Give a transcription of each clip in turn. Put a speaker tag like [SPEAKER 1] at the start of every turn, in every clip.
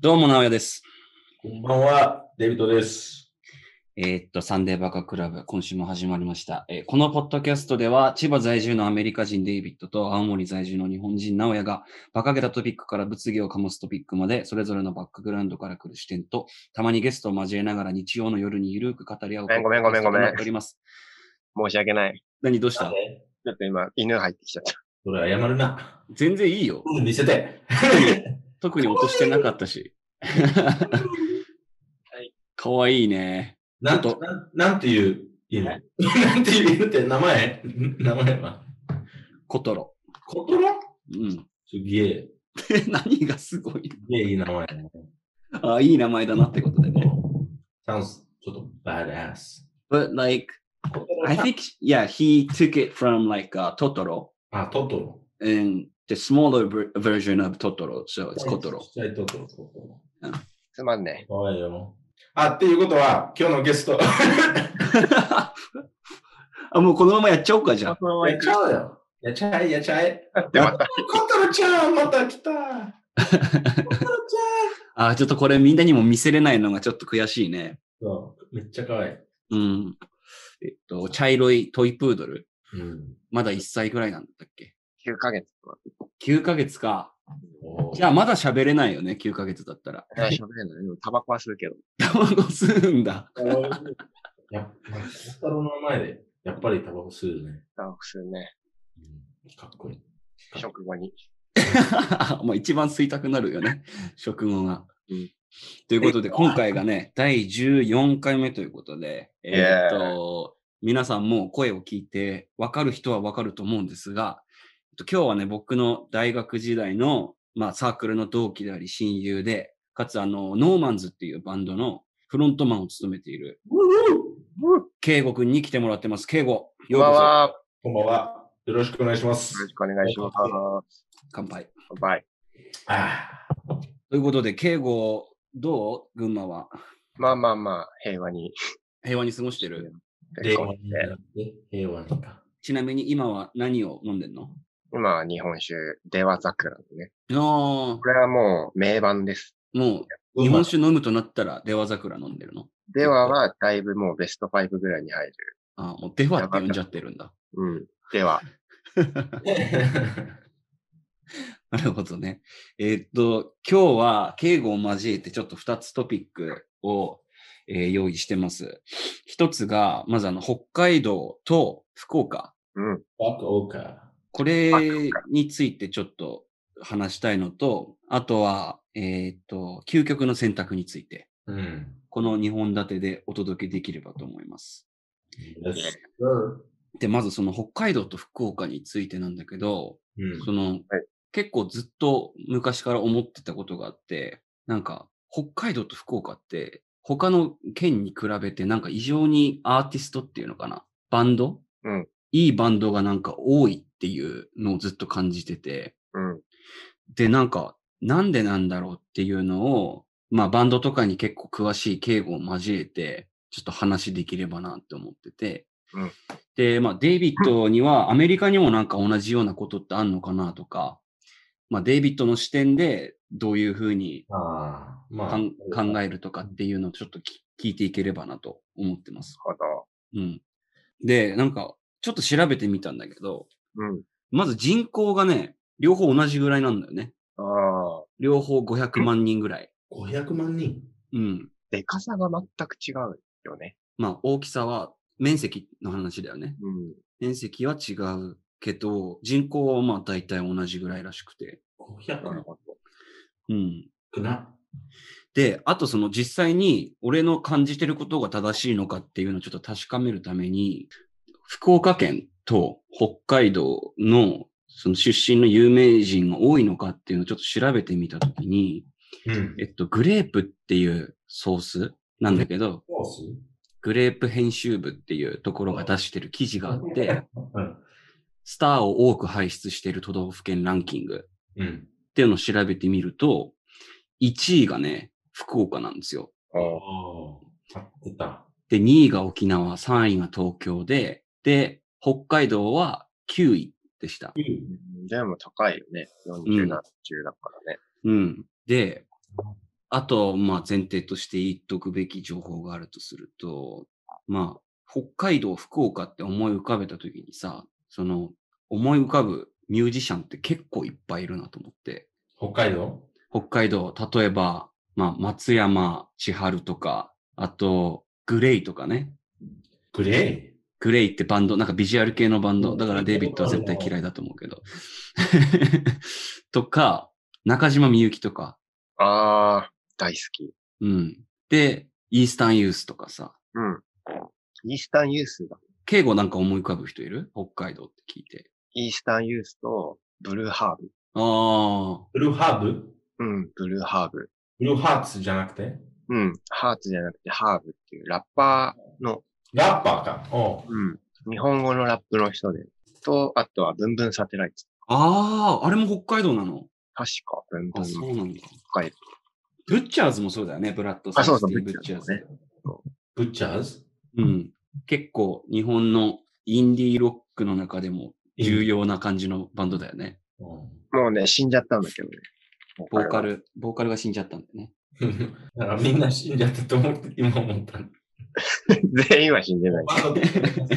[SPEAKER 1] どうも、直哉です。
[SPEAKER 2] こんばんは、デビットです。
[SPEAKER 1] えーっと、サンデーバカクラブ、今週も始まりました、えーこのポッドキャストでは、千葉在住のアメリカ人デイビッドと青森在住の日本人直哉が、馬鹿げたトピックから物議を醸すトピックまで、それぞれのバックグラウンドから来る視点と、たまにゲストを交えながら日曜の夜にゆるく語り合う。
[SPEAKER 3] ごめんごめんごめんごめん
[SPEAKER 1] おります。
[SPEAKER 3] 申し訳ない。
[SPEAKER 1] 何、どうした
[SPEAKER 3] ちょっと今、犬入ってきちゃった。
[SPEAKER 2] それ謝るな。
[SPEAKER 1] 全然いい よ。
[SPEAKER 2] うん見せて。
[SPEAKER 1] 特に落としてなかったし。 かわいいね。
[SPEAKER 2] なん
[SPEAKER 1] ちょっ
[SPEAKER 2] と、なんなんていう犬 なんていう犬って名前 名前は
[SPEAKER 1] コトロ。
[SPEAKER 2] コトラ
[SPEAKER 1] うん。
[SPEAKER 2] すげえ、
[SPEAKER 1] 何がすごい
[SPEAKER 2] すげえいい名前だね。
[SPEAKER 1] あ、いい名前だなってことでね。
[SPEAKER 2] サウンス、ちょっとバーダース。
[SPEAKER 1] But like,
[SPEAKER 2] コト
[SPEAKER 1] I think, yeah, he took it from like uh, Totoro
[SPEAKER 2] あ、トトロ。
[SPEAKER 1] and the smaller ver- version of Totoro. So it's コトロ
[SPEAKER 2] ちっ。ちゃいトトロ、コト
[SPEAKER 3] つまんね
[SPEAKER 2] ロ。かわいいよ。あ、っていうことは、今日のゲスト。
[SPEAKER 1] あ、もうこのままやっちゃおうか、じゃあ。
[SPEAKER 2] やっちゃうよ。 やっちゃえ、やっちゃえ。
[SPEAKER 3] え。で、また、
[SPEAKER 2] コトロちゃん、また来た。コトロちゃん。
[SPEAKER 1] あ、ちょっとこれみんなにも見せれないのがちょっと悔しいね。
[SPEAKER 2] そう、めっちゃかわいい。
[SPEAKER 1] うん。えっと、茶色いトイプードル。
[SPEAKER 2] うん。
[SPEAKER 1] まだ1歳ぐらいなんだっけ
[SPEAKER 3] 9ヶ月。
[SPEAKER 1] ?9 ヶ月か。じゃあまだ喋れないよね、9ヶ月だったら。
[SPEAKER 3] あ喋れない。でもタバコは吸うけど。
[SPEAKER 1] 卵吸うんだ。
[SPEAKER 2] いや、まあ、コタロの前で、やっぱりタバコ吸うね。
[SPEAKER 3] タバコ吸うね。
[SPEAKER 2] うんかっこいい。
[SPEAKER 3] 食後に。
[SPEAKER 1] まあ一番吸いたくなるよね、食後が。
[SPEAKER 3] うん
[SPEAKER 1] ということで、今回がね、第14回目ということで、えーっと、皆さんもう声を聞いて、わかる人はわかると思うんですが、えっと今日はね、僕の大学時代の、まあ、サークルの同期であり親友で、かつあの、ノーマンズっていうバンドのフロントマンを務めている、ケイゴくんに来てもらってます。ケイゴ、
[SPEAKER 3] こ
[SPEAKER 1] よ
[SPEAKER 3] ん
[SPEAKER 1] う
[SPEAKER 3] ばん
[SPEAKER 1] こそ。
[SPEAKER 3] は。よ
[SPEAKER 2] こんばんは。よろしくお願いします。
[SPEAKER 3] ろしくお願いします。
[SPEAKER 1] 乾杯。
[SPEAKER 3] バイ。
[SPEAKER 2] ああ、
[SPEAKER 1] ということで、ケイゴ、どう群馬は。
[SPEAKER 3] まあまあまあ、平和に。
[SPEAKER 1] 平和に過ごしてる。
[SPEAKER 2] 平和になって、平和にか。
[SPEAKER 1] ちなみに今は何を飲んでんの
[SPEAKER 3] 今は日本酒、出羽桜のね。
[SPEAKER 1] あ
[SPEAKER 3] これはもう名盤です。
[SPEAKER 1] あ、もう日本酒飲むとなったら、出羽桜飲んでるの
[SPEAKER 3] 出羽はだいぶもうベスト5ぐらいに入る。
[SPEAKER 1] ああ、もう出羽って呼んじゃってるんだ。
[SPEAKER 3] うん。では、
[SPEAKER 1] なるほどね。えーっと、今日は敬語を交えてちょっと2つトピックを、えー用意してます。一つが、まずあの、北海道と福岡。
[SPEAKER 3] うん。
[SPEAKER 2] バックオーカー。
[SPEAKER 1] これについてちょっと話したいのと、あとは、えーっと、究極の選択について。
[SPEAKER 2] うん。
[SPEAKER 1] この2本立てでお届けできればと思います。
[SPEAKER 2] Yes, sir.
[SPEAKER 1] で、まずその北海道と福岡についてなんだけど、
[SPEAKER 2] うん
[SPEAKER 1] その、結構ずっと昔から思ってたことがあって、なんか北海道と福岡って他の県に比べてなんか異常にアーティストっていうのかな、バンド、
[SPEAKER 3] うん
[SPEAKER 1] いいバンドがなんか多いっていうのをずっと感じてて、
[SPEAKER 3] うん。
[SPEAKER 1] で、なんか、なんでなんだろうっていうのを、まあ、バンドとかに結構詳しい敬語を交えて、ちょっと話できればなって思ってて。
[SPEAKER 3] うん
[SPEAKER 1] で、まあ、デイビッドには、アメリカにもなんか同じようなことってあんのかなとか、まあ、デイビッドの視点でどういうふうに
[SPEAKER 2] ああ、ま
[SPEAKER 1] かん
[SPEAKER 2] あ、
[SPEAKER 1] 考えるとかっていうのをちょっとき聞いていければなと思ってます。
[SPEAKER 3] ほど。
[SPEAKER 1] うん。で、なんか、ちょっと調べてみたんだけど、
[SPEAKER 3] うん。
[SPEAKER 1] まず人口がね、両方同じぐらいなんだよね。
[SPEAKER 3] ああ。
[SPEAKER 1] 両方500万人ぐらい。
[SPEAKER 2] 500万人。
[SPEAKER 1] うん。
[SPEAKER 3] でかさが全く違うよね。
[SPEAKER 1] まあ、大きさは面積の話だよね。
[SPEAKER 3] うん。
[SPEAKER 1] 面積は違うけど、人口はまあ大体同じぐらいらしくて。
[SPEAKER 3] なる
[SPEAKER 2] 500
[SPEAKER 3] ほど。
[SPEAKER 1] うん。
[SPEAKER 2] くな。
[SPEAKER 1] で、あとその実際に俺の感じてることが正しいのかっていうのをちょっと確かめるために、福岡県と北海道のその出身の有名人が多いのかっていうのをちょっと調べてみたときに、
[SPEAKER 2] うん
[SPEAKER 1] え。っと、グレープっていうソースなんだけど、
[SPEAKER 2] コース
[SPEAKER 1] グレープ編集部っていうところが出してる記事があって、
[SPEAKER 2] うん。
[SPEAKER 1] スターを多く輩出している都道府県ランキングっ
[SPEAKER 2] うん。
[SPEAKER 1] ていうのを調べてみると、1位がね、福岡なんですよ。
[SPEAKER 3] ああ
[SPEAKER 2] ああ、合ってた。
[SPEAKER 1] で、2位が沖縄、3位が東京で、で、北海道は9位でした。
[SPEAKER 3] でも高いよね。40、70だからね。
[SPEAKER 1] うん。で、あと、まあ前提として言っとくべき情報があるとすると、まあ、北海道、福岡って思い浮かべたときにさ、その、思い浮かぶミュージシャンって結構いっぱいいるなと思って、
[SPEAKER 2] 北海道
[SPEAKER 1] 北海道、例えば、まあ、松山千春とか、あと、グレイとかね。
[SPEAKER 2] グレ
[SPEAKER 1] グレイってバンド、なんかビジュアル系のバン
[SPEAKER 2] う
[SPEAKER 1] ド、
[SPEAKER 2] ん
[SPEAKER 1] だからデイビッドは絶対嫌いだと思うけど。 とか、中島みゆきとか、
[SPEAKER 3] ああ、大好き。
[SPEAKER 1] うん。で、イースタンユースとかさ、
[SPEAKER 3] うん。イースタンユースだ。
[SPEAKER 1] 敬語なんか思い浮かぶ人いる北海道って聞いて。
[SPEAKER 3] イースタンユースと、ブルーハーブ。
[SPEAKER 1] ああ、
[SPEAKER 2] イブルーハーブ
[SPEAKER 3] うん、ブルーハーブ。
[SPEAKER 2] ブルーハーツじゃなくて
[SPEAKER 3] うん、ハーツじゃなくてハーブっていうラッパーの、
[SPEAKER 2] ラッパーか。おう
[SPEAKER 3] うん、日本語のラップの人で。と、あとは、ブンブンサテライト。
[SPEAKER 1] ああ、あれも北海道なの
[SPEAKER 3] 確か、ブンブ
[SPEAKER 1] あ、
[SPEAKER 3] ン
[SPEAKER 1] そうなんだ。
[SPEAKER 3] 北海道。
[SPEAKER 1] ブッチャーズもそうだよね、ブラッドさん。
[SPEAKER 3] あそうそう
[SPEAKER 1] スティーブブッチャーズ。
[SPEAKER 3] ブッチャーズ
[SPEAKER 2] ブッチャーズ
[SPEAKER 1] うん。結構日本のインディーロックの中でも重要な感じのバンドだよね。
[SPEAKER 2] うん
[SPEAKER 3] もうね、死んじゃったんだけどね。
[SPEAKER 1] ボーカ
[SPEAKER 3] ル。
[SPEAKER 1] ル、ボーカルが死んじゃったんだよね。
[SPEAKER 2] だからみんな死んじゃったと思って、今思った。
[SPEAKER 3] 全員は死んでない。
[SPEAKER 2] バンドっ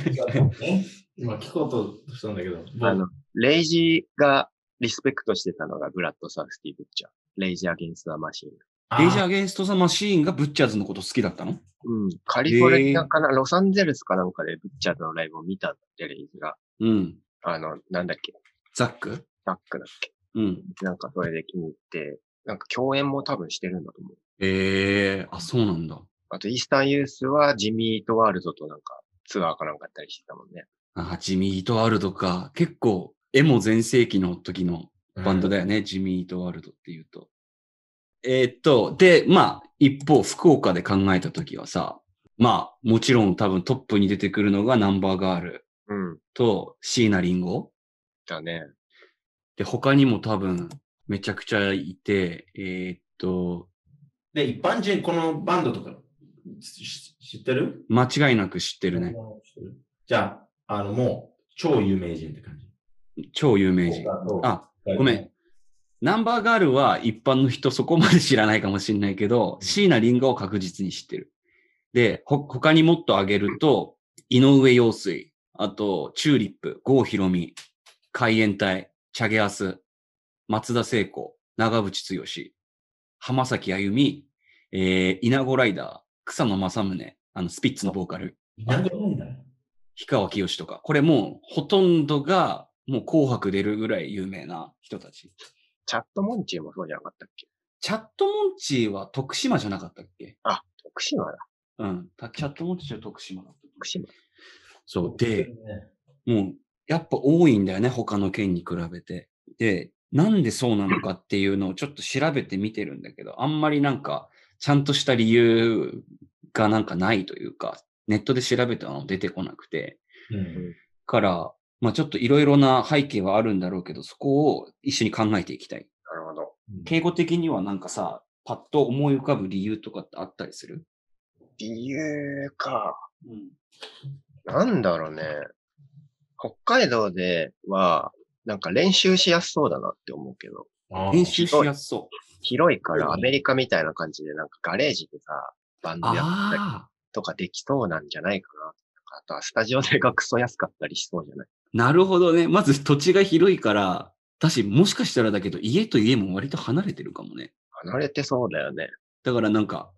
[SPEAKER 2] てね今聞こうとしたんだけど。
[SPEAKER 3] あの、レイジがリスペクトしてたのがブラッド・サウスティ・ブッチャー。レイジ・アゲンスト・ザ・マシン。
[SPEAKER 1] デイジャー・
[SPEAKER 2] あ
[SPEAKER 1] アゲンスト・ザ・マシーンがブッチャーズのこと好きだったの
[SPEAKER 3] うん。カリフォルニアかな、ロサンゼルスかなんかでブッチャーズのライブを見たんだって、レイジが。
[SPEAKER 1] うん。
[SPEAKER 3] あの、なんだっけ、
[SPEAKER 1] ザック
[SPEAKER 3] バックだっけ。
[SPEAKER 1] うん。
[SPEAKER 3] なんかそれで気に入って、なんか共演も多分してるんだと思う。
[SPEAKER 1] ええあ、そうなんだ。
[SPEAKER 3] あと、イースタンユースはジミー・イート・ワールドとなんかツアーかなんかやったりしてたもんね。
[SPEAKER 1] あ、ジミー・イート・ワールドか。結構、エモ全盛期の時のバンド
[SPEAKER 2] で。
[SPEAKER 1] だよね、ジミー・イート・ワールドっていうと。えーっと、で、まあ、一方、福岡で考えたときはさ、まあ、もちろん多分トップに出てくるのがナンバーガール
[SPEAKER 3] うん。
[SPEAKER 1] と椎名林檎。
[SPEAKER 3] だね。
[SPEAKER 1] で、他にも多分めちゃくちゃいて、えーっと、
[SPEAKER 2] で、一般人、このバンドとか、し知ってる
[SPEAKER 1] 間違いなく知って
[SPEAKER 2] 知
[SPEAKER 1] るね。。
[SPEAKER 2] じゃあ、あの、もう、超有名人って感じ。
[SPEAKER 1] 超有名人。あ、ごめん。ナンバーガールは一般の人そこまで知らないかもしれないけど、椎名林檎を確実に知ってる。で、ほ、他にもっと挙げると、井上陽水、あと、チューリップ、郷ひろみ、海援隊、チャゲアス、松田聖子、長渕剛、浜崎あゆみ、えー、稲子ライダー、草野正宗、あの、スピッツのボーカル、
[SPEAKER 2] なんでないんだよ。
[SPEAKER 1] 氷川きよしとか、これもうほとんどが、もう紅白出るぐらい有名な人たち。
[SPEAKER 3] チャット・モンチーもそうじゃなかったっけ
[SPEAKER 1] チャットモンチーは徳島じゃなかったっけ
[SPEAKER 3] 徳島だ。
[SPEAKER 1] うん。たチャットモンチーは徳島だった。
[SPEAKER 3] 徳島。
[SPEAKER 1] そう。で、、もう、やっぱ多いんだよね、他の県に比べて。で、なんでそうなのかっていうのをちょっと調べてみてるんだけど、あんまりなんか、ちゃんとした理由がなんかないというか、ネットで調べたの出てこなくて、
[SPEAKER 2] うん
[SPEAKER 1] から、まあちょっといろいろな背景はあるんだろうけど、そこを一緒に考えていきたい。
[SPEAKER 3] なるほど。
[SPEAKER 1] 敬語的にはなんかさ、パッと思い浮かぶ理由とかってあったりする
[SPEAKER 3] 理由か。
[SPEAKER 1] うん。
[SPEAKER 3] なんだろうね。北海道では、なんか練習しやすそうだなって思うけど、
[SPEAKER 2] あー
[SPEAKER 1] 編集しやすそう。
[SPEAKER 3] 広いか
[SPEAKER 2] そう
[SPEAKER 3] ら
[SPEAKER 2] だ
[SPEAKER 3] ア
[SPEAKER 2] ね
[SPEAKER 3] メリカみたいな感じで、なんかガレージでさ、バンドやったり
[SPEAKER 1] ああ、
[SPEAKER 3] とかできそうなんじゃないかな。あとはスタジオでがクソ安かったりしそうじゃない
[SPEAKER 1] なるほどね。まず土地が広いから、だし、もしかしたらだけど、家と家も割と離れてるかもね。
[SPEAKER 3] 離れてそうだよね。
[SPEAKER 1] だからなんか、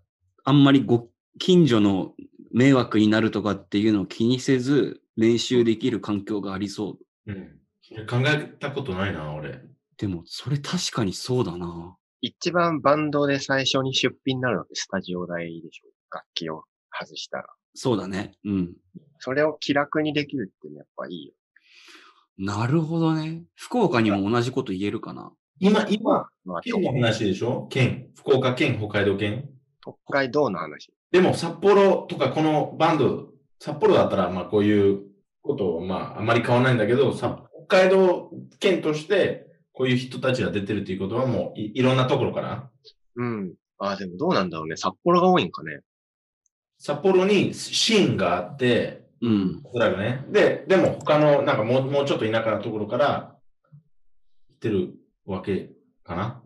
[SPEAKER 1] あんまりご近所の迷惑になるとかっていうのを気にせず、練習できる環境がありそう。
[SPEAKER 2] うんそれ考えたことないな、俺。
[SPEAKER 1] でも、それ確かにそうだな。
[SPEAKER 3] 一番バンドで最初に出品になるのってスタジオ代でしょ楽器を外したら。
[SPEAKER 1] そうだね。うん。
[SPEAKER 3] それを気楽にできるっていうのはやっぱいいよ。
[SPEAKER 1] なるほどね。福岡にも同じこと言えるかな。
[SPEAKER 2] 今、今、
[SPEAKER 3] まあ、
[SPEAKER 2] 県の
[SPEAKER 3] 北
[SPEAKER 2] 話でしょ県、福岡県、北海道県。
[SPEAKER 3] 海道の話。
[SPEAKER 2] でも、札幌とかこのバンド、札幌だったら、まあ、こういうことを、まあ、あまり変わらないんだけど、さ北海道県として、こういう人たちが出てるということは、もうい、いろんなところから、
[SPEAKER 3] うん。ああ、でもどうなんだろうね。札幌が多いんかね。
[SPEAKER 2] 札幌にシーンがあって、
[SPEAKER 1] うん。
[SPEAKER 2] おそらくね。で、でも他の、なんかもう、もうちょっと田舎のところから、来てるわけかな。
[SPEAKER 3] あ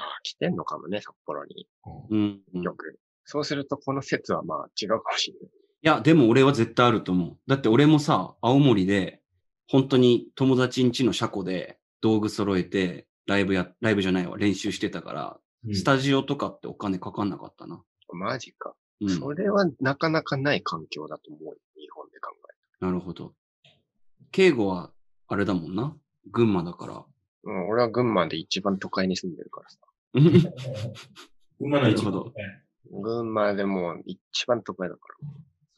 [SPEAKER 3] あ、してんのかもね、札幌に。
[SPEAKER 1] うん、うん。い
[SPEAKER 3] よく。そうすると、この説はまあ違うかもしれない。
[SPEAKER 1] や、でも俺は絶対あると思う。だって俺もさ、青森で、本当に友達ん家の車庫で道具揃えて、ライブや、ライブじゃないわ、練習してたから、スタジオとかってお金かかんなかったな。
[SPEAKER 3] マジか。
[SPEAKER 1] うん。
[SPEAKER 3] それはなかなかない環境だと思うよ。日本で考
[SPEAKER 1] なるほど。敬語は、あれだもんな。群馬だから。
[SPEAKER 3] える。うん、俺は群馬で一番都会に住んでるからさ。
[SPEAKER 2] 馬の一
[SPEAKER 1] な
[SPEAKER 2] 部
[SPEAKER 1] るほど
[SPEAKER 3] 群馬でも一番都会だから。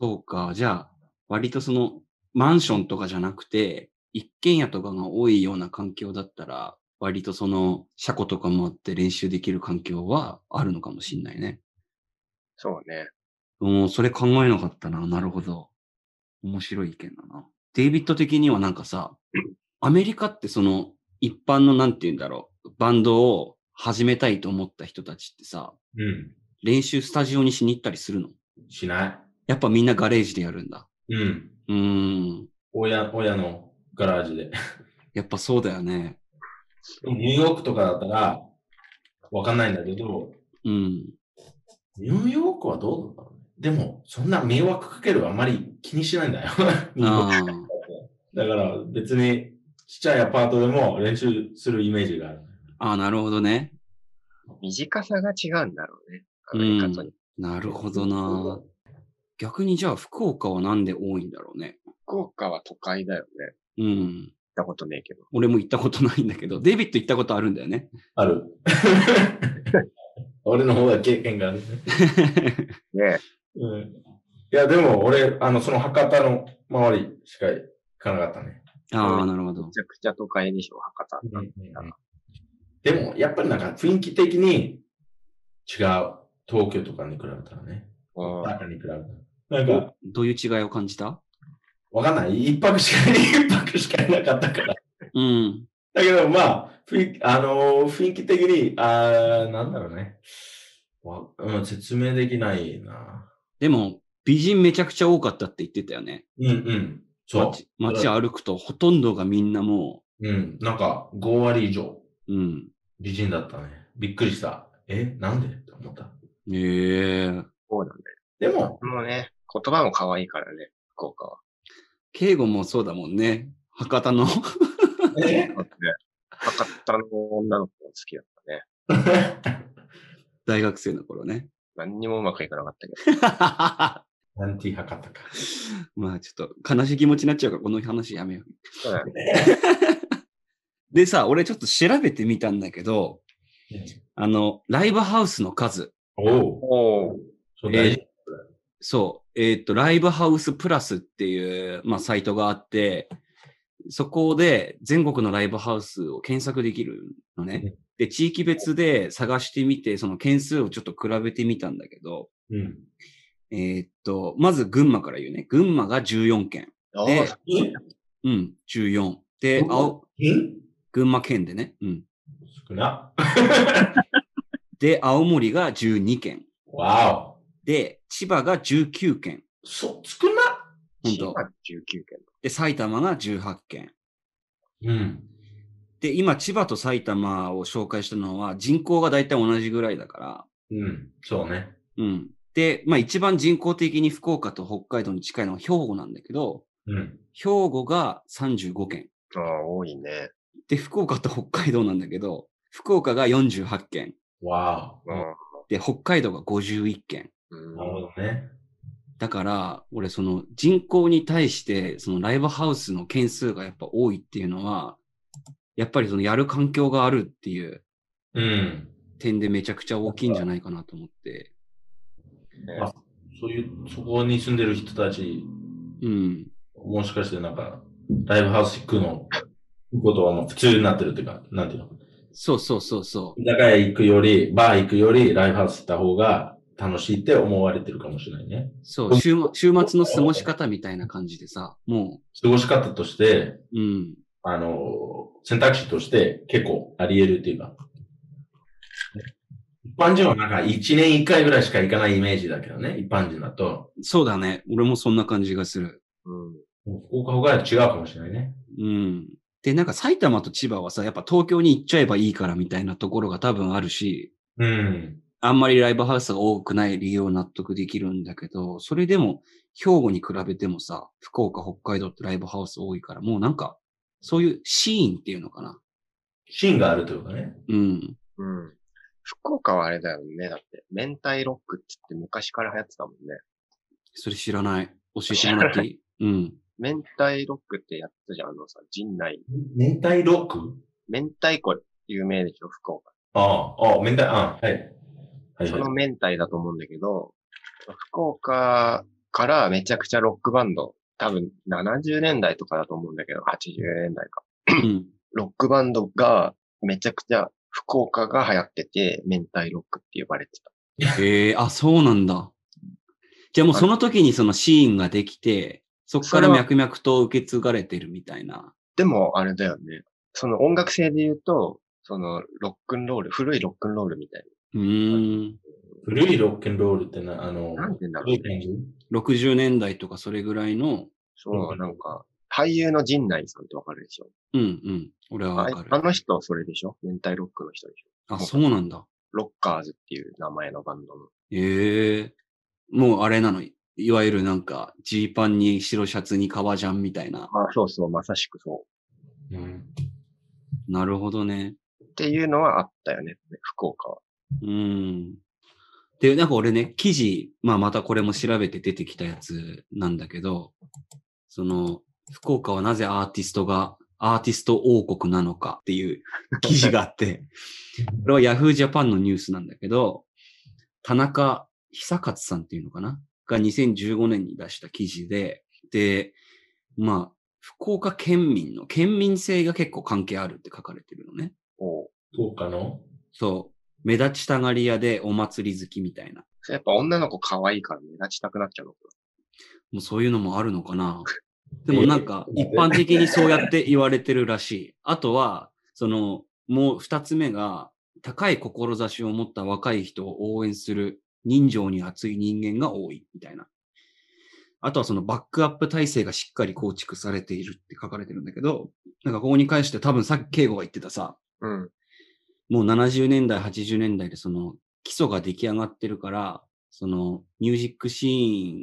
[SPEAKER 1] そうか。じゃあ、割とその、マンションとかじゃなくて、一軒家とかが多いような環境だったら、割とその、車庫とかもあって練習できる環境はあるのかもしんないね。
[SPEAKER 3] そうね。
[SPEAKER 1] うん、それ考えなかったな。なるほど。面白い意見だな。デイビッド的にはなんかさ、アメリカってその、一般のなんて言うんだろう、バンドを始めたいと思った人たちってさ、
[SPEAKER 2] うん。
[SPEAKER 1] 練習スタジオにしに行ったりするの
[SPEAKER 2] しな
[SPEAKER 1] やっぱみんなガレージでやるんだ。
[SPEAKER 2] い。うん。
[SPEAKER 1] うーん。
[SPEAKER 2] 親、親のガラージで。
[SPEAKER 1] やっぱそうだよね。
[SPEAKER 2] でもニューヨークとかだったら、わかんないんだけど、
[SPEAKER 1] うん。
[SPEAKER 2] ニューヨークはどうなんだろうね。でも、そんな迷惑かけるあまり気にしないんだよ。
[SPEAKER 1] あ
[SPEAKER 2] だから別にちっちゃいアパートでも練習するイメージがある。
[SPEAKER 1] あ。ああ、なるほどね。
[SPEAKER 3] 短さが違うんだろうね。アメリカと
[SPEAKER 1] うんなるほどな。逆にじゃあ福岡はなんで多いんだろうね。
[SPEAKER 3] 福岡は都会だよね。行
[SPEAKER 1] う
[SPEAKER 3] っ
[SPEAKER 1] ん。
[SPEAKER 3] たことねえけど。
[SPEAKER 1] 俺も行ったことないんだけど、デイビッド行ったことあるんだよね。
[SPEAKER 2] ある。 俺の方が経験がある。
[SPEAKER 3] ね
[SPEAKER 2] うん、いや、でも俺、あの、その博多の周りしか行かなかったね。
[SPEAKER 1] ああ、なるほど
[SPEAKER 3] め。ちゃくちゃ都会でしょ、博多。
[SPEAKER 2] でも、やっぱりなんか雰囲気的に違う。東京とかに比べたらね。
[SPEAKER 3] うん
[SPEAKER 2] 大阪に比べたら。なんか、
[SPEAKER 1] どういう違いを感じた
[SPEAKER 2] わかんない。一泊しか、 一泊しかいなかったから。
[SPEAKER 1] うん。
[SPEAKER 2] だけど、まあ、雰囲気、あのー雰囲気的に、あーなんだろうね。わうん、説明できないな。
[SPEAKER 1] でも、美人めちゃくちゃ多かったって言ってたよね。
[SPEAKER 2] うんうん。そ
[SPEAKER 1] 街街歩くとほとんどがみんなも
[SPEAKER 2] う。うん。なんか、5割以上、
[SPEAKER 1] う、うん。
[SPEAKER 2] 美人だったね。びっくりした。え、なんでと思った。
[SPEAKER 1] ええ
[SPEAKER 3] そうなんだよ。
[SPEAKER 2] でも、
[SPEAKER 3] もうね、言葉も可愛いからね、福岡は。
[SPEAKER 1] 敬語もそうだもんね。博多の。
[SPEAKER 2] え
[SPEAKER 3] だって、博多の女の子も好きだったね。
[SPEAKER 1] 大学生の頃ね。
[SPEAKER 3] 何にもうまくいかなかったけど。
[SPEAKER 1] ま
[SPEAKER 2] アンティ博多か。
[SPEAKER 1] あちょっと悲しい気持ちになっちゃうから、この話やめよう。
[SPEAKER 3] そうだね。
[SPEAKER 1] でさ、俺ちょっと調べてみたんだけど、あの、ライブハウスの数。
[SPEAKER 2] おお。
[SPEAKER 3] おー
[SPEAKER 2] そう大事。
[SPEAKER 1] そう。えーっと、ライブハウスプラスっていう、まあ、サイトがあって、そこで全国のライブハウスを検索できるのね。で、地域別で探してみて、その件数をちょっと比べてみたんだけど、
[SPEAKER 2] うん。
[SPEAKER 1] えーっと、まず群馬から言うね。群馬が14件。
[SPEAKER 3] あ
[SPEAKER 1] で
[SPEAKER 3] ー
[SPEAKER 1] うん、14。で、
[SPEAKER 2] 群馬
[SPEAKER 1] 青、
[SPEAKER 2] ん
[SPEAKER 1] 群馬県でね。うん。
[SPEAKER 2] 少な。
[SPEAKER 1] で、青森が12件。
[SPEAKER 2] わ
[SPEAKER 1] で、千葉が19件。
[SPEAKER 2] お。そ、少な。
[SPEAKER 1] 本
[SPEAKER 3] 千葉
[SPEAKER 1] 当
[SPEAKER 3] 19件。
[SPEAKER 1] で、埼玉が18件。
[SPEAKER 2] うん。
[SPEAKER 1] で、今、千葉と埼玉を紹介したのは、人口が大体同じぐらいだか
[SPEAKER 2] うん。そうね。
[SPEAKER 1] ら、うん。で、まあ一番人口的に福岡と北海道に近いのは兵庫なんだけど、
[SPEAKER 2] うん。
[SPEAKER 1] 兵庫が35件。
[SPEAKER 3] ああ、多いね。
[SPEAKER 1] で、福岡と北海道なんだけど、福岡が48件。
[SPEAKER 2] わ
[SPEAKER 3] う
[SPEAKER 2] お。
[SPEAKER 3] ん。
[SPEAKER 1] で、北海道が51件。
[SPEAKER 2] なるほ
[SPEAKER 3] うん
[SPEAKER 2] どね。
[SPEAKER 1] だから、俺、その人口に対して、そのライブハウスの件数がやっぱ多いっていうのは、やっぱりそのやる環境があるっていう
[SPEAKER 2] うん。
[SPEAKER 1] 点でめちゃくちゃ大きいんじゃないかなと思って。
[SPEAKER 3] ね
[SPEAKER 2] あそういう、そこに住んでる人たち、
[SPEAKER 1] うん。
[SPEAKER 2] もしかしてなんか、ライブハウス行くの、行くことはもう普通になってるっていうか、なんていうの
[SPEAKER 1] そうそうそうそう。
[SPEAKER 2] 居酒屋行くより、バー行くより、ライブハウス行った方が楽しいって思われてるかもしれないね。
[SPEAKER 1] そう、週末週末の過ごし方みたいな感じでさ、も
[SPEAKER 2] 過ごし方として、
[SPEAKER 1] う、うん、
[SPEAKER 2] あの、選択肢として結構あり得るっていうか。一般人はなんか1年1回ぐらいしか行かないイメージだけどね、一般人だと。
[SPEAKER 1] そうだね。俺もそんな感じがする。
[SPEAKER 3] うん。
[SPEAKER 2] もう福岡他は違うかもしれないね。
[SPEAKER 1] うん。で、なんか埼玉と千葉はさ、やっぱ東京に行っちゃえばいいからみたいなところが多分あるし、
[SPEAKER 2] うん。
[SPEAKER 1] あんまりライブハウスが多くない理由を納得できるんだけど、それでも、兵庫に比べてもさ、福岡、北海道ってライブハウス多いから、もうなんか、そういうシーンっていうのかな。
[SPEAKER 2] シーンがあるというかね。
[SPEAKER 1] うん。
[SPEAKER 3] うん。福岡はあれだよね。だって、明太ロックっつって昔から流行ってたもんね。
[SPEAKER 1] それ知らない。教えてもらっていいうん。
[SPEAKER 3] 明太ロックってやったじゃん、あのさ、陣内。
[SPEAKER 2] 明太ロック
[SPEAKER 3] 明太子有名でしょ、福岡。
[SPEAKER 2] ああ、ああ、明太、ああ、はい。はい、
[SPEAKER 3] そ
[SPEAKER 2] はい
[SPEAKER 3] の。明太だと思うんだけど、福岡からめちゃくちゃロックバンド、多分70年代とかだと思うんだけど、80年代か。
[SPEAKER 1] うん。
[SPEAKER 3] ロックバンドがめちゃくちゃ福岡が流行ってて、明太ロックって呼ばれてた。
[SPEAKER 1] へえあ、そうなんだ。じゃあもうその時にそのシーンができて、そこから脈々と受け継がれてるみたいな。
[SPEAKER 3] でも、あれだよね。その音楽性で言うと、そのロックンロール、古いロックンロールみたいう
[SPEAKER 1] ーん。
[SPEAKER 2] 古いロックンロールってな、あの、
[SPEAKER 3] な。なんて言うんだろ
[SPEAKER 2] どう
[SPEAKER 3] う
[SPEAKER 2] いう感
[SPEAKER 3] ね。
[SPEAKER 2] じ
[SPEAKER 1] 60年代とかそれぐらいの、
[SPEAKER 3] そう、なんか、俳優の陣内さんってわかるでしょ
[SPEAKER 1] うんうん。俺は
[SPEAKER 3] あ
[SPEAKER 1] わかる。
[SPEAKER 3] あの人、それでしょ明太ロックの人でしょ
[SPEAKER 1] あ、そうなんだ。
[SPEAKER 3] ロッカーズっていう名前のバンドの。
[SPEAKER 1] ええもうあれなの。いわゆるなんか、ジーパンに白シャツに革ジャンみたいな。
[SPEAKER 3] まあ、そうそう、まさしくそ
[SPEAKER 2] うん。
[SPEAKER 1] なるほどね。
[SPEAKER 3] う。っていうのはあったよね、福岡は。
[SPEAKER 1] うん。で、なんか俺ね、記事、まあまたこれも調べて出てきたやつなんだけど、その、福岡はなぜアーティストが、アーティスト王国なのかっていう記事があって、これはヤフージャパンのニュースなんだけど、田中久勝さんっていうのかなが2015年に出した記事で、で、まあ、福岡県民の県民性が結構関係あるって書かれてるのね。
[SPEAKER 3] おう
[SPEAKER 2] そうかの
[SPEAKER 1] そう。目立ちたがり屋でお祭り好きみたいな。
[SPEAKER 3] それやっぱ女の子可愛いから目立ちたくなっちゃうのか
[SPEAKER 1] もうそういうのもあるのかな。でもなんか一般的にそうやって言われてるらしい。あとは、その、もう二つ目が、高い志を持った若い人を応援する人情に熱い人間が多いみたいな。あとはそのバックアップ体制がしっかり構築されているって書かれてるんだけど、なんかここに関して多分さっき敬吾が言ってたさ、
[SPEAKER 3] な。うん。
[SPEAKER 1] もう70年代、80年代でその基礎が出来上がってるから、そのミュージックシ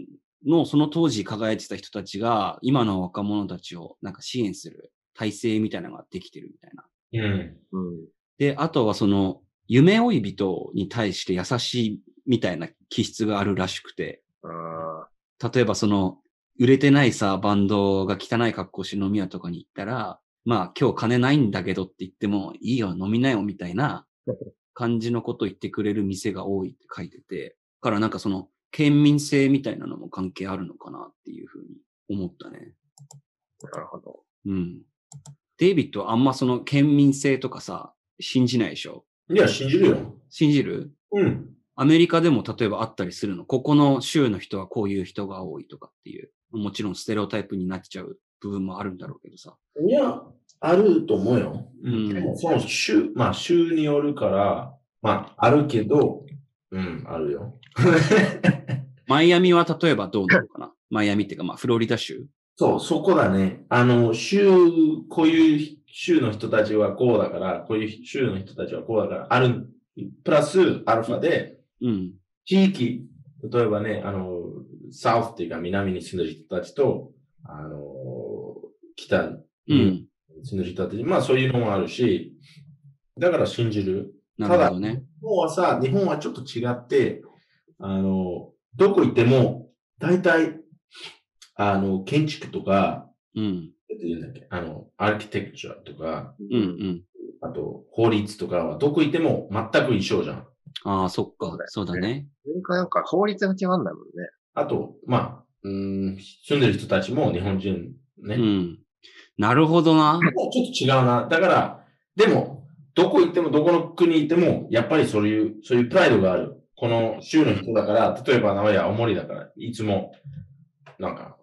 [SPEAKER 1] ーンのその当時輝いてた人たちが今の若者たちをなんか支援する体制みたいなのができてるみたいな。
[SPEAKER 2] うん。
[SPEAKER 3] うん。
[SPEAKER 1] で、あとはその夢追い人に対して優しいみたいな気質があるらしくて、
[SPEAKER 3] あ
[SPEAKER 1] 例えばその、売れてないさ、バンドが汚い格好して飲み屋とかに行ったら、まあ今日金ないんだけどって言っても、いいよ、飲みなよ、みたいな感じのこと言ってくれる店が多いって書いてて、だからなんかその、県民性みたいなのも関係あるのかなっていうふうに思ったね。
[SPEAKER 3] ーなるほど。
[SPEAKER 1] うん。デイビッドはあんまその県民性とかさ、信じないでしょ
[SPEAKER 2] いや、信じるよ。
[SPEAKER 1] 信じる
[SPEAKER 2] うん。
[SPEAKER 1] アメリカでも例えばあったりするの。ここの州の人はこういう人が多いとかっていう。もちろんステレオタイプになっちゃう部分もあるんだろうけどさ。
[SPEAKER 2] いや、あると思うよ。
[SPEAKER 1] うん
[SPEAKER 2] でもその週、まあ、週によるから、まあ、あるけど、うん、あるよ。
[SPEAKER 1] マイアミは例えばどうなのかなマイアミっていうか、まあ、フロリダ州
[SPEAKER 2] そう、そこだね。あの、州、こういう州の人たちはこうだから、こういう州の人たちはこうだから、ある、プラスアルファで、
[SPEAKER 1] うん。
[SPEAKER 2] 地域、例えばね、あの、サウスっていうか南に住んでる人たちと、あの、北
[SPEAKER 1] う
[SPEAKER 2] に
[SPEAKER 1] ん。
[SPEAKER 2] 住んでる人たち、まあそういうのもあるし、だから信じる。
[SPEAKER 1] なるほどね。
[SPEAKER 2] 日本はさ、日本はちょっと違って、あの、どこ行っても、大体、あの、建築とか、
[SPEAKER 1] うん。
[SPEAKER 2] なんて言うんだっけ、あの、アーキテクチャとか、
[SPEAKER 1] うんうん。
[SPEAKER 2] あと、法律とかは、どこ行っても全く一緒じゃん。
[SPEAKER 1] ああ、そっか。そうだね。
[SPEAKER 3] アメリカなんか法律が違うんだもんね。
[SPEAKER 2] あと、まあ、うーん、住んでる人たちも日本人ね。
[SPEAKER 1] う。
[SPEAKER 2] もうん
[SPEAKER 1] なるほどな。
[SPEAKER 2] ちょっと違うな。だから、でも、どこ行っても、どこの国行っても、やっぱりそういう、そういうプライドがある。この州の人だから、例えば名古屋、青森だから、いつも、なんか、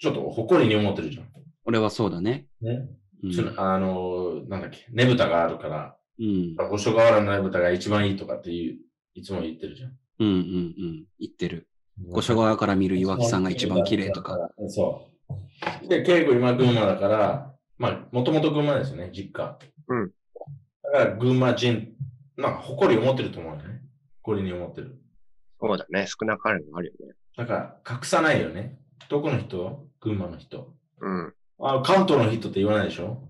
[SPEAKER 2] ちょっと誇りに思ってるじゃん。
[SPEAKER 1] 俺はそうだね。
[SPEAKER 2] ね。
[SPEAKER 1] うん。
[SPEAKER 2] そのあの、なんだっけ、ねぶたがあるから、
[SPEAKER 1] うん。
[SPEAKER 2] 五所川原のねぶたが一番いいとかっていう、いつも言ってるじゃん。
[SPEAKER 1] うんうんうん。言ってる。五所川から見る岩木さんが一番綺麗とか。。
[SPEAKER 2] そう。で、稽古今群馬だから、まあ、もともと群馬ですよね、実家。
[SPEAKER 3] うん。
[SPEAKER 2] だから群馬人、まあ、誇りを持ってると思うよね。誇りに思ってる。
[SPEAKER 3] そうだね。少なからずあるよね。
[SPEAKER 2] だから、隠さないよね。どこの人群馬の人。
[SPEAKER 3] うん。
[SPEAKER 2] あ、関東の人って言わないでしょ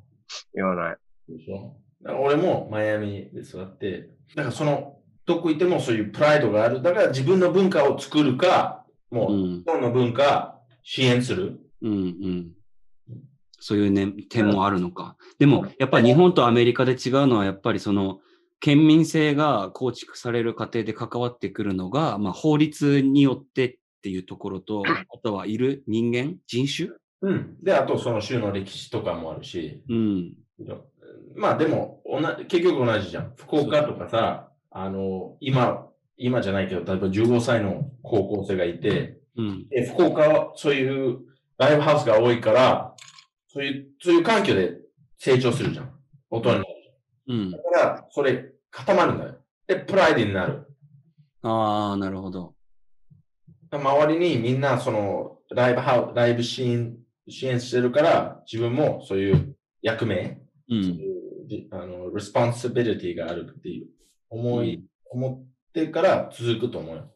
[SPEAKER 3] 言わない。
[SPEAKER 2] でしょだから俺もマイアミで育って、だからその、どこ行ってもそういうプライドがある。だから自分の文化を作るか、もう、
[SPEAKER 1] う
[SPEAKER 2] 日
[SPEAKER 1] ん。
[SPEAKER 2] 本の文化支援する。
[SPEAKER 1] うんうん。そういう、ね、点もあるのか。でも、やっぱり日本とアメリカで違うのは、やっぱりその、県民性が構築される過程で関わってくるのが、まあ、法律によってっていうところ と、あとはいる人間、人種
[SPEAKER 2] うん。で、あとその州の歴史とかもあるし、
[SPEAKER 1] うん。
[SPEAKER 2] まあでも、おな結局同じじゃん。福岡とかさ、あの、今、今じゃないけど、例えば15歳の高校生がいて、
[SPEAKER 1] うん。
[SPEAKER 2] で福岡はそういうライブハウスが多いから、そういう、そういう環境で成長するじゃん。大人になる。
[SPEAKER 1] うん。
[SPEAKER 2] だから、それ固まるんだよ。で、プライドになる。
[SPEAKER 1] ああ、なるほど。
[SPEAKER 2] 周りにみんな、その、ライブハウス、ライブシーン、支援してるから、自分もそういう役目、
[SPEAKER 1] う。
[SPEAKER 2] そうんいうリあの、レスポンシビリティがあるっていう思い、思ってから続くと思うよ。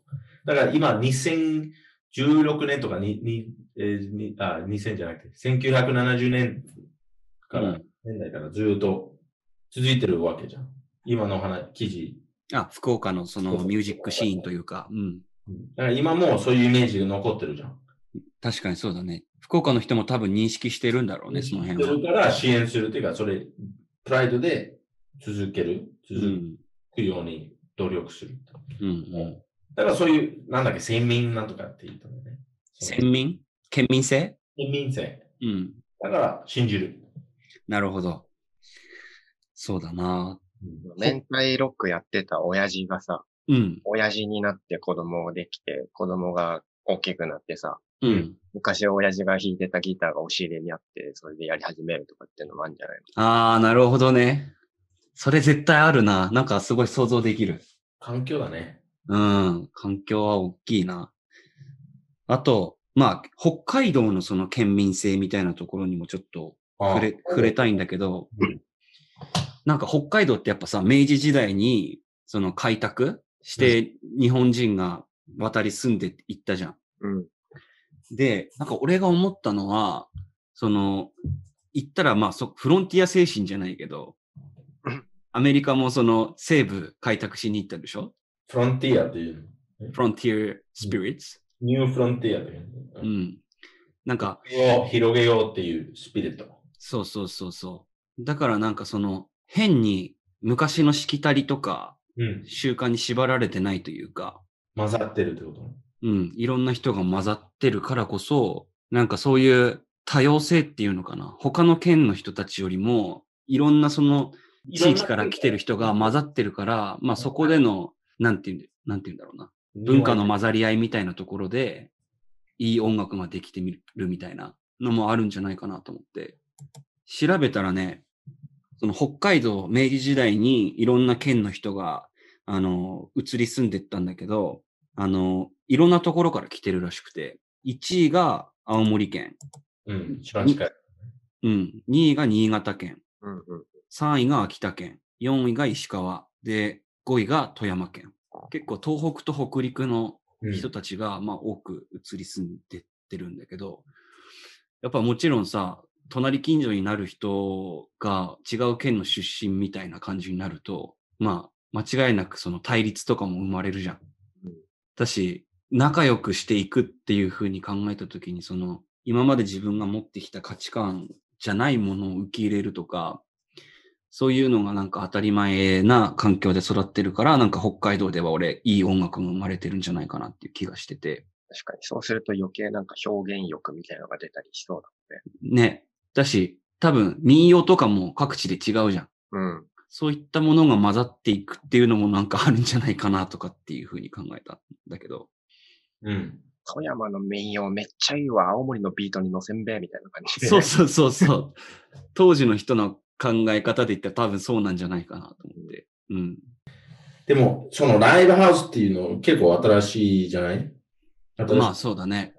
[SPEAKER 2] だから今、2016年とかに、にえーにあ、2000じゃなくて、1970年から、
[SPEAKER 1] うん
[SPEAKER 2] 年代からずっと続いてるわけじゃん。今の話、記事。
[SPEAKER 1] あ、福岡のそのミュージックシーンというか、うん。
[SPEAKER 2] だから今もうそういうイメージが残ってるじゃん。
[SPEAKER 1] 確かにそうだね。福岡の人も多分認識してるんだろうね、その辺
[SPEAKER 2] それ
[SPEAKER 1] は。
[SPEAKER 2] から支援するっていうか、それ、プライドで続ける、
[SPEAKER 1] う
[SPEAKER 2] 続
[SPEAKER 1] ん。
[SPEAKER 2] くように努力する。
[SPEAKER 1] うん。うん。
[SPEAKER 2] だからそういう、なんだっけ、先民なんとかって言ったんだよね。先
[SPEAKER 1] 県民県民性
[SPEAKER 2] 民性。
[SPEAKER 1] うん。
[SPEAKER 2] だから信じる。
[SPEAKER 1] なるほど。そうだな。
[SPEAKER 3] 年体ロックやってた親父がさ、
[SPEAKER 1] うん。
[SPEAKER 3] 親父になって子供をできて、子供が大きくなってさ、
[SPEAKER 1] うん。
[SPEAKER 3] 昔親父が弾いてたギターが押し入れにあって、それでやり始めるとかっていうのもあるんじゃないの
[SPEAKER 1] ああ、なるほどね。それ絶対あるな。なんかすごい想像できる。
[SPEAKER 2] 環境だね。
[SPEAKER 1] うん。環境は大きいな。あと、まあ、北海道のその県民性みたいなところにもちょっと
[SPEAKER 2] あ
[SPEAKER 1] 触れ、触れたいんだけど
[SPEAKER 2] うん、
[SPEAKER 1] なんか北海道ってやっぱさ、明治時代にその開拓して日本人が渡り住んでいったじゃん。
[SPEAKER 3] うん。
[SPEAKER 1] で、なんか俺が思ったのは、その、言ったらまあそ、フロンティア精神じゃないけど
[SPEAKER 3] うん、
[SPEAKER 1] アメリカもその西部開拓しに行ったでしょ
[SPEAKER 2] フロンティアっていう。
[SPEAKER 1] フロンティアスピリッツ。
[SPEAKER 2] ニューフロンティアっていう。
[SPEAKER 1] う
[SPEAKER 2] うん
[SPEAKER 1] ん。なんか、
[SPEAKER 2] を広げようっていうスピリット。
[SPEAKER 1] そうそうそうそう。だからなんかその、変に昔のしきたりとか、
[SPEAKER 2] うん。
[SPEAKER 1] 習慣に縛られてないというか、
[SPEAKER 2] 混ざってるってこと
[SPEAKER 1] うん、いろんな人が混ざってるからこそ、なんかそういう多様性っていうのかな。他の県の人たちよりも、いろんなその地域から来てる人が混ざってるから、まあそこでの、なんていうんで、なんていうんだろうな。文化の混ざり合いみたいなところで、いい音楽ができてみるみたいなのもあるんじゃないかなと思って。調べたらね、その北海道明治時代にいろんな県の人が、あの、移り住んでったんだけど、あの、いろんなところから来てるらしくて、1位が青森県、
[SPEAKER 2] うん。一番近い。
[SPEAKER 1] うん、2位が新潟県、
[SPEAKER 3] うんうん。
[SPEAKER 1] 3位が秋田県、4位が石川、で、5位が富山県。結構東北と北陸の
[SPEAKER 2] うん
[SPEAKER 1] 人たちが、まあ、多く移り住んでってるんだけど、やっぱもちろんさ、隣近所になる人が違う県の出身みたいな感じになると、まあ、間違いなくその対立とかも生まれるじゃん
[SPEAKER 3] うん。
[SPEAKER 1] だし、仲良くしていくっていうふうに考えたときに、その、今まで自分が持ってきた価値観じゃないものを受け入れるとか、そういうのがなんか当たり前な環境で育ってるから、なんか北海道では俺、いい音楽が生まれてるんじゃないかなっていう気がしてて。
[SPEAKER 3] 確かに、そうすると余計なんか表現欲みたいなのが出たりしそうだ。
[SPEAKER 1] ね。だし、多分民謡とかも各地で違うじゃん。
[SPEAKER 3] うん。
[SPEAKER 1] そういったものが混ざっていくっていうのもなんかあるんじゃないかなとかっていうふうに考えたんだけど。
[SPEAKER 2] うん。
[SPEAKER 3] 富山の民謡めっちゃいいわ、青森のビートに乗せんべみたいな感じで。
[SPEAKER 1] そうそうそうそう。当時の人の考え方で言ったら多分そうなんじゃないかなと思って。うん。
[SPEAKER 2] でも、そのライブハウスっていうの結構新しいじゃない新しい
[SPEAKER 1] まあそうだね。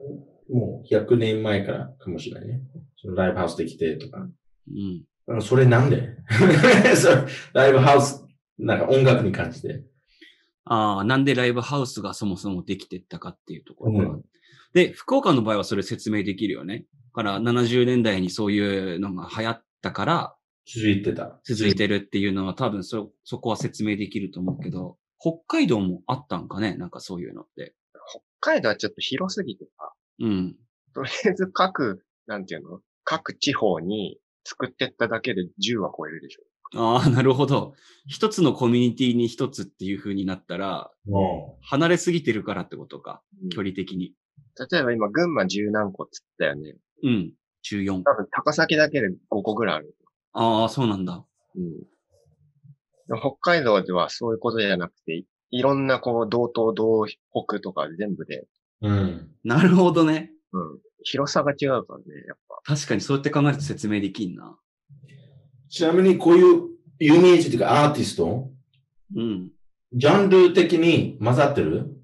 [SPEAKER 2] もう100年前からかもしれないね。そのライブハウスできてとか。
[SPEAKER 1] うん。
[SPEAKER 2] うん それなんでそれライブハウス、なんか音楽に関して。
[SPEAKER 1] ああ、なんでライブハウスがそもそもできてったかっていうところが、で、福岡の場合はそれ説明できるよね。から70年代にそういうのが流行ったから
[SPEAKER 2] 続いてた。
[SPEAKER 1] 続いてるっていうのは多分そ、そこは説明できると思うけど、北海道もあったんかねなんかそういうのって。
[SPEAKER 3] 北海道はちょっと広すぎてさ、
[SPEAKER 1] うん。
[SPEAKER 3] とりあえず各、なんていうの各地方に作ってっただけで10は超えるでしょ。
[SPEAKER 1] ああ、なるほど。一つのコミュニティに一つっていう風になったら、
[SPEAKER 2] も
[SPEAKER 1] 離れすぎてるからってことか。
[SPEAKER 3] うん
[SPEAKER 1] 距離的に。
[SPEAKER 3] 例えば今、群馬十何個っつったよね。
[SPEAKER 1] うん。14。
[SPEAKER 3] 多分、高崎だけで5個ぐらいある。
[SPEAKER 1] ああ、そうなんだ。
[SPEAKER 3] うん。でも北海道ではそういうことじゃなくて、いいろんなこう、道東、道北とか全部で、
[SPEAKER 2] う、うん。
[SPEAKER 1] なるほどね。
[SPEAKER 3] うん。広さが違うからね、やっぱ。
[SPEAKER 1] 確かにそうやって考えると説明できんな。
[SPEAKER 2] ちなみにこういう有名人というかアーティスト、
[SPEAKER 1] うん。
[SPEAKER 2] ジャンル的に混ざってる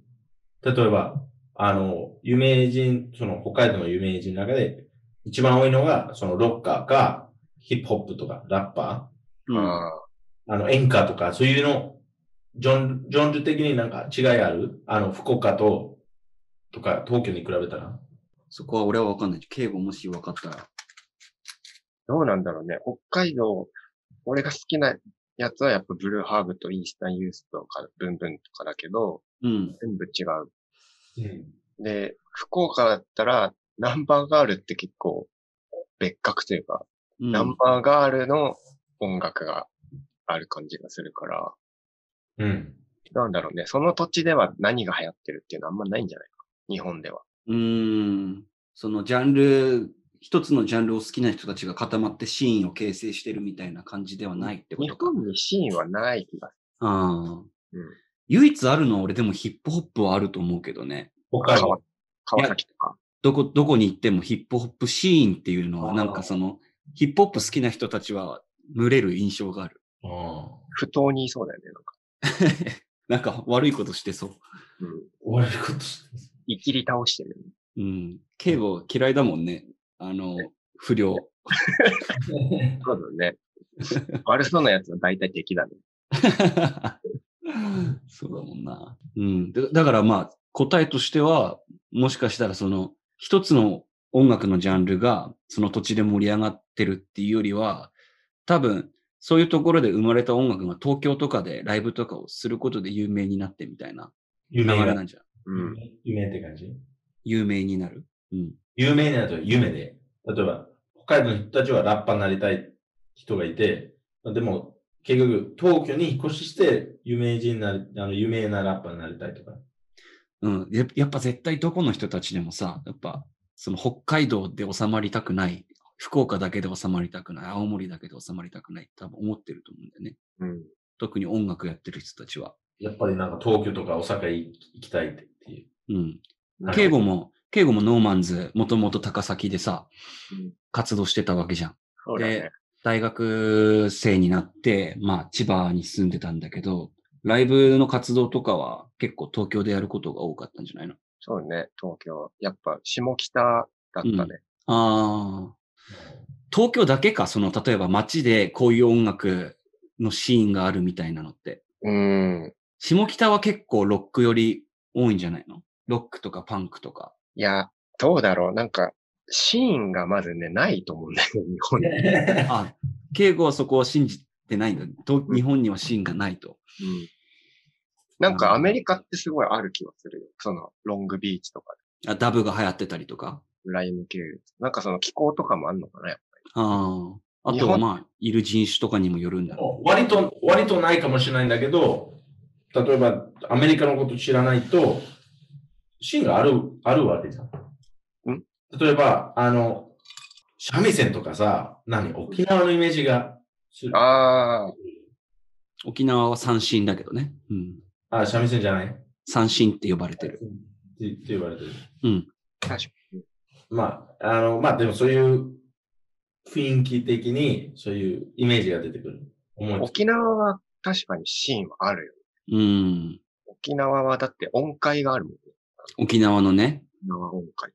[SPEAKER 2] 例えば、あの、有名人、その北海道の有名人の中で、一番多いのが、そのロッカーか、ヒップホップとか、ラッパ
[SPEAKER 1] うん、
[SPEAKER 3] あ
[SPEAKER 2] ー、あの、演歌とか、そういうの、ジョン、ジョンル的になんか違いあるあの、福岡と、とか、東京に比べたら。
[SPEAKER 1] そこは俺は分かんない。敬語もし分かったら。
[SPEAKER 3] どうなんだろうね。北海道、俺が好きなやつはやっぱブルーハーブとイースタンユースとか、ブンブンとかだけど、
[SPEAKER 1] うん。
[SPEAKER 3] 全部違
[SPEAKER 2] うん。
[SPEAKER 3] う。で、福岡だったら、ナンバーガールって結構、別格というか、
[SPEAKER 1] うん、
[SPEAKER 3] ナンバーガールの音楽がある感じがするから、
[SPEAKER 2] うん。
[SPEAKER 3] なんだろうね。その土地では何が流行ってるっていうのはあんまないんじゃないか。日本では。
[SPEAKER 1] うーん。そのジャンル、一つのジャンルを好きな人たちが固まってシーンを形成してるみたいな感じではないってこ
[SPEAKER 3] 日
[SPEAKER 1] とか。
[SPEAKER 3] 本にシーンはない気がす
[SPEAKER 1] ああ。
[SPEAKER 3] うん
[SPEAKER 1] 唯一あるのは俺でもヒップホップはあると思うけどね。
[SPEAKER 2] 北海
[SPEAKER 3] る。川
[SPEAKER 2] 道。
[SPEAKER 3] 川崎とか。
[SPEAKER 1] どこ、どこに行ってもヒップホップシーンっていうの
[SPEAKER 2] あ
[SPEAKER 1] は
[SPEAKER 2] ー
[SPEAKER 1] なんかその、ヒップホップ好きな人たちは群れる印象がある。
[SPEAKER 2] ああ。
[SPEAKER 3] 不当にいそうだよね。なんか
[SPEAKER 1] なんか悪いことしてそう。
[SPEAKER 3] うん。
[SPEAKER 2] 悪いことしてる
[SPEAKER 3] いきり倒してるよね。
[SPEAKER 1] うん。敬語嫌いだもんね。あの、不良。
[SPEAKER 3] そうだよね。 悪そうなやつは大体敵だね。
[SPEAKER 1] そうだもんな。うん。だだからまあ、答えとしては、もしかしたらその、一つの音楽のジャンルが、その土地で盛り上がってるっていうよりは、多分、そういうところで生まれた音楽が東京とかでライブとかをすることで有名になってみたいな
[SPEAKER 2] 有
[SPEAKER 1] 流
[SPEAKER 2] 名
[SPEAKER 1] れ
[SPEAKER 2] な
[SPEAKER 1] な。んじゃん。
[SPEAKER 3] うん。
[SPEAKER 2] 有名って感じ
[SPEAKER 1] 有名になる。うん。
[SPEAKER 2] 有名なと夢で、例えば、北海道の人たちはラッパーになりたい人がいて、でも、結局、東京に引っ越しして、有名人になる、あの、有名なラッパーになりたいとか。
[SPEAKER 1] うん。ややっぱ絶対どこの人たちでもさ、やっぱ、その北海道で収まりたくない、福岡だけで収まりたくない、青森だけで収まりたくないって多分思ってると思うんだよね。
[SPEAKER 3] うん。
[SPEAKER 1] 特に音楽やってる人たちは。
[SPEAKER 2] やっぱりなんか東京とか大阪行きたいっていう。
[SPEAKER 1] うん。
[SPEAKER 2] なるほど
[SPEAKER 1] 敬語も、敬語もノーマンズ、もともと高崎でさ
[SPEAKER 3] うん、
[SPEAKER 1] 活動してたわけじゃん。
[SPEAKER 3] そうだね
[SPEAKER 1] で。大学生になって、まあ、千葉に住んでたんだけど、ライブの活動とかは結構東京でやることが多かったんじゃないの
[SPEAKER 3] そうね。東京。やっぱ、下北だったね。
[SPEAKER 1] うんああ。東京だけか、その、例えば街でこういう音楽のシーンがあるみたいなのって。
[SPEAKER 3] うん。
[SPEAKER 1] 下北は結構ロックより多いんじゃないのロックとかパンクとか。
[SPEAKER 3] いや、どうだろう。なんか、シーンがまずね、ないと思うんだよ、日本に。
[SPEAKER 1] あ、敬語はそこを信じてないんだ。と日本にはシーンがないと。
[SPEAKER 3] うんなんかアメリカってすごいある気がするよ。その、ロングビーチとか、
[SPEAKER 1] あダブが流行ってたりとか。
[SPEAKER 3] ライム系。なんかその気候とかもあるのかな
[SPEAKER 1] ああ。あ
[SPEAKER 3] 日
[SPEAKER 1] と
[SPEAKER 3] 本
[SPEAKER 1] はまあ、いる人種とかにもよるんだろ
[SPEAKER 2] 割と、割とないかもしれないんだけど、例えば、アメリカのこと知らないと、シーンがある、あるわけじゃん。
[SPEAKER 3] ん
[SPEAKER 2] 例えば、あの、三味線とかさ、何沖縄のイメージがする。
[SPEAKER 3] ああ、
[SPEAKER 1] う。沖縄は三振だけどね。うん。
[SPEAKER 2] あ、三味線じゃない
[SPEAKER 1] 三振って呼ばれてる。
[SPEAKER 2] ってって言われてる。
[SPEAKER 1] うん。
[SPEAKER 3] 確かに。
[SPEAKER 2] まあ、あの、まあでもそういう雰囲気的にそういうイメージが出てくる。思いつき
[SPEAKER 3] 沖縄は確かにシーンはあるよ。
[SPEAKER 1] うん。
[SPEAKER 3] 沖縄はだって音階があるもんね。
[SPEAKER 1] 沖縄のね。
[SPEAKER 3] 沖縄音階。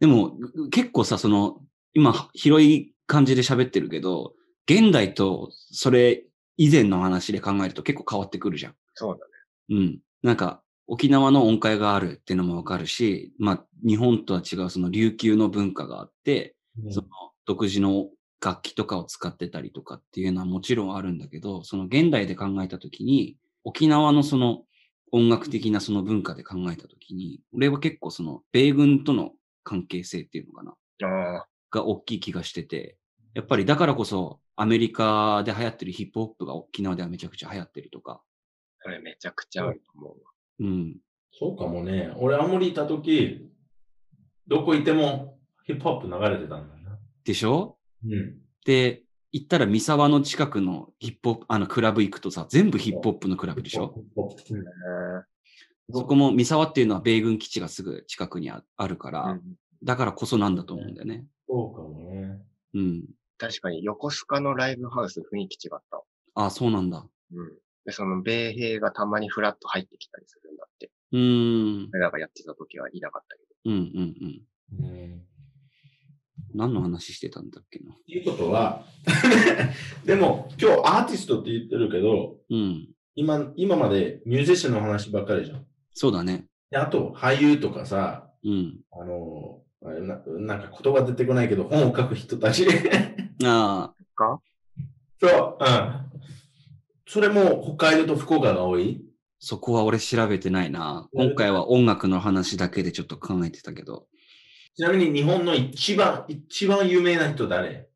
[SPEAKER 1] でも、ぐ結構さ、その、今、広い感じで喋ってるけど、現代とそれ以前の話で考えると結構変わってくるじゃん。
[SPEAKER 3] そうだね。
[SPEAKER 1] うん。なんか、沖縄の音階があるっていうのもわかるし、まあ、日本とは違うその琉球の文化があって、その独自の楽器とかを使ってたりとかっていうのはもちろんあるんだけど、その現代で考えたときに、沖縄のその音楽的なその文化で考えたときに、俺は結構その米軍との関係性っていうのかな。
[SPEAKER 3] ああ、
[SPEAKER 1] が大きい気がしてて、やっぱりだからこそアメリカで流行ってるヒップホップが沖縄ではめちゃくちゃ流行ってるとか、
[SPEAKER 3] それめちゃくちゃあると思う。
[SPEAKER 1] うん、
[SPEAKER 2] そうかもね。俺、青森いたとき、どこいてもヒップホップ流れてたんだよな。
[SPEAKER 1] でしょ
[SPEAKER 2] うん。
[SPEAKER 1] で、行ったら三沢の近くのヒップホップ、あのクラブ行くとさ、全部ヒップホップのクラブでしょ
[SPEAKER 2] ヒップホップうん
[SPEAKER 1] そこも三沢っていうのは米軍基地がすぐ近くにああるから、
[SPEAKER 3] うん
[SPEAKER 1] だからこそなんだと思うんだよね。
[SPEAKER 2] そうかもね。
[SPEAKER 1] うん。
[SPEAKER 3] 確かに横須賀のライブハウス雰囲気違ったわ。
[SPEAKER 1] あ、そうなんだ。
[SPEAKER 3] うん。で、その米兵がたまにフラッと入ってきたりするんだって。
[SPEAKER 1] うーん。
[SPEAKER 3] 俺らがやってた時はいなかったけど。
[SPEAKER 1] うんうんうん。
[SPEAKER 2] うん。
[SPEAKER 1] 何の話してたんだっけな。
[SPEAKER 2] っていうことは、 でも、今日アーティストって言ってるけど、
[SPEAKER 1] うん。
[SPEAKER 2] 今、今までミュージシャンの話ばっかりじゃん。
[SPEAKER 1] そうだね。
[SPEAKER 2] であと、俳優とかさ、
[SPEAKER 1] うん。
[SPEAKER 2] あの、あれななんか言葉出てこないけど、本を書く人たち。
[SPEAKER 1] ああ、
[SPEAKER 2] そう、うん。それも北海道と福岡が多い
[SPEAKER 1] そこは俺調べてないな。今回は音楽の話だけでちょっと考えてたけど。
[SPEAKER 2] ちなみに日本の一番、一番有名な人誰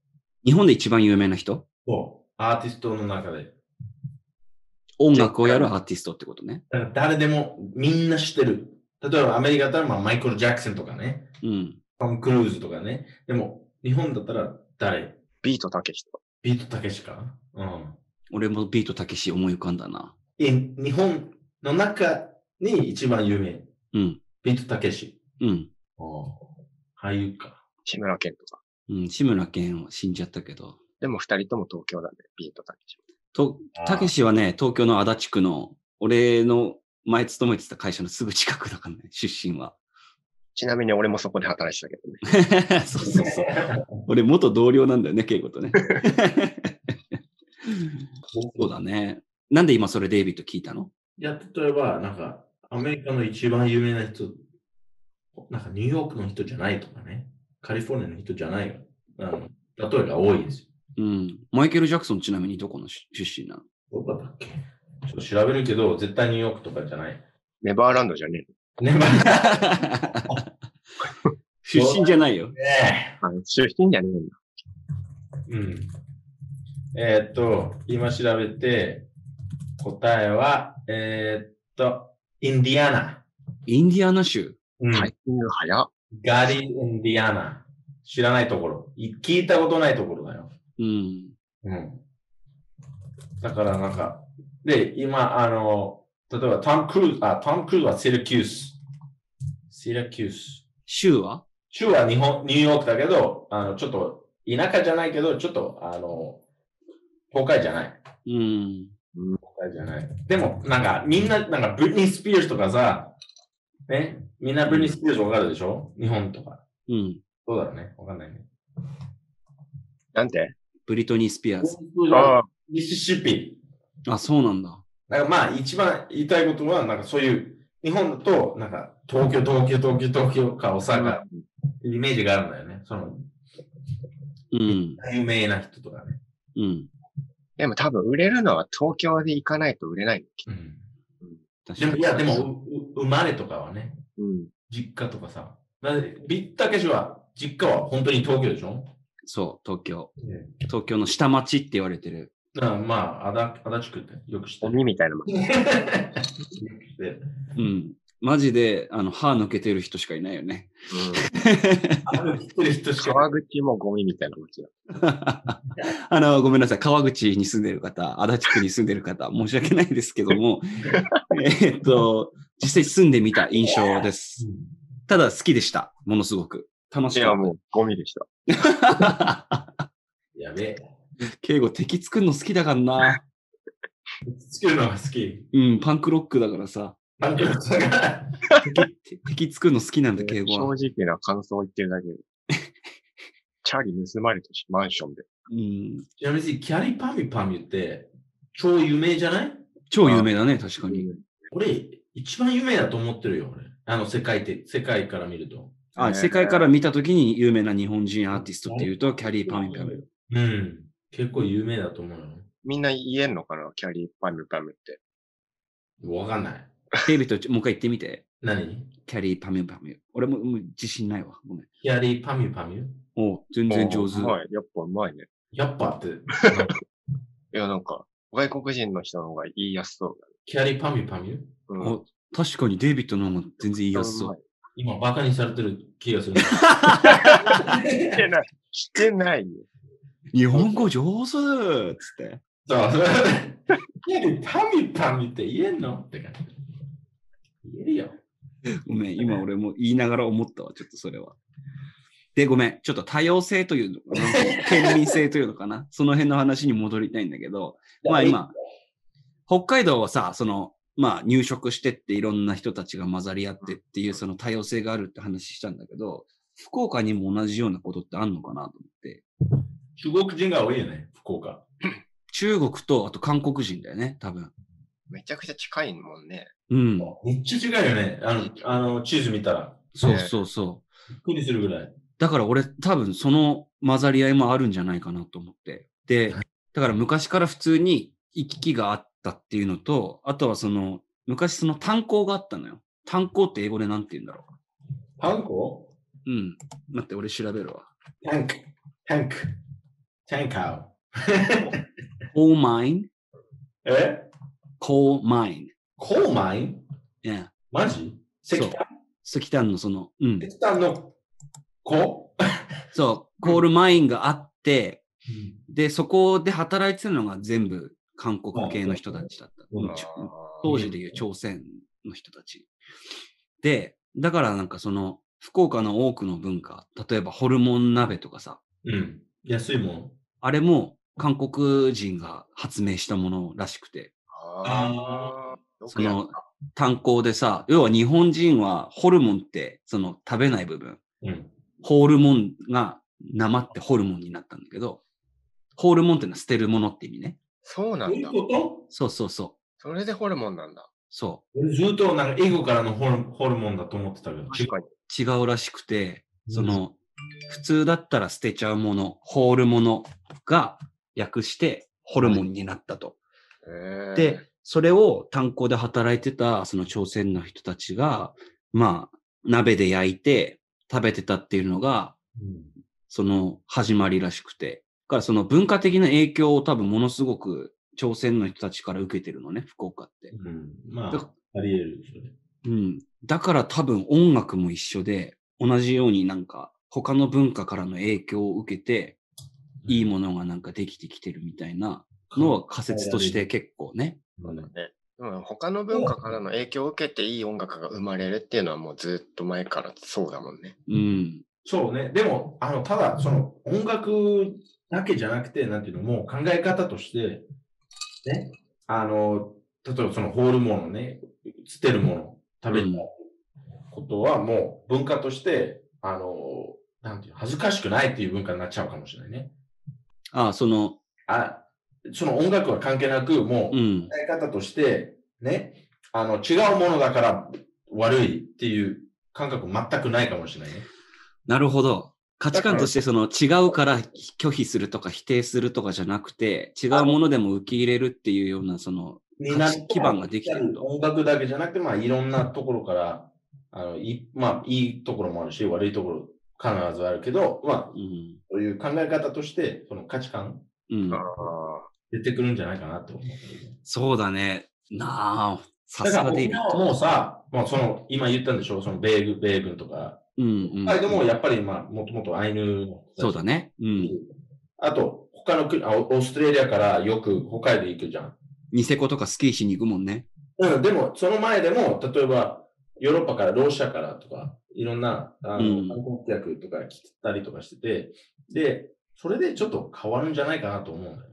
[SPEAKER 1] 日本で一番有名な人
[SPEAKER 2] そう。アーティストの中で。
[SPEAKER 1] 音楽をやるアーティストってことね。
[SPEAKER 2] だから誰でもみんな知ってる。例えばアメリカだったらまあマイケル・ジャクソンとかね、
[SPEAKER 1] うん。
[SPEAKER 2] トム・クルーズとかね。でも、日本だったら誰
[SPEAKER 3] ビートたけしとか。
[SPEAKER 2] ビート・たけしかうん。
[SPEAKER 1] 俺もビートたけし思い浮かんだな。
[SPEAKER 2] え、日本の中に一番有名。
[SPEAKER 1] うん。
[SPEAKER 2] ビート・たけし。
[SPEAKER 1] うん。
[SPEAKER 2] 俳優か。
[SPEAKER 3] 志村けんとか。
[SPEAKER 1] うん。志村けんは死んじゃったけど。
[SPEAKER 3] でも二人とも東京なんで、ビートたけし。
[SPEAKER 1] と、たけしはね、東京の足立区の、俺の前勤めてた会社のすぐ近くだからね、出身は。
[SPEAKER 3] ちなみに俺もそこで働いてたけどね。
[SPEAKER 1] そうそうそう。俺元同僚なんだよね、稽古とね。そうだね。なんで今それデイビッド聞いたの
[SPEAKER 2] いや、例えば、なんか、アメリカの一番有名な人、なんかニューヨークの人じゃないとかね、カリフォルニアの人じゃないよ。あの例えが多いですよ。
[SPEAKER 1] うん。マイケル・ジャクソンちなみにどこの出出身 なの
[SPEAKER 2] どこだったっけちょっと調べるけど、絶対ニューヨークとかじゃない。
[SPEAKER 3] ネバーランドじゃねえ
[SPEAKER 2] ね、まあ、
[SPEAKER 1] 出身じゃないよ。
[SPEAKER 2] ね
[SPEAKER 3] の。あの、出身じゃねえんだ。
[SPEAKER 2] うん。えーっと、今調べて、答えは、えーっと、インディアナ。
[SPEAKER 1] インディアナ州。
[SPEAKER 2] うん
[SPEAKER 3] タイミング早っ。
[SPEAKER 2] ガリ、インディアナ。知らないところ。い聞いたことないところだよ。
[SPEAKER 1] うん。
[SPEAKER 2] うん。だからなんか、で、今、あの、例えばトム・クルーズ、あ、トム・クルーズはシラキュース。シラキュース。
[SPEAKER 1] 州は
[SPEAKER 2] 州は日本、ニューヨークだけど、あの、ちょっと、田舎じゃないけど、ちょっと、あの、都会じゃない。
[SPEAKER 1] うん。
[SPEAKER 2] 都会じゃない。でも、なんか、みんな、なんか、ブリトニー・スピアーズとかさ、ね、みんなブリトニー・スピアーズわかるでしょ日本とか。
[SPEAKER 1] うん。
[SPEAKER 2] どうだろうねわかんないね。
[SPEAKER 3] なんて
[SPEAKER 1] ブリトニー・スピアーズ。
[SPEAKER 2] ミ
[SPEAKER 3] ああ、
[SPEAKER 2] シシッピ。
[SPEAKER 1] あ、そうなんだ。
[SPEAKER 2] なんかまあ一番言いたいことは、なんかそういう、日本だと、なんか東京、東京、東京、東京か大阪、イメージがあるんだよね。その、
[SPEAKER 1] うん。
[SPEAKER 2] 有名な人とかね。
[SPEAKER 1] うん。
[SPEAKER 3] でも多分売れるのは東京で行かないと売れないの。
[SPEAKER 2] うん、
[SPEAKER 1] 確か
[SPEAKER 2] でも、
[SPEAKER 1] に。
[SPEAKER 2] いや、でも、うう生まれとかはね、
[SPEAKER 3] うん。
[SPEAKER 2] 実家とかさ。だってビッタケシは、実家は本当に東京でしょ
[SPEAKER 1] そう、東京。
[SPEAKER 2] ね
[SPEAKER 1] 東京の下町って言われてる。
[SPEAKER 2] だからまあ、あだ、足立区ってよく知ってる。
[SPEAKER 3] 鬼みたいなもん。
[SPEAKER 2] で
[SPEAKER 1] うん。マジで、あの、歯抜けてる人しかいないよね。
[SPEAKER 2] あの知ってる人しか。
[SPEAKER 3] 川口もゴミみたい な街だ。
[SPEAKER 1] あの、ごめんなさい。川口に住んでる方、足立区に住んでる方、申し訳ないですけど も、えーっと、実際住んでみた印象です。ただ好きでした。ものすごく。楽
[SPEAKER 3] い
[SPEAKER 1] し
[SPEAKER 3] や、
[SPEAKER 1] か
[SPEAKER 3] もうゴミでした。
[SPEAKER 1] った。
[SPEAKER 2] やべえ。
[SPEAKER 1] 敬語敵作るの好きだからな。
[SPEAKER 2] 作るのが好き。
[SPEAKER 1] うん、パンクロックだからさ。
[SPEAKER 2] なんか、
[SPEAKER 1] 敵 敵作るの好きなんだ、敬
[SPEAKER 3] 正
[SPEAKER 1] 語は。
[SPEAKER 3] 直な感想を言ってるだけで。チャリ盗まれたし、マンションで。
[SPEAKER 1] うん、
[SPEAKER 2] ちなみに、キャリパミュパミュって、超有名じゃない
[SPEAKER 1] 超有名だね、確かに。
[SPEAKER 3] うん
[SPEAKER 2] 俺、一番有名だと思ってるよ、俺。あの、世界って、世界から見ると。
[SPEAKER 1] あ、
[SPEAKER 3] ね
[SPEAKER 1] 世界から見たときに有名な日本人アーティストっていうと、キャリー・パミュパミ。
[SPEAKER 2] うん。結構有名だと思う
[SPEAKER 3] みんな言えんのかなキャリーパムパムって。
[SPEAKER 2] よ。わかんない。
[SPEAKER 1] テレビともう一回言ってみて。
[SPEAKER 2] 何
[SPEAKER 1] キャリー・パミュパミュ。俺ももう自信ないわ。ごめん。
[SPEAKER 2] キャリーパミュパミュ
[SPEAKER 1] おう全然上手。
[SPEAKER 3] おーうまい。やっぱうまいね。
[SPEAKER 2] やっぱって、
[SPEAKER 3] いや、なんか、外国人の人の方が言いやすそう
[SPEAKER 2] キャリーパミュパミュ
[SPEAKER 3] だ。うん。
[SPEAKER 1] お確かにデイビッドの方が全然言いやすそうう
[SPEAKER 3] まい。。
[SPEAKER 2] 今、バカにされてる 気がする。
[SPEAKER 3] してない。してないよ。
[SPEAKER 1] 日本語上手っつって。
[SPEAKER 2] そう。キャリーパミュパミュって言えんのって感じ。言えるよ。
[SPEAKER 1] ごめん、今俺も言いながら思ったわ、ちょっとそれは。で、ごめん、ちょっと多様性というのかな、県民性というのかな、その辺の話に戻りたいんだけど、まあ今、北海道はさ、その、まあ入植してっていろんな人たちが混ざり合ってっていうその多様性があるって話したんだけど、福岡にも同じようなことってあんのかなと思って。
[SPEAKER 2] 中国人が多いよね、福岡。
[SPEAKER 1] 中国とあと韓国人だよね、多分。
[SPEAKER 3] めちゃくちゃ近いもんね。
[SPEAKER 1] うん。
[SPEAKER 2] めっちゃ違うよね。あの、あの地図見たら。
[SPEAKER 1] そうそうそう。
[SPEAKER 2] びっくりするぐらい。
[SPEAKER 1] だから俺多分その混ざり合いもあるんじゃないかなと思って。で、だから昔から普通に行き来があったっていうのと、あとはその昔その炭鉱があったのよ。炭鉱って英語でなんて言うんだろ
[SPEAKER 2] パンコ
[SPEAKER 1] う。うん。待って、俺調べるわ。
[SPEAKER 2] タンク、タンク、タンカー。
[SPEAKER 1] coal mine,
[SPEAKER 2] え
[SPEAKER 1] coal mine.
[SPEAKER 2] コーマイン
[SPEAKER 1] Yeah.
[SPEAKER 2] マジ石炭
[SPEAKER 1] 石炭のその、うん。
[SPEAKER 2] 石炭のコ
[SPEAKER 1] そう、コールマインがあって、で、そこで働いてたのが全部韓国系の人たちだった。
[SPEAKER 2] うん
[SPEAKER 1] ちょ
[SPEAKER 3] う
[SPEAKER 1] 当時でいう朝鮮の人たち。で、だからなんかその、福岡の多くの文化、例えばホルモン鍋とかさ、
[SPEAKER 2] うん。安いもん。
[SPEAKER 1] あれも韓国人が発明したものらしくて、
[SPEAKER 3] あー。
[SPEAKER 1] その炭鉱でさ、要は日本人はホルモンってその食べない部分、
[SPEAKER 2] うん。
[SPEAKER 1] ホルモンが生ってホルモンになったんだけど、ホルモンってのは捨てるものって意味ね。
[SPEAKER 3] そうな
[SPEAKER 2] どうんいう
[SPEAKER 3] だ。
[SPEAKER 2] こと
[SPEAKER 1] そうそうそう。
[SPEAKER 3] それでホルモンなんだ。
[SPEAKER 1] そ
[SPEAKER 2] 俺ずっとなんかエゴからのホルホルモンだと思ってたけど。
[SPEAKER 3] 確かに。
[SPEAKER 1] う。違うらしくて、その、普通だったら捨てちゃうもの、ホールものが訳してホルモンになったと。
[SPEAKER 3] へー
[SPEAKER 1] で、、それを炭鉱で働いてたその朝鮮の人たちが、まあ、鍋で焼いて食べてたっていうのが、
[SPEAKER 2] うん
[SPEAKER 1] その始まりらしくて。だからその文化的な影響を多分ものすごく朝鮮の人たちから受けてるのね、福岡って。
[SPEAKER 2] うん。ま
[SPEAKER 1] だ
[SPEAKER 2] あ、あり得る。それ
[SPEAKER 1] うん。だから多分音楽も一緒で、同じようになんか他の文化からの影響を受けて、いいものがなんかできてきてるみたいなのは仮説として結構ね。
[SPEAKER 2] そうだね
[SPEAKER 3] でも他の文化からの影響を受けていい音楽が生まれるっていうのはもうずっと前からそうだもんね。
[SPEAKER 1] うん。
[SPEAKER 2] そうね。でも、あの、ただ、その、音楽だけじゃなくて、なんていうのも、考え方として、ね、あの、例えばその、ホールモンのね、捨てるもの、食べることは、もう、文化として、あの、なんていうの、恥ずかしくないっていう文化になっちゃうかもしれないね。
[SPEAKER 1] ああ、その、
[SPEAKER 2] あ、その音楽は関係なく、もう
[SPEAKER 1] う、ん。
[SPEAKER 2] 考え方として、ね、あの、違うものだから悪いっていう感覚全くないかもしれないね。
[SPEAKER 1] なるほど。価値観としてその違うから拒否するとか否定するとかじゃなくて、違うものでも受け入れるっていうような、その、
[SPEAKER 2] にな
[SPEAKER 1] 価値基盤ができてると
[SPEAKER 2] 音楽だけじゃなくて、まあ、いろんなところから、あのいまあ、いいところもあるし、悪いところ必ずあるけど、まあ、
[SPEAKER 1] うん。
[SPEAKER 2] そういう考え方として、その価値観
[SPEAKER 1] うん。
[SPEAKER 2] 出てくるんじゃないかなと思う。
[SPEAKER 1] そうだね。なあ、さ
[SPEAKER 2] だ
[SPEAKER 1] す
[SPEAKER 2] か
[SPEAKER 1] が
[SPEAKER 2] ら
[SPEAKER 1] デイビ
[SPEAKER 2] 沖
[SPEAKER 1] ッ
[SPEAKER 2] 縄はもうさ、もうその、今言ったんでしょその米軍、米軍とか。
[SPEAKER 1] ド。うん、うん。
[SPEAKER 2] はい、でもやっぱり、まあ、もともとアイヌの人たち
[SPEAKER 1] そうだね。うん。
[SPEAKER 2] あと、他の国あ、オーストラリアからよく北海道行くじゃん。
[SPEAKER 1] ニセコとかスキーしに行くもんね。
[SPEAKER 2] うん、でも、その前でも、例えば、ヨーロッパから、ロシアからとか、いろんな、あの、
[SPEAKER 1] うん
[SPEAKER 2] 観光客とか来てたりとかしてて、で、それでちょっと変わるんじゃないかなと思うんだよ。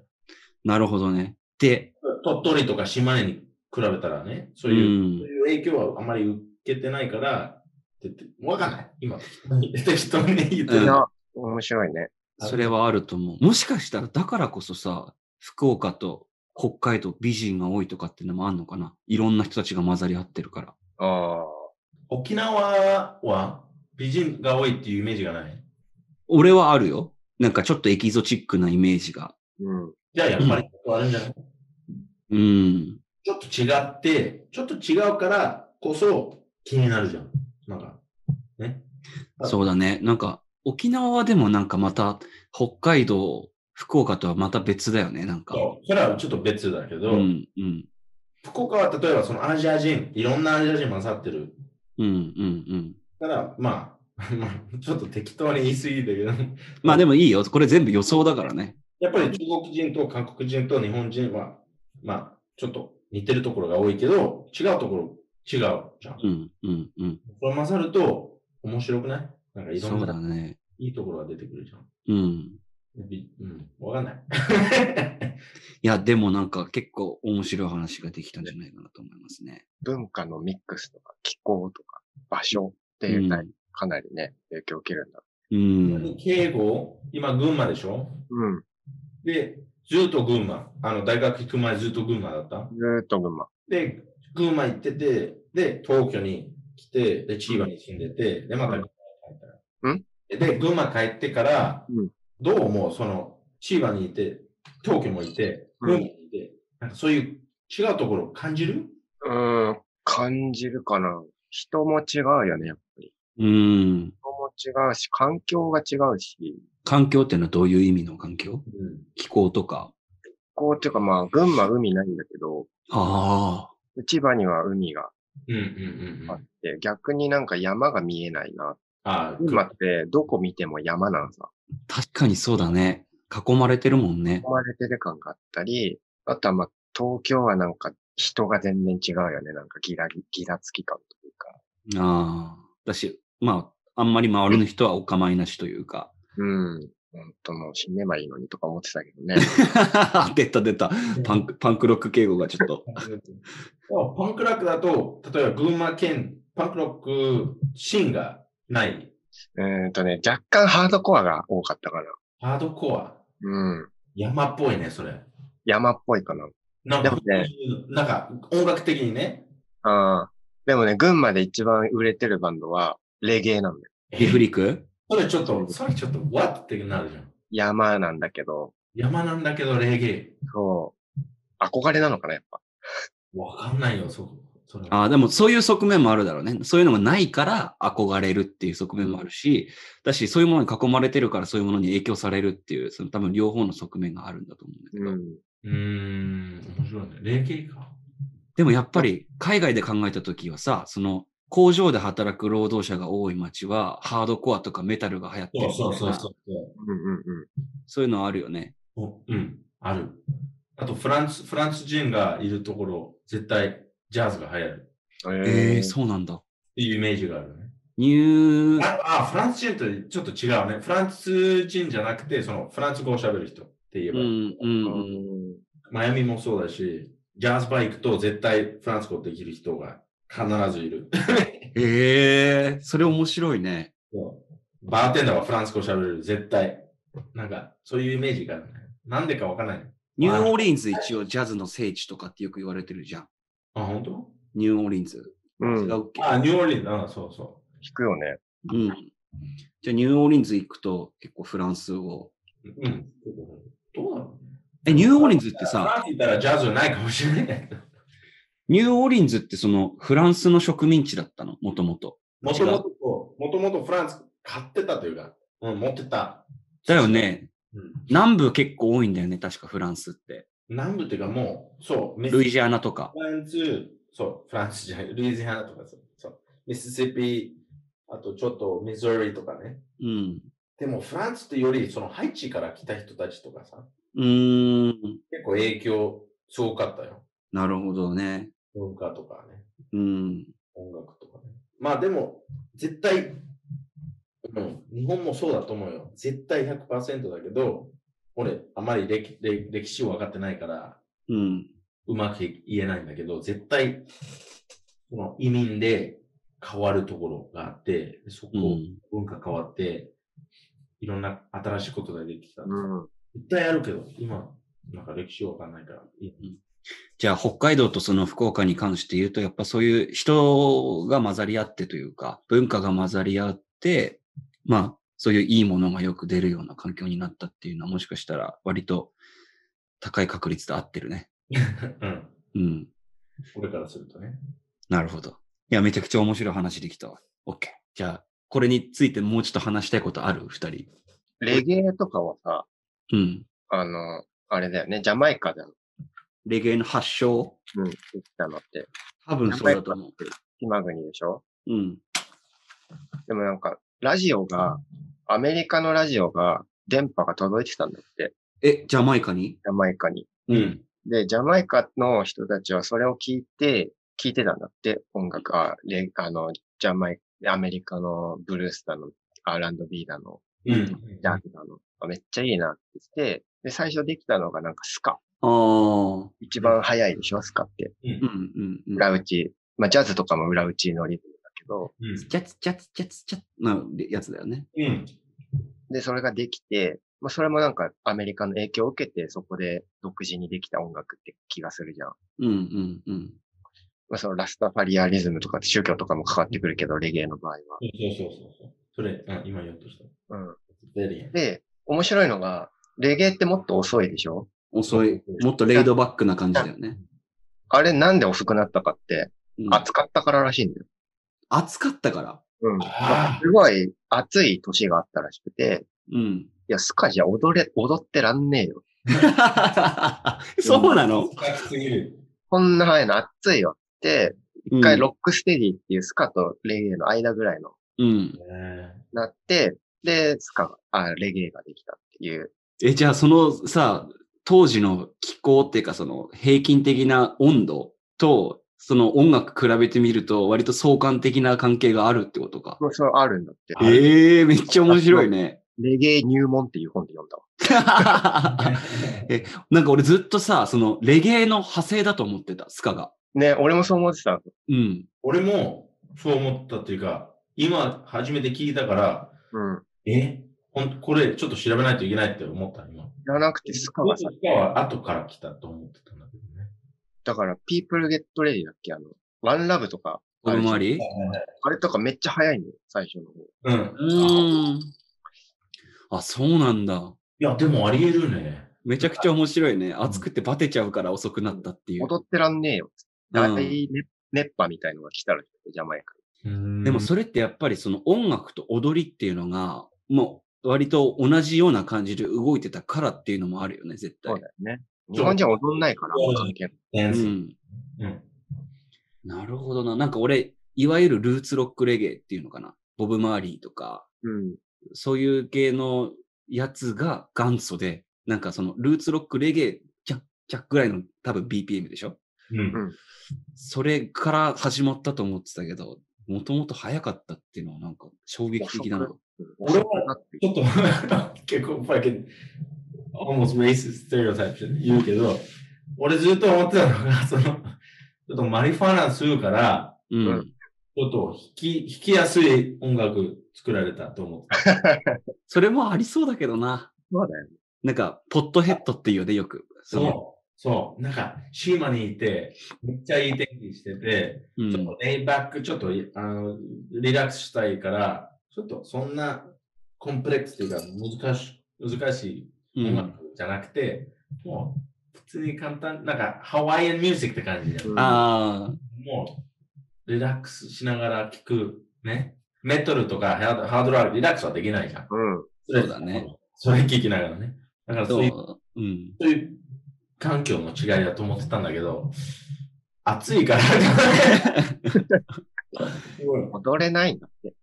[SPEAKER 1] なるほどね。で、
[SPEAKER 2] 鳥取とか島根に比べたらね、そう
[SPEAKER 1] う
[SPEAKER 2] いう、
[SPEAKER 1] ん
[SPEAKER 2] そう。いう影響はあまり受けてないから、って言ってわかんない。今、適当に言って
[SPEAKER 1] う
[SPEAKER 3] い
[SPEAKER 2] る。
[SPEAKER 1] ん
[SPEAKER 3] や、面白いね。
[SPEAKER 1] それはあると思う。もしかしたら、だからこそさ、福岡と北海道美人が多いとかっていうのもあんのかないろんな人たちが混ざり合ってるから。
[SPEAKER 3] ああ。
[SPEAKER 2] 沖縄は美人が多いっていうイメージがない。
[SPEAKER 1] 俺はあるよ。なんかちょっとエキゾチックなイメージが。
[SPEAKER 3] うん。
[SPEAKER 2] じゃあやっぱりちょっとあるんじゃない、
[SPEAKER 1] うん。
[SPEAKER 2] ちょっと違って、ちょっと違うからこそ気になるじゃん。なんか、ね。あ
[SPEAKER 1] そうだね。なんか沖縄はでもなんかまた北海道、福岡とはまた別だよね。なんか。
[SPEAKER 2] そうそれはちょっと別だけど、
[SPEAKER 1] うん、うん。
[SPEAKER 2] 福岡は例えばそのアジア人、いろんなアジア人混ざってる。
[SPEAKER 1] うん、うん、うん。
[SPEAKER 2] だから、まあ、 まあちょっと適当に言い過ぎだけ ど、
[SPEAKER 1] まあでもいいよ。これ全部予想だからね。
[SPEAKER 2] やっぱり中国人と韓国人と日本人は、まあ、ちょっと似てるところが多いけど、違うところ違うじゃん。
[SPEAKER 1] うん、うん、うん。
[SPEAKER 2] これ混ざると面白くないなんかいろ
[SPEAKER 1] そ
[SPEAKER 2] ん
[SPEAKER 1] うだ
[SPEAKER 2] な
[SPEAKER 1] ね。
[SPEAKER 2] いいところが出てくるじゃん。
[SPEAKER 1] うん。
[SPEAKER 2] びうん、わかんない。
[SPEAKER 1] いや、でもなんか結構面白い話ができたんじゃないかなと思いますね。
[SPEAKER 3] 文化のミックスとか気候とか場所って
[SPEAKER 1] う
[SPEAKER 3] いうんの。にかなりね、影響を受けるんだ。
[SPEAKER 1] うん。
[SPEAKER 2] 敬語、今群馬でしょ
[SPEAKER 3] うん。
[SPEAKER 2] で、ずっと群馬。あの、大学行く前ずっと群馬だった。
[SPEAKER 3] ずーっと群馬。
[SPEAKER 2] で、群馬行ってて、で、東京に来て、で、千葉に住んでて、で、また群馬に帰ったら。で、群馬帰ってから、
[SPEAKER 3] うん
[SPEAKER 2] どうも、その、千葉にいて、東京もいて、
[SPEAKER 3] うん
[SPEAKER 2] 群馬にいて、なんかそういう違うところを感じる
[SPEAKER 3] うーん。感じるかな。人も違うよね、やっぱり。
[SPEAKER 1] うん。
[SPEAKER 3] 人も違うし、環境が違うし、気
[SPEAKER 1] 環境っていうのはどういう意味の環境
[SPEAKER 2] うん。
[SPEAKER 1] 気候とか。
[SPEAKER 3] 候っていうかまあ、群馬海ないんだけど、
[SPEAKER 1] ああ。
[SPEAKER 3] 千葉には海があ
[SPEAKER 2] うんうんうん。
[SPEAKER 3] あ
[SPEAKER 2] あ
[SPEAKER 3] って、逆になんか山が見えないな。
[SPEAKER 2] あ、
[SPEAKER 3] 群馬ってどこ見ても山なのさ。
[SPEAKER 1] 確かにそうだね。囲まれてるもんね
[SPEAKER 3] 囲。まれてる感があったり、あとはまあ、東京はなんか人が全然違うよね。なんかギラギギラつき感というか。
[SPEAKER 1] ああ。だし、まあ、あんまり周りの人はお構いなしというか。
[SPEAKER 3] うん。本当もう死ねばいいのにとか思ってたけどね。
[SPEAKER 1] 出た出た。パンク、パンクロック敬語がちょっと。
[SPEAKER 2] パンクラックだと、例えば群馬県、パンクロックシーンがない。
[SPEAKER 3] うーんとね、若干ハードコアが多かったかな。
[SPEAKER 2] ハードコア。
[SPEAKER 3] うん。
[SPEAKER 2] 山っぽいね、それ。
[SPEAKER 3] 山っぽいかな。
[SPEAKER 2] なんか、
[SPEAKER 3] でもね
[SPEAKER 2] なんか音楽的にね。
[SPEAKER 3] ああ。でもね、群馬で一番売れてるバンドは、レゲエなんだよ。
[SPEAKER 1] リフリク
[SPEAKER 2] それちょっと、それちょっと、what ってなるじゃん。
[SPEAKER 3] 山なんだけど、
[SPEAKER 2] 山なんだけど、レゲエ。
[SPEAKER 3] そう。憧れなのかな、やっぱ。
[SPEAKER 2] わかんないよ、そこ。それ
[SPEAKER 1] ああ、でもそういう側面もあるだろうね。そういうのがないから憧れるっていう側面もあるし、だし、そういうものに囲まれてるからそういうものに影響されるっていう、その多分両方の側面があるんだと思うんだけど。
[SPEAKER 3] うん。
[SPEAKER 2] うーん、面白いね。レゲエか。
[SPEAKER 1] でもやっぱり海外で考えた時はさ、その工場で働く労働者が多い街はハードコアとかメタルが流行ってるみたいな
[SPEAKER 2] う。
[SPEAKER 3] うんうんうん。
[SPEAKER 1] そういうのあるよね。
[SPEAKER 2] おうん、ある。あと、フランス、フランス人がいるところ、絶対、ジャズが流行る。
[SPEAKER 1] ええ
[SPEAKER 3] え
[SPEAKER 1] そうなんだ。
[SPEAKER 2] っていうイメージがあるね。
[SPEAKER 1] ニュー、
[SPEAKER 2] ああ、フランス人とちょっと違うね。フランス人じゃなくて、そのフランス語を喋る人って言え
[SPEAKER 1] う
[SPEAKER 2] ば、
[SPEAKER 1] ん、うん、
[SPEAKER 3] う
[SPEAKER 1] うん。
[SPEAKER 3] ん。
[SPEAKER 2] マイアミもそうだし、ジャズバイクと絶対フランス語できる人が必ずいる。
[SPEAKER 1] ええそれ面白いね。
[SPEAKER 2] そうバーテンダーはフランス語喋れる、絶対。なんか、そういうイメージがあるね。なんでかわからない。
[SPEAKER 1] ニューオーリンズ一応ジャズの聖地とかってよく言われてるじゃん。
[SPEAKER 2] あ、本当？
[SPEAKER 1] ニューオーリンズ。
[SPEAKER 3] う
[SPEAKER 1] 違
[SPEAKER 3] ん。弾
[SPEAKER 1] うっけ、
[SPEAKER 2] あ、ニューオーリンズ、あ、そうそ
[SPEAKER 3] くよね。
[SPEAKER 1] うん。じゃあニューオーリンズ行くと結構フランスを。
[SPEAKER 2] う。うん。どうだろう
[SPEAKER 1] え、ニューオーリンズって
[SPEAKER 2] フ
[SPEAKER 1] さ、
[SPEAKER 2] ランス行ったらジャズないかもし れない。
[SPEAKER 1] ニューオーリンズってそのフランスの植民地だったの、もともと。
[SPEAKER 2] もともと、もともとフランス買ってたというか、うん、持ってた。
[SPEAKER 1] だよね。
[SPEAKER 2] うん。
[SPEAKER 1] 南部結構多いんだよね、確かフランスって。
[SPEAKER 2] 南部っていうかもう、そう、ミス
[SPEAKER 1] ルイジアナとか。
[SPEAKER 2] フランス、そう、フランスじゃない、ルイジアナとかそう、そう、ミシシッピ、あとちょっとミゾリとかね。
[SPEAKER 1] うん。
[SPEAKER 2] でもフランスってより、そのハイチから来た人たちとかさ、
[SPEAKER 1] うーん。
[SPEAKER 2] 結構影響すごかったよ。
[SPEAKER 1] なるほどね。
[SPEAKER 2] 文化とかね、
[SPEAKER 1] うん。
[SPEAKER 2] 音楽とかね。まあでも、絶対、うん、日本もそうだと思うよ。絶対100%だけど、俺、あまり歴歴歴史を分かってないから、
[SPEAKER 1] うん。
[SPEAKER 2] うまく言えないんだけど、絶対、その移民で変わるところがあって、そこ
[SPEAKER 1] う、ん。
[SPEAKER 2] 文化変わって、いろんな新しいことができた。
[SPEAKER 3] うん。
[SPEAKER 2] 絶対あるけど、今、なんか歴史わかんないから、いいね
[SPEAKER 1] じゃあ、北海道とその福岡に関して言うと、やっぱそういう人が混ざり合ってというか、文化が混ざり合って、まあ、そういういいものがよく出るような環境になったっていうのは、もしかしたら割と高い確率で合ってるね。
[SPEAKER 2] うん。
[SPEAKER 1] うん。
[SPEAKER 2] 俺からするとね。
[SPEAKER 1] なるほど。いや、めちゃくちゃ面白い話できたわ。OK。じゃあ、これについてもうちょっと話したいことある二人。
[SPEAKER 3] レゲエとかはさ、
[SPEAKER 1] うん。
[SPEAKER 3] あの、あれだよね、ジャマイカだよ。
[SPEAKER 1] レゲエの発祥
[SPEAKER 3] うん、言ったのって。
[SPEAKER 1] 多分そうだと思う。
[SPEAKER 3] 今国でしょ
[SPEAKER 1] うん。
[SPEAKER 3] でもなんか、ラジオが、アメリカのラジオが、電波が届いてたんだって、
[SPEAKER 1] え、ジャマイカに
[SPEAKER 3] ジャマイカに。
[SPEAKER 2] うん。
[SPEAKER 3] で、ジャマイカの人たちはそれを聞いて、聞いてたんだって、音楽、あ、レあの、ジャマイアメリカのブルースだの、R&B だの、
[SPEAKER 2] うん。
[SPEAKER 3] ジャズだの、あめっちゃいいなって言って、で、最初できたのがなんかスカ。
[SPEAKER 1] ああ。うん
[SPEAKER 3] 一番早いでしょ、スカって。
[SPEAKER 2] うん
[SPEAKER 1] うんうん。
[SPEAKER 3] 裏打ち。まあ、ジャズとかも裏打ちのリズムだけど、
[SPEAKER 2] うん
[SPEAKER 1] チャツチャツチャツチャツなやつだよね。
[SPEAKER 2] うん。
[SPEAKER 3] で、それができて、まあ、それもなんかアメリカの影響を受けて、そこで独自にできた音楽って気がするじゃん。
[SPEAKER 1] うんうんうん。
[SPEAKER 3] まあ、そのラスタファリアリズムとかって宗教とかもかかってくるけど、レゲエの場合は。
[SPEAKER 2] そうそうそうそう。それ、うん、今言おうとした。
[SPEAKER 3] うん。
[SPEAKER 2] 出るやん。
[SPEAKER 3] で、面白いのが、レゲエってもっと遅いでしょ
[SPEAKER 1] 遅い。もっとレイドバックな感じだよね。
[SPEAKER 3] あれなんで遅くなったかって、
[SPEAKER 1] うん
[SPEAKER 3] 暑かったかららしいんだよ。
[SPEAKER 1] 暑かったから。
[SPEAKER 3] うん。
[SPEAKER 2] あ
[SPEAKER 3] すごい暑い年があったらしくて、
[SPEAKER 1] うん。
[SPEAKER 3] いや、スカじゃ踊れ、踊ってらんねえよ。
[SPEAKER 1] そうなの
[SPEAKER 2] あ、深すぎる。
[SPEAKER 3] こんな早いの暑いよって、
[SPEAKER 1] 一
[SPEAKER 3] 一回ロックステディっていうスカとレゲエの間ぐらいの
[SPEAKER 1] うん。
[SPEAKER 3] なって、で、スカが、あ、レゲエができたっていう。
[SPEAKER 1] え、じゃあそのさ、当時の気候っていうかその平均的な温度と、その音楽比べてみると割と相関的な関係があるってことか。
[SPEAKER 3] もうそれあるんだって。
[SPEAKER 2] ある
[SPEAKER 1] ええめっちゃ面白いね。
[SPEAKER 3] レゲエ入門っていう本で読んだわ。
[SPEAKER 1] え、 なんか俺ずっとさ、そのレゲエの派生だと思ってた、スカが。
[SPEAKER 3] ね、俺もそう思ってた。
[SPEAKER 1] うん。
[SPEAKER 2] 俺も、そう思ったっていうか、今、初めて聞いたから、
[SPEAKER 3] うん。
[SPEAKER 2] えほんこれ、ちょっと調べないといけないって思った、今。
[SPEAKER 3] じゃなくて、スカがさ、
[SPEAKER 2] 僕は後から来たと思ってたんだけどね。
[SPEAKER 3] だから、People Get Ready だっけあの、ワンラブとか、
[SPEAKER 1] 子供あり
[SPEAKER 3] あれとかめっちゃ早いんだよ、最初の方。
[SPEAKER 2] うん。
[SPEAKER 1] う
[SPEAKER 2] い
[SPEAKER 1] ーん。あ、そうなんだ。
[SPEAKER 2] や、でもあり得るね。
[SPEAKER 1] めちゃくちゃ面白いね。暑くてバテちゃうから遅くなったっていう。
[SPEAKER 3] 踊ってらんねえよ。
[SPEAKER 1] う
[SPEAKER 3] 大
[SPEAKER 1] ん
[SPEAKER 3] 熱熱波みたいのが来たらしくて、ジャマイカ
[SPEAKER 1] で
[SPEAKER 2] で
[SPEAKER 1] もそれってやっぱりその音楽と踊りっていうのが、もう割と同じような感じで動いてたからっていうのもあるよね、絶
[SPEAKER 3] に。そ
[SPEAKER 1] 対
[SPEAKER 3] う。だよね。日本人は踊んないから、
[SPEAKER 2] うん
[SPEAKER 3] 関係ない。
[SPEAKER 2] れ
[SPEAKER 1] うん。
[SPEAKER 2] うん。
[SPEAKER 1] なるほどな。なんか俺、いわゆるルーツロックレゲエっていうのかな。ボブ・マーリーとか、
[SPEAKER 3] うん。
[SPEAKER 1] そういう系のやつが元祖で、なんかそのルーツロックレゲエ、キャッキャッぐらいの多分 BPM でしょ
[SPEAKER 2] うん。
[SPEAKER 1] それから始まったと思ってたけど、もともと早かったっていうのはなんか衝撃的だな。
[SPEAKER 2] 俺は
[SPEAKER 3] 遅くなって
[SPEAKER 2] ちょっと結構 fucking almost racist stereotype って言うけど、俺ずっと思ってたのが、その、ちょっとマリファナ吸うから、
[SPEAKER 1] う。
[SPEAKER 3] うん
[SPEAKER 2] ちょっと弾き、弾きやすい音楽作られたと思ってた。
[SPEAKER 1] それもありそうだけどな。
[SPEAKER 3] そうだよね。
[SPEAKER 1] なんか、ポットヘッドっていうよね、よく。その
[SPEAKER 2] そう。そう。なんか、シーマにいて、めっちゃいい天気してて、
[SPEAKER 1] う
[SPEAKER 2] ちょっ
[SPEAKER 1] ん
[SPEAKER 2] と。レイバック、ちょっと、あの、リラックスしたいから、ちょっとそんなコンプレックスっていうか、難し、難しい
[SPEAKER 1] うん
[SPEAKER 2] 音楽じゃなくて、もう、普通に簡単、なんか、ハワイアンミュージックって感じじゃん。
[SPEAKER 3] うん
[SPEAKER 1] ああ、
[SPEAKER 2] もう、リラックスしながら聴く、ね。メトルとかハードハードロック、リラックスはできないじゃん。
[SPEAKER 3] うん。
[SPEAKER 1] そうだね。
[SPEAKER 2] それ聞きながらね。だからそういう、
[SPEAKER 1] そう。うん。
[SPEAKER 2] そういう環境の違いだと思ってたんだけど、暑 いから、 すごい
[SPEAKER 3] 踊れないんだって。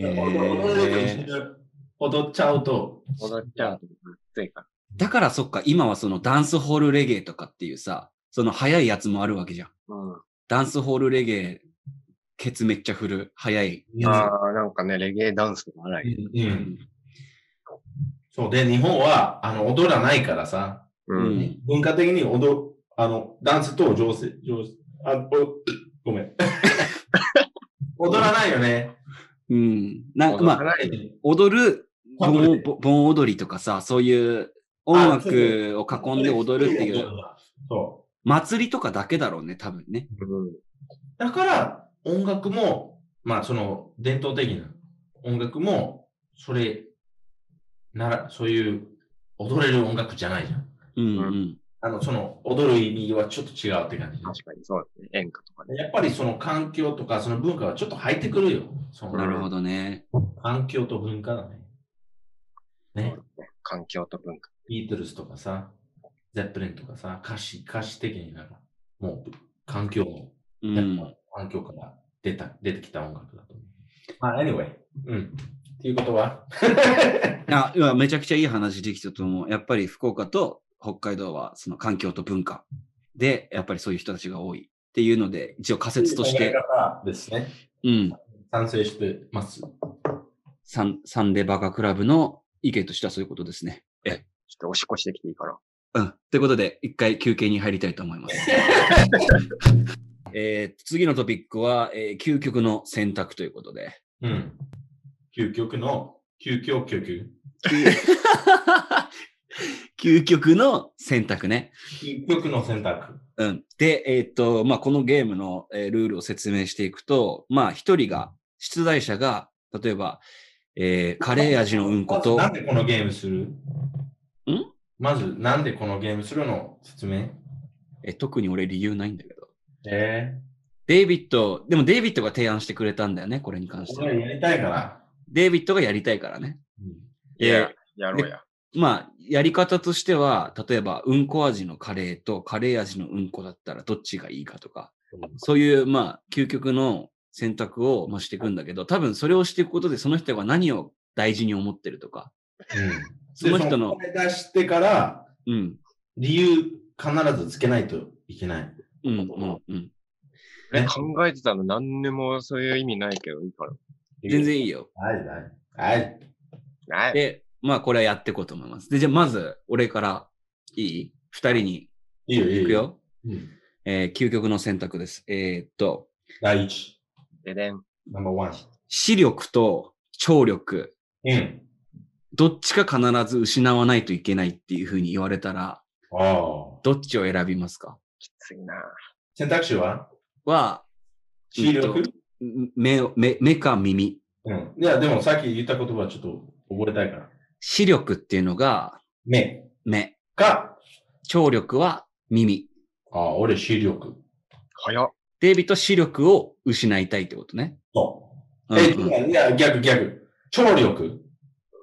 [SPEAKER 1] へー
[SPEAKER 2] 踊れてる踊っちゃうと、
[SPEAKER 3] 踊っちゃうと暑いから。
[SPEAKER 1] だからそっか、今はそのダンスホールレゲエとかっていうさ、その早いやつもあるわけじゃん。
[SPEAKER 3] うん。
[SPEAKER 1] ダンスホールレゲエ、ケツめっちゃ振る、早いや
[SPEAKER 3] ああ、なんかね、レゲエダンスとか荒
[SPEAKER 1] つ。
[SPEAKER 3] い。
[SPEAKER 2] う。
[SPEAKER 1] うんん。
[SPEAKER 2] そう。で、日本は、あの、踊らないからさ、
[SPEAKER 3] う。
[SPEAKER 1] うんん。
[SPEAKER 2] 文化的に踊、あの、ダンスと上手、上手、あ、おごめん。踊らないよね。
[SPEAKER 1] うん。なんかまあ、
[SPEAKER 3] 踊らない
[SPEAKER 1] 踊る
[SPEAKER 2] パブ
[SPEAKER 1] 盆
[SPEAKER 2] で
[SPEAKER 1] 盆踊りとかさ、そういう音楽を囲んで踊るっていう、
[SPEAKER 2] そ
[SPEAKER 1] 祭りとかだけだろうね、多分ね。
[SPEAKER 3] うん。
[SPEAKER 2] う。だから、音楽も、まあ、その、伝統的な音楽も、それ、なら、そういう、踊れる音楽じゃないじゃん。
[SPEAKER 1] うんう。
[SPEAKER 3] うん
[SPEAKER 2] あの、その、踊る意味はちょっと違うって感じ。
[SPEAKER 3] 確かにそうですね。演歌とかね。
[SPEAKER 2] やっぱりその環境とか、その文化はちょっと入ってくるよ。その
[SPEAKER 1] なるほどね。
[SPEAKER 2] 環境と文化だね。ね。
[SPEAKER 3] 環境と文化。
[SPEAKER 2] ビートルズとかさ、ゼップリンとかさ、歌詞、歌詞的になんか、もう環境の、
[SPEAKER 1] う
[SPEAKER 2] やっ
[SPEAKER 1] ん。
[SPEAKER 2] ぱ環境から出た、出てきた音楽だと思う。まあ、anyway。うん。っていうことは
[SPEAKER 1] あ、いやめちゃくちゃいい話できたと思う。やっぱり福岡と北海道はその環境と文化で、やっぱりそういう人たちが多いっていうので、一応仮説とし
[SPEAKER 2] 考え
[SPEAKER 1] て、
[SPEAKER 2] 方ですね。
[SPEAKER 1] うん、
[SPEAKER 2] 賛成してます。
[SPEAKER 1] サンサンデバカクラブの意見としてはそういうことですね。
[SPEAKER 3] ちょっとおしっこしてきていいから。
[SPEAKER 1] うん。ということで、一回休憩に入りたいと思います。 えー次のトピックは、えー究極の選択ということで。
[SPEAKER 2] うん。究極の、究極究極。
[SPEAKER 1] 究極の選択ね。
[SPEAKER 2] 究極の選択。
[SPEAKER 1] うん。で、えーっと、まあ、このゲームの、えールールを説明していくと、まあ、一人が、出題者が、例えば、えーカレー味のうんこと
[SPEAKER 2] まず、なんでこのゲームするんまず、なんでこのゲームするの説明
[SPEAKER 1] えー特に俺理由ないんだけど。
[SPEAKER 2] え
[SPEAKER 1] デイビッド、でもデイビッドが提案してくれたんだよね、これに関しては。
[SPEAKER 2] 俺やりたいから。
[SPEAKER 1] デイビッドがやりたいからね。
[SPEAKER 3] いや、やろうや。
[SPEAKER 1] まあ、やり方としては、例えば、うんこ味のカレーとカレー味のうんこだったらどっちがいいかとか、そういう、まあ、究極の選択を、まあ、していくんだけど、多分それをしていくことで、その人が何を大事に思ってるとか、その人の
[SPEAKER 2] で、そ答え出してから、
[SPEAKER 1] うん、
[SPEAKER 2] 理由必ずつけないといけない。
[SPEAKER 1] うん、うん、うん。
[SPEAKER 2] ね
[SPEAKER 3] 考えてたの何でもそういう意味ないけどいいから。
[SPEAKER 1] 全然いいよ。
[SPEAKER 2] はい、はい。はい。
[SPEAKER 3] はい。
[SPEAKER 1] で、まあ、これはやっていこうと思います。で、じゃあ、まず、俺から、いい二人に
[SPEAKER 2] いいよ、いいよ。
[SPEAKER 1] 行くよ。
[SPEAKER 2] うん
[SPEAKER 1] えー究極の選択です。えーっと、
[SPEAKER 2] 第一、
[SPEAKER 3] ででん。
[SPEAKER 2] ナンバーワン。
[SPEAKER 1] 視力と聴力、
[SPEAKER 2] うん。
[SPEAKER 1] どっちか必ず失わないといけないっていうふうに言われたら、
[SPEAKER 2] ああ。
[SPEAKER 1] どっちを選びますか
[SPEAKER 3] きついな。
[SPEAKER 2] 選択肢は
[SPEAKER 1] は、
[SPEAKER 2] 視
[SPEAKER 1] う
[SPEAKER 2] 力
[SPEAKER 1] んと目を目、目か耳。
[SPEAKER 2] うん。いや、でもさっき言った言葉はちょっと覚えたいから。
[SPEAKER 1] 視力っていうのが
[SPEAKER 2] 目
[SPEAKER 1] 目。
[SPEAKER 2] か、
[SPEAKER 1] 聴力は耳。
[SPEAKER 2] ああ、俺視力。
[SPEAKER 3] 早っ。
[SPEAKER 1] デイビッドは視力を失いたいってことね。
[SPEAKER 2] そう。
[SPEAKER 1] うん
[SPEAKER 2] え、
[SPEAKER 1] うん
[SPEAKER 2] いや、逆、逆。聴力。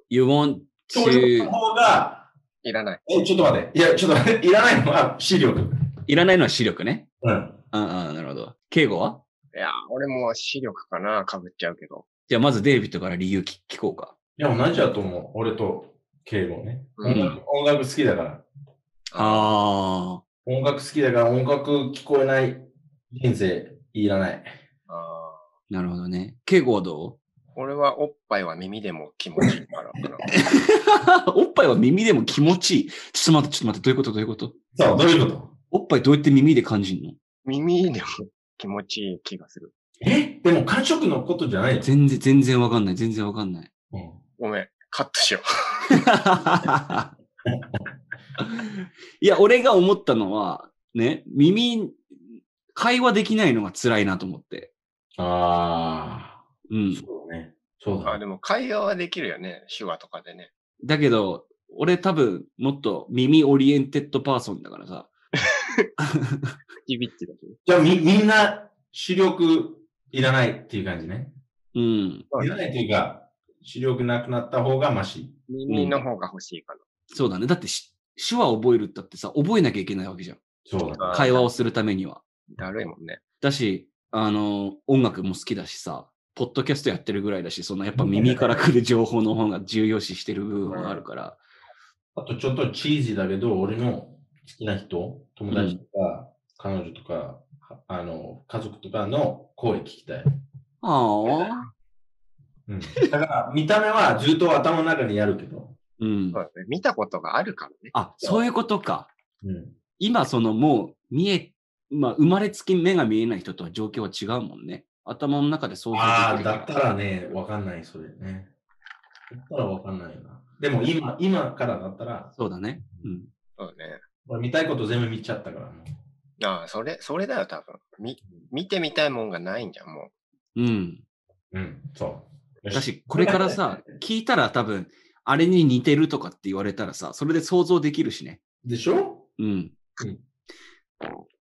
[SPEAKER 1] You want
[SPEAKER 2] 聴力
[SPEAKER 1] to...
[SPEAKER 2] の方が、
[SPEAKER 3] いらない。
[SPEAKER 2] え、ちょっと待って。いや、ちょっと待って。い らないのは視力。
[SPEAKER 1] いらないのは視力ね。
[SPEAKER 2] うん。
[SPEAKER 1] うんうん、なるほど。敬語はい
[SPEAKER 3] や、俺も視力かな。被っちゃうけど。
[SPEAKER 1] じゃあまずデイビッドから理由聞聞こうか。
[SPEAKER 2] いや、同じだと思う。俺と敬語ね。
[SPEAKER 3] うん
[SPEAKER 2] 音楽音楽好きだから。
[SPEAKER 1] あ
[SPEAKER 2] 音楽好きだから音楽聞こえない人生いらない。
[SPEAKER 3] ああ
[SPEAKER 1] ー、なるほどね。敬語はどう
[SPEAKER 3] 俺はおっぱいは耳でも気持ちいい からか な。
[SPEAKER 1] おっぱいは耳でも気持ちいい。ちょっと待って、ちょっと待って、どういうことどういうこと
[SPEAKER 2] そう、どういうこと
[SPEAKER 1] おっぱいどうやって耳で感じんの
[SPEAKER 3] 耳でも気持ちいい気がする。
[SPEAKER 2] えでも感触のことじゃないよ。
[SPEAKER 1] 全然、全然わかんない。全然わかんない。
[SPEAKER 2] うん
[SPEAKER 3] ごめん。カットしよ
[SPEAKER 1] いや、俺が思ったのは、ね、耳、会話できないのが辛いなと思って。
[SPEAKER 2] あ
[SPEAKER 1] う
[SPEAKER 2] あ。
[SPEAKER 1] ん。
[SPEAKER 2] そうだね。そう
[SPEAKER 3] う。あ
[SPEAKER 2] だ。
[SPEAKER 3] でも会話はできるよね。手話とかでね。
[SPEAKER 1] だけど、俺多分、もっと耳オリエンテッドパーソンだからさ。
[SPEAKER 3] ビビってだけど。
[SPEAKER 2] じゃあみ、みんな視力いらないっていう感じね。
[SPEAKER 1] うん。
[SPEAKER 3] そう
[SPEAKER 2] い
[SPEAKER 3] だ
[SPEAKER 2] ら
[SPEAKER 3] ね
[SPEAKER 2] ないというか、視力なくなった方がマシ。
[SPEAKER 3] 耳の方が欲しいか
[SPEAKER 1] そうだね。だってし、手話覚えるったってさ、覚えなきゃいけないわけじゃん。
[SPEAKER 2] そうだ。
[SPEAKER 3] な。
[SPEAKER 1] 会話
[SPEAKER 3] を。
[SPEAKER 1] をするためには。
[SPEAKER 3] だるいもんね。
[SPEAKER 1] だし、あの、音楽も好きだしさ、ポッドキャストやってるぐらいだし、そのやっぱ耳から来る情報の方が重要視してる部分があるから、
[SPEAKER 2] あとちょっとチーズだけど、俺の好きな人、友達とか、彼女とか、はあの、家族とかの声聞きた
[SPEAKER 1] あ
[SPEAKER 2] い。
[SPEAKER 1] あ。
[SPEAKER 2] うん、だから、見た目はずっと頭の中にやるけど。
[SPEAKER 1] うん
[SPEAKER 3] そ。うだね見たことがあるからね。
[SPEAKER 1] あ、そういうことか。
[SPEAKER 2] うん。
[SPEAKER 1] 今、そのもう、見え、まあ、生まれつき目が見えない人とは状況は違うもんね。頭の中で想像で
[SPEAKER 2] ああ、
[SPEAKER 1] きるか
[SPEAKER 2] だ
[SPEAKER 1] ら。
[SPEAKER 2] ったらね、わかんない、それね。ったらわかんないよな。でも今、今からだったら、
[SPEAKER 1] そうだね。うん。
[SPEAKER 3] そうね。
[SPEAKER 2] 俺見たいこと全部見ちゃったから、もう
[SPEAKER 3] ああ、それ、それだよ、多分。み、見てみたいもんがないんじゃん、も
[SPEAKER 1] うん。
[SPEAKER 2] うん、そう。よし
[SPEAKER 1] だし、これから さ、聞いたら多分、あれに似てるとかって言われたらさ、それで想像できるしね。
[SPEAKER 2] でしょ
[SPEAKER 1] うん。
[SPEAKER 2] うん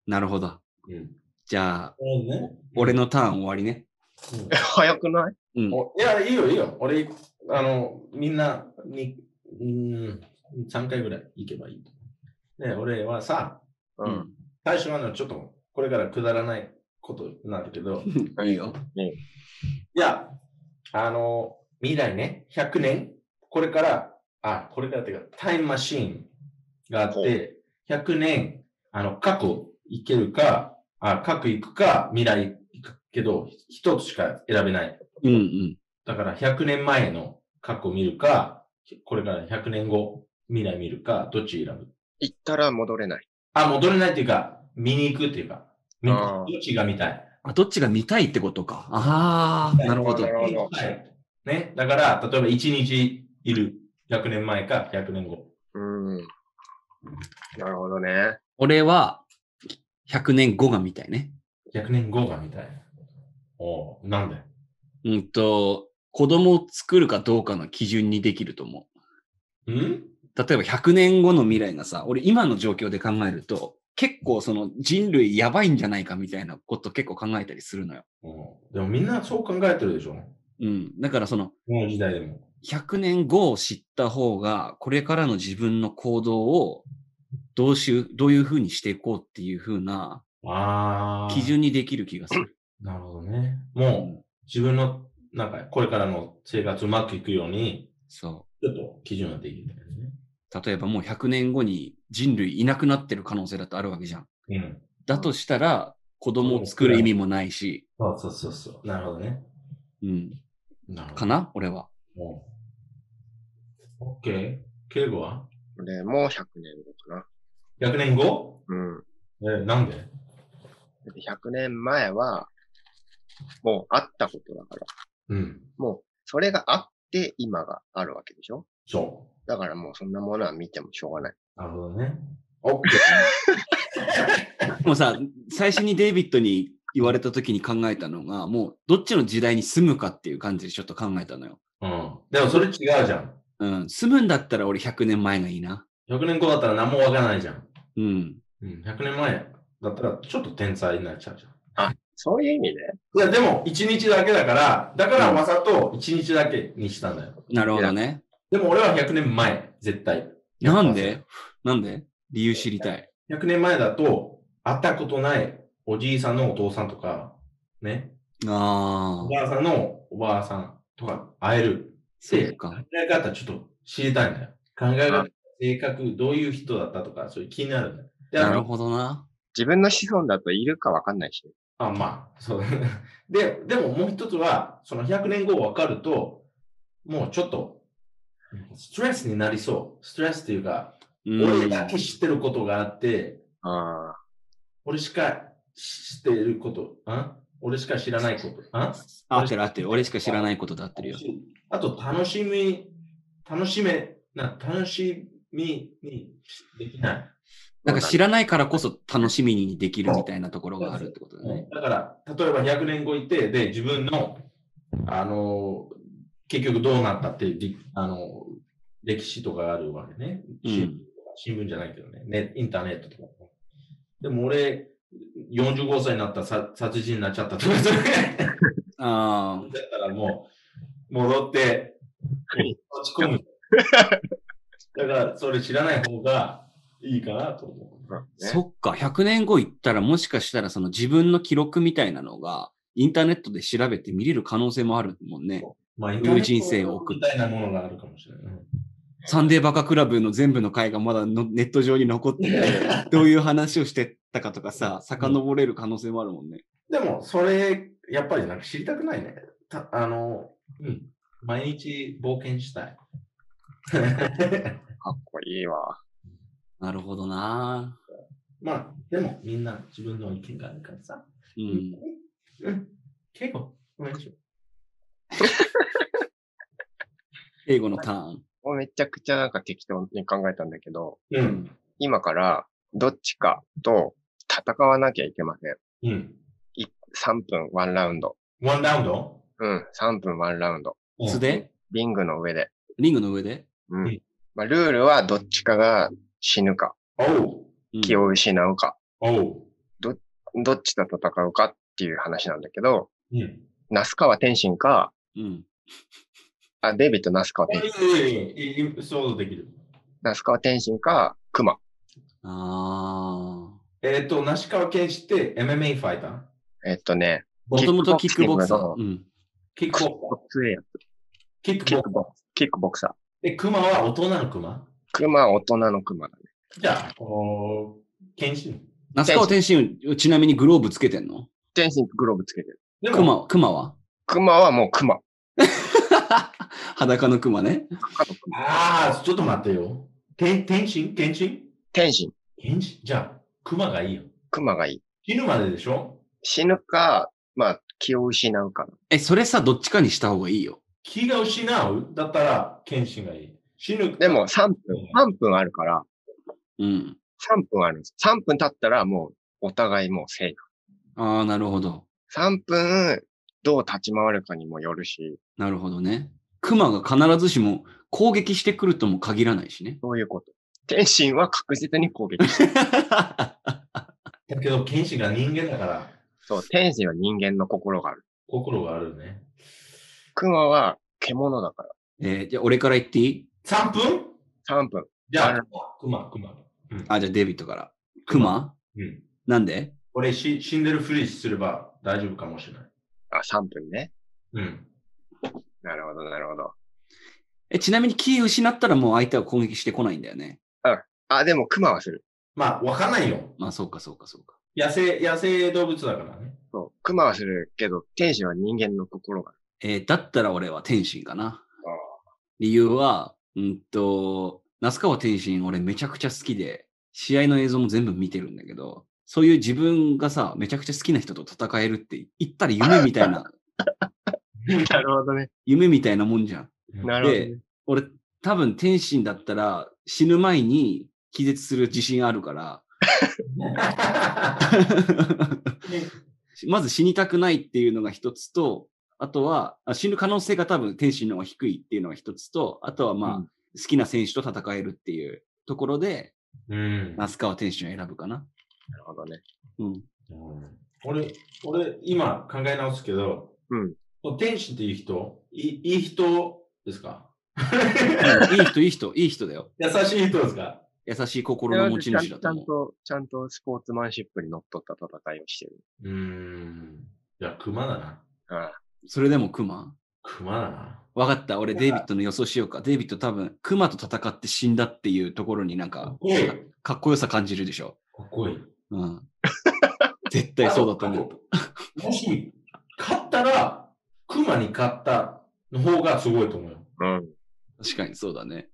[SPEAKER 1] なるほど。
[SPEAKER 2] うん。
[SPEAKER 1] じゃあ、
[SPEAKER 2] そうね。
[SPEAKER 1] 俺のターン終わりね。
[SPEAKER 2] うん
[SPEAKER 3] う。早くない
[SPEAKER 1] うん。
[SPEAKER 2] おいや、いいよ、いいよ。俺、あの、みんなに、うーん、3回ぐらい行けばいいと。で、俺はさ、
[SPEAKER 3] う
[SPEAKER 1] うん
[SPEAKER 3] ん。
[SPEAKER 2] 最初はね、ちょっと、これからくだらないことになる けど、
[SPEAKER 1] いいよ。
[SPEAKER 2] いや、あの、未来ね、100年、これから、あ、これからっていうか、タイムマシーンがあって、100年、あの、過去行けるか、あ、過去行くか、未来行くけど、一つしか選べない。
[SPEAKER 1] うんうん。
[SPEAKER 2] だから100年前の過去見るか、これから100年後、未来見るか、どっち選ぶ
[SPEAKER 3] 行ったら戻れない。
[SPEAKER 2] あ、戻れないっていうか、見に行くっていうか、見に
[SPEAKER 3] あ
[SPEAKER 2] ど
[SPEAKER 3] ー
[SPEAKER 2] っちが見たい
[SPEAKER 1] あ、どっちが見たいってことか。ああ、なるほど
[SPEAKER 3] な。るほど。
[SPEAKER 2] はい。ね。だから、例えば1日いる。100年前か100年後。
[SPEAKER 3] うん。なるほどね。
[SPEAKER 1] 俺は、100年後が見たいね。
[SPEAKER 2] 100年後がみたい。おうなんで
[SPEAKER 1] うんと、子供を作るかどうかの基準にできると思う。
[SPEAKER 2] ん
[SPEAKER 1] 例えば100年後の未来がさ、俺今の状況で考えると、結構その人類やばいんじゃないかみたいなこと結構考えたりするのよ。
[SPEAKER 2] おうでもみんなそう考えてるでしょ
[SPEAKER 1] うん。だからその、
[SPEAKER 2] この時代でも。
[SPEAKER 1] 100年後を知った方が、これからの自分の行動をどうしゅ、どういうふうにしていこうっていうふうな
[SPEAKER 2] ああ。
[SPEAKER 1] 基。準にできる気がする。
[SPEAKER 2] なるほどね。もう自分の、なんか、これからの生活うまくいくように、
[SPEAKER 1] そ
[SPEAKER 2] ちょっと基準ができるんだよ
[SPEAKER 1] う。例えばもう100年後に人類いなくなってる可能性だってあるわけじゃん。
[SPEAKER 2] ね。うん。
[SPEAKER 1] だとしたら、子供を作る意味もないし、
[SPEAKER 2] そうそうそうそう。なるほどね。
[SPEAKER 1] うん。
[SPEAKER 2] なるほ
[SPEAKER 1] か
[SPEAKER 2] ど。
[SPEAKER 1] な俺は。
[SPEAKER 2] もう。オッケー。敬語は
[SPEAKER 3] 俺も100年後か
[SPEAKER 2] ?100 年後
[SPEAKER 3] な。うん。
[SPEAKER 2] え、なんで
[SPEAKER 3] 100年前は、もうあったことだから。
[SPEAKER 2] うん。
[SPEAKER 3] もう、それがあって今があるわけでしょ
[SPEAKER 2] そ
[SPEAKER 3] だからもうそんなものは見てもしょうがない。
[SPEAKER 2] う。なるほどね。オッケー。
[SPEAKER 1] もうさ、最初にデイビッドに言われた時に考えたのが、もうどっちの時代に住むかっていう感じでちょっと考えたのよ。
[SPEAKER 2] うん。でもそれ違うじゃん。
[SPEAKER 1] うん。住むんだったら俺100年前がいいな。
[SPEAKER 2] 100年後だったら何もわからないじゃん。
[SPEAKER 1] うん。
[SPEAKER 2] うん。100年前だったらちょっと天才になっちゃうじゃん。
[SPEAKER 3] そういう意味で、
[SPEAKER 2] いや、でも1日だけだから、だからわざと1日だけにしたんだよ。
[SPEAKER 1] なるほどね。
[SPEAKER 2] でも俺は100年前、絶対。
[SPEAKER 1] なんでなんで理由知りたい。
[SPEAKER 2] ?100 年前だと、会ったことないおじいさんのお父さんとか、ね、
[SPEAKER 1] あ
[SPEAKER 2] お
[SPEAKER 1] あ。
[SPEAKER 2] ばあさんのおばあさんとか会える。
[SPEAKER 1] そうか。
[SPEAKER 2] 考え方ちょっと知りたいんだよ。考え
[SPEAKER 3] あ
[SPEAKER 2] 方、性格、どういう人だったとか、そういう気になるんだよ。で
[SPEAKER 1] なるほどな。
[SPEAKER 3] 自分の子孫だといるかわかんないし。
[SPEAKER 2] あ、まあ、そう。 で、でももう一つは、その100年後分かると、もうちょっと、ストレスになりそう。ストレスっていうか、
[SPEAKER 1] う
[SPEAKER 2] 俺
[SPEAKER 1] ん。
[SPEAKER 2] だけ知ってることがあって、
[SPEAKER 3] ああ。
[SPEAKER 2] 俺しか知ってること、あ俺しか知らないこと、あ
[SPEAKER 1] 合ってる合ってる。俺しか知らないことだってるよ。
[SPEAKER 2] あと、楽しみ、楽しめ、な、楽しみにできない。
[SPEAKER 1] なんか知らないからこそ楽しみにできるみたいなところがあるってことだね。
[SPEAKER 2] だから、例えば100年後いて、で、自分の、あの、結局どうなったっていうり、あの、歴史とかあるわけね。
[SPEAKER 1] うん
[SPEAKER 2] 新聞新聞じゃないけどねね、インターネットとか。でも俺、45歳になったらさ殺人になっちゃったとか、それ
[SPEAKER 1] ああ。
[SPEAKER 2] だからもう、戻って、
[SPEAKER 3] はい
[SPEAKER 2] 落ち込む。だから、それ知らない方がいいかなと思う。
[SPEAKER 1] そっか、100年後行ったらもしかしたらその自分の記録みたいなのがインターネットで調べて見れる可能性もあるもんね。
[SPEAKER 2] まあ、い
[SPEAKER 1] いう人生を送る
[SPEAKER 2] みたいなものがあるかもしれない。
[SPEAKER 1] サンデーバカクラブの全部の回がまだのネット上に残ってて、 どういう話をしてたかとかさ、遡れる可能性もあるもんね。
[SPEAKER 2] でも、それ、やっぱりなんか知りたくないね。たあの、うん。毎日冒険した い。
[SPEAKER 3] かっこいいわ。
[SPEAKER 1] なるほどな
[SPEAKER 2] まあ、でも、みんな自分の意見があるからさ。
[SPEAKER 1] うん。
[SPEAKER 2] うん。結構、お願いします
[SPEAKER 1] 英語のターン。
[SPEAKER 3] もうめちゃくちゃなんか適当に考えたんだけど、
[SPEAKER 2] うん。
[SPEAKER 3] 今からどっちかと戦わなきゃいけません。
[SPEAKER 2] うん。
[SPEAKER 3] い3分ワンラウンド。
[SPEAKER 2] ワンラウンド
[SPEAKER 3] うん、3分ワンラウンド。
[SPEAKER 1] 素で
[SPEAKER 3] リングの上で。
[SPEAKER 1] リングの上で、
[SPEAKER 3] う
[SPEAKER 2] うんん。
[SPEAKER 3] まあ、ルールはどっちかが死ぬか、
[SPEAKER 2] おう。
[SPEAKER 1] うん
[SPEAKER 3] 気を失うか、
[SPEAKER 2] おう。
[SPEAKER 3] どっちと戦うかっていう話なんだけど、
[SPEAKER 2] うん。
[SPEAKER 3] ナスカワ天心か、
[SPEAKER 1] うん。
[SPEAKER 3] あ、デイビッドナスカワ
[SPEAKER 2] い
[SPEAKER 3] 天心。
[SPEAKER 2] やいやいやいい想像できる。
[SPEAKER 3] ナスカワ天心か、クマ。
[SPEAKER 1] ああ。
[SPEAKER 2] えっ、と、那須川健志って MMA ファイター
[SPEAKER 3] えっとね、
[SPEAKER 1] もともとキックボクサー。
[SPEAKER 3] キ
[SPEAKER 1] うん。
[SPEAKER 2] キックボク
[SPEAKER 3] 強いやつ
[SPEAKER 2] サー。キック
[SPEAKER 3] キ
[SPEAKER 2] ボ
[SPEAKER 3] ック
[SPEAKER 2] ク
[SPEAKER 3] ボクキックボクサー。
[SPEAKER 2] で、クマは大人のクマ
[SPEAKER 3] クマ、大人のクマだね。
[SPEAKER 2] じゃあ、この、健志。
[SPEAKER 1] 那須川天心、ちなみにグローブつけてんの
[SPEAKER 3] 天心グローブつけてる。
[SPEAKER 2] で
[SPEAKER 1] クマ、クマは
[SPEAKER 3] クマはもうクマ。
[SPEAKER 1] 裸のクマね。
[SPEAKER 3] 赤のクマ
[SPEAKER 2] ああ、ちょっと待ってよ。て天心健心
[SPEAKER 3] 天心、
[SPEAKER 2] 健心じゃあ、クマがいいよ。
[SPEAKER 3] クマがいい。
[SPEAKER 2] 死ぬまででしょ
[SPEAKER 3] 死ぬか、まあ、気を失うかな。
[SPEAKER 1] え、それさ、どっちかにした方がいいよ。
[SPEAKER 2] 気が失うだったら、健心がいい。死ぬ。
[SPEAKER 3] でも、3分
[SPEAKER 2] うん、
[SPEAKER 3] 3分あるから、
[SPEAKER 1] うん。
[SPEAKER 3] 3分あるんです。3分経ったらもう、お互いもうセーフ。
[SPEAKER 1] ああ、なるほど。
[SPEAKER 3] 3分、どう立ち回るかにもよるし、。
[SPEAKER 1] なるほどね。クマが必ずしも攻撃してくるとも限らないしね
[SPEAKER 3] そういうこと。天心は確実に攻 撃する。
[SPEAKER 2] だけど、健心が人間だから、
[SPEAKER 3] そう、天心は人間の心がある。
[SPEAKER 2] 心があるね。
[SPEAKER 3] クマは獣だから。
[SPEAKER 1] えーじゃあ俺から言っていい
[SPEAKER 2] 3分
[SPEAKER 3] 3分。
[SPEAKER 2] じゃ
[SPEAKER 3] あ
[SPEAKER 2] あ
[SPEAKER 3] る、
[SPEAKER 2] クマ、クマ。うん。
[SPEAKER 1] あ、じゃあデビットから。クマ
[SPEAKER 2] うん、
[SPEAKER 1] なんで
[SPEAKER 2] 俺し、死んでるふりすれば大丈夫かもしれない。
[SPEAKER 3] あ、3分ね。
[SPEAKER 2] うん。
[SPEAKER 3] なるほど、なるほど。
[SPEAKER 1] え、ちなみにキー失ったらもう相手は攻撃してこないんだよね。
[SPEAKER 3] あ、でもクマはする。
[SPEAKER 2] まあ、わかんないよ。
[SPEAKER 1] まあそうかそうかそうか。
[SPEAKER 2] 野生、野生動物だからね。
[SPEAKER 3] そう。熊はするけど、天使は人間の心がある。
[SPEAKER 1] えーだったら俺は天心かな
[SPEAKER 3] ああ。
[SPEAKER 1] 理由は、うんと、那須川天心俺めちゃくちゃ好きで、試合の映像も全部見てるんだけど、そういう自分がさ、めちゃくちゃ好きな人と戦えるって言ったら夢みたい な、
[SPEAKER 3] なるほどね。
[SPEAKER 1] 夢みたいなもんじゃん。
[SPEAKER 3] なるほどね
[SPEAKER 1] で、俺多分天心だったら死ぬ前に気絶する自信あるから、まず死にたくないっていうのが一つと、あとは、あ死ぬ可能性が多分天心の方が低いっていうのが一つと、あとはまあ、
[SPEAKER 3] うん
[SPEAKER 1] 好きな選手と戦えるっていうところで、
[SPEAKER 2] うん。
[SPEAKER 1] 那須川天心を選ぶかな。
[SPEAKER 3] なるほどね。
[SPEAKER 1] うん。
[SPEAKER 2] うん俺、俺、今考え直すけど、
[SPEAKER 3] うん。
[SPEAKER 2] 天使っていう人、いいいい人ですか
[SPEAKER 1] いい人、いい人、いい人だよ。
[SPEAKER 2] 優しい人ですか
[SPEAKER 1] 優しい心の持ち主だ
[SPEAKER 3] ち
[SPEAKER 1] と
[SPEAKER 3] ゃんちゃ
[SPEAKER 1] 思
[SPEAKER 3] んと、ちゃんとスポーツマンシップにのっとった戦いをしてる。
[SPEAKER 2] うーん。いや、熊だな。
[SPEAKER 3] あ
[SPEAKER 1] う。それでも熊
[SPEAKER 2] 熊だな。
[SPEAKER 1] わかった。俺、デイビッドの予想しようか。デイビッド多分、熊と戦って死んだっていうところになん
[SPEAKER 2] か
[SPEAKER 1] か
[SPEAKER 2] っ、こいい。
[SPEAKER 1] かっこよさ感じるでしょ。
[SPEAKER 2] かっこいい。
[SPEAKER 1] うん。絶対そうだと思う。
[SPEAKER 2] もし、勝ったら、熊に勝ったの方がすごいと思うよ。
[SPEAKER 3] あうん。
[SPEAKER 1] 確かにそうだね。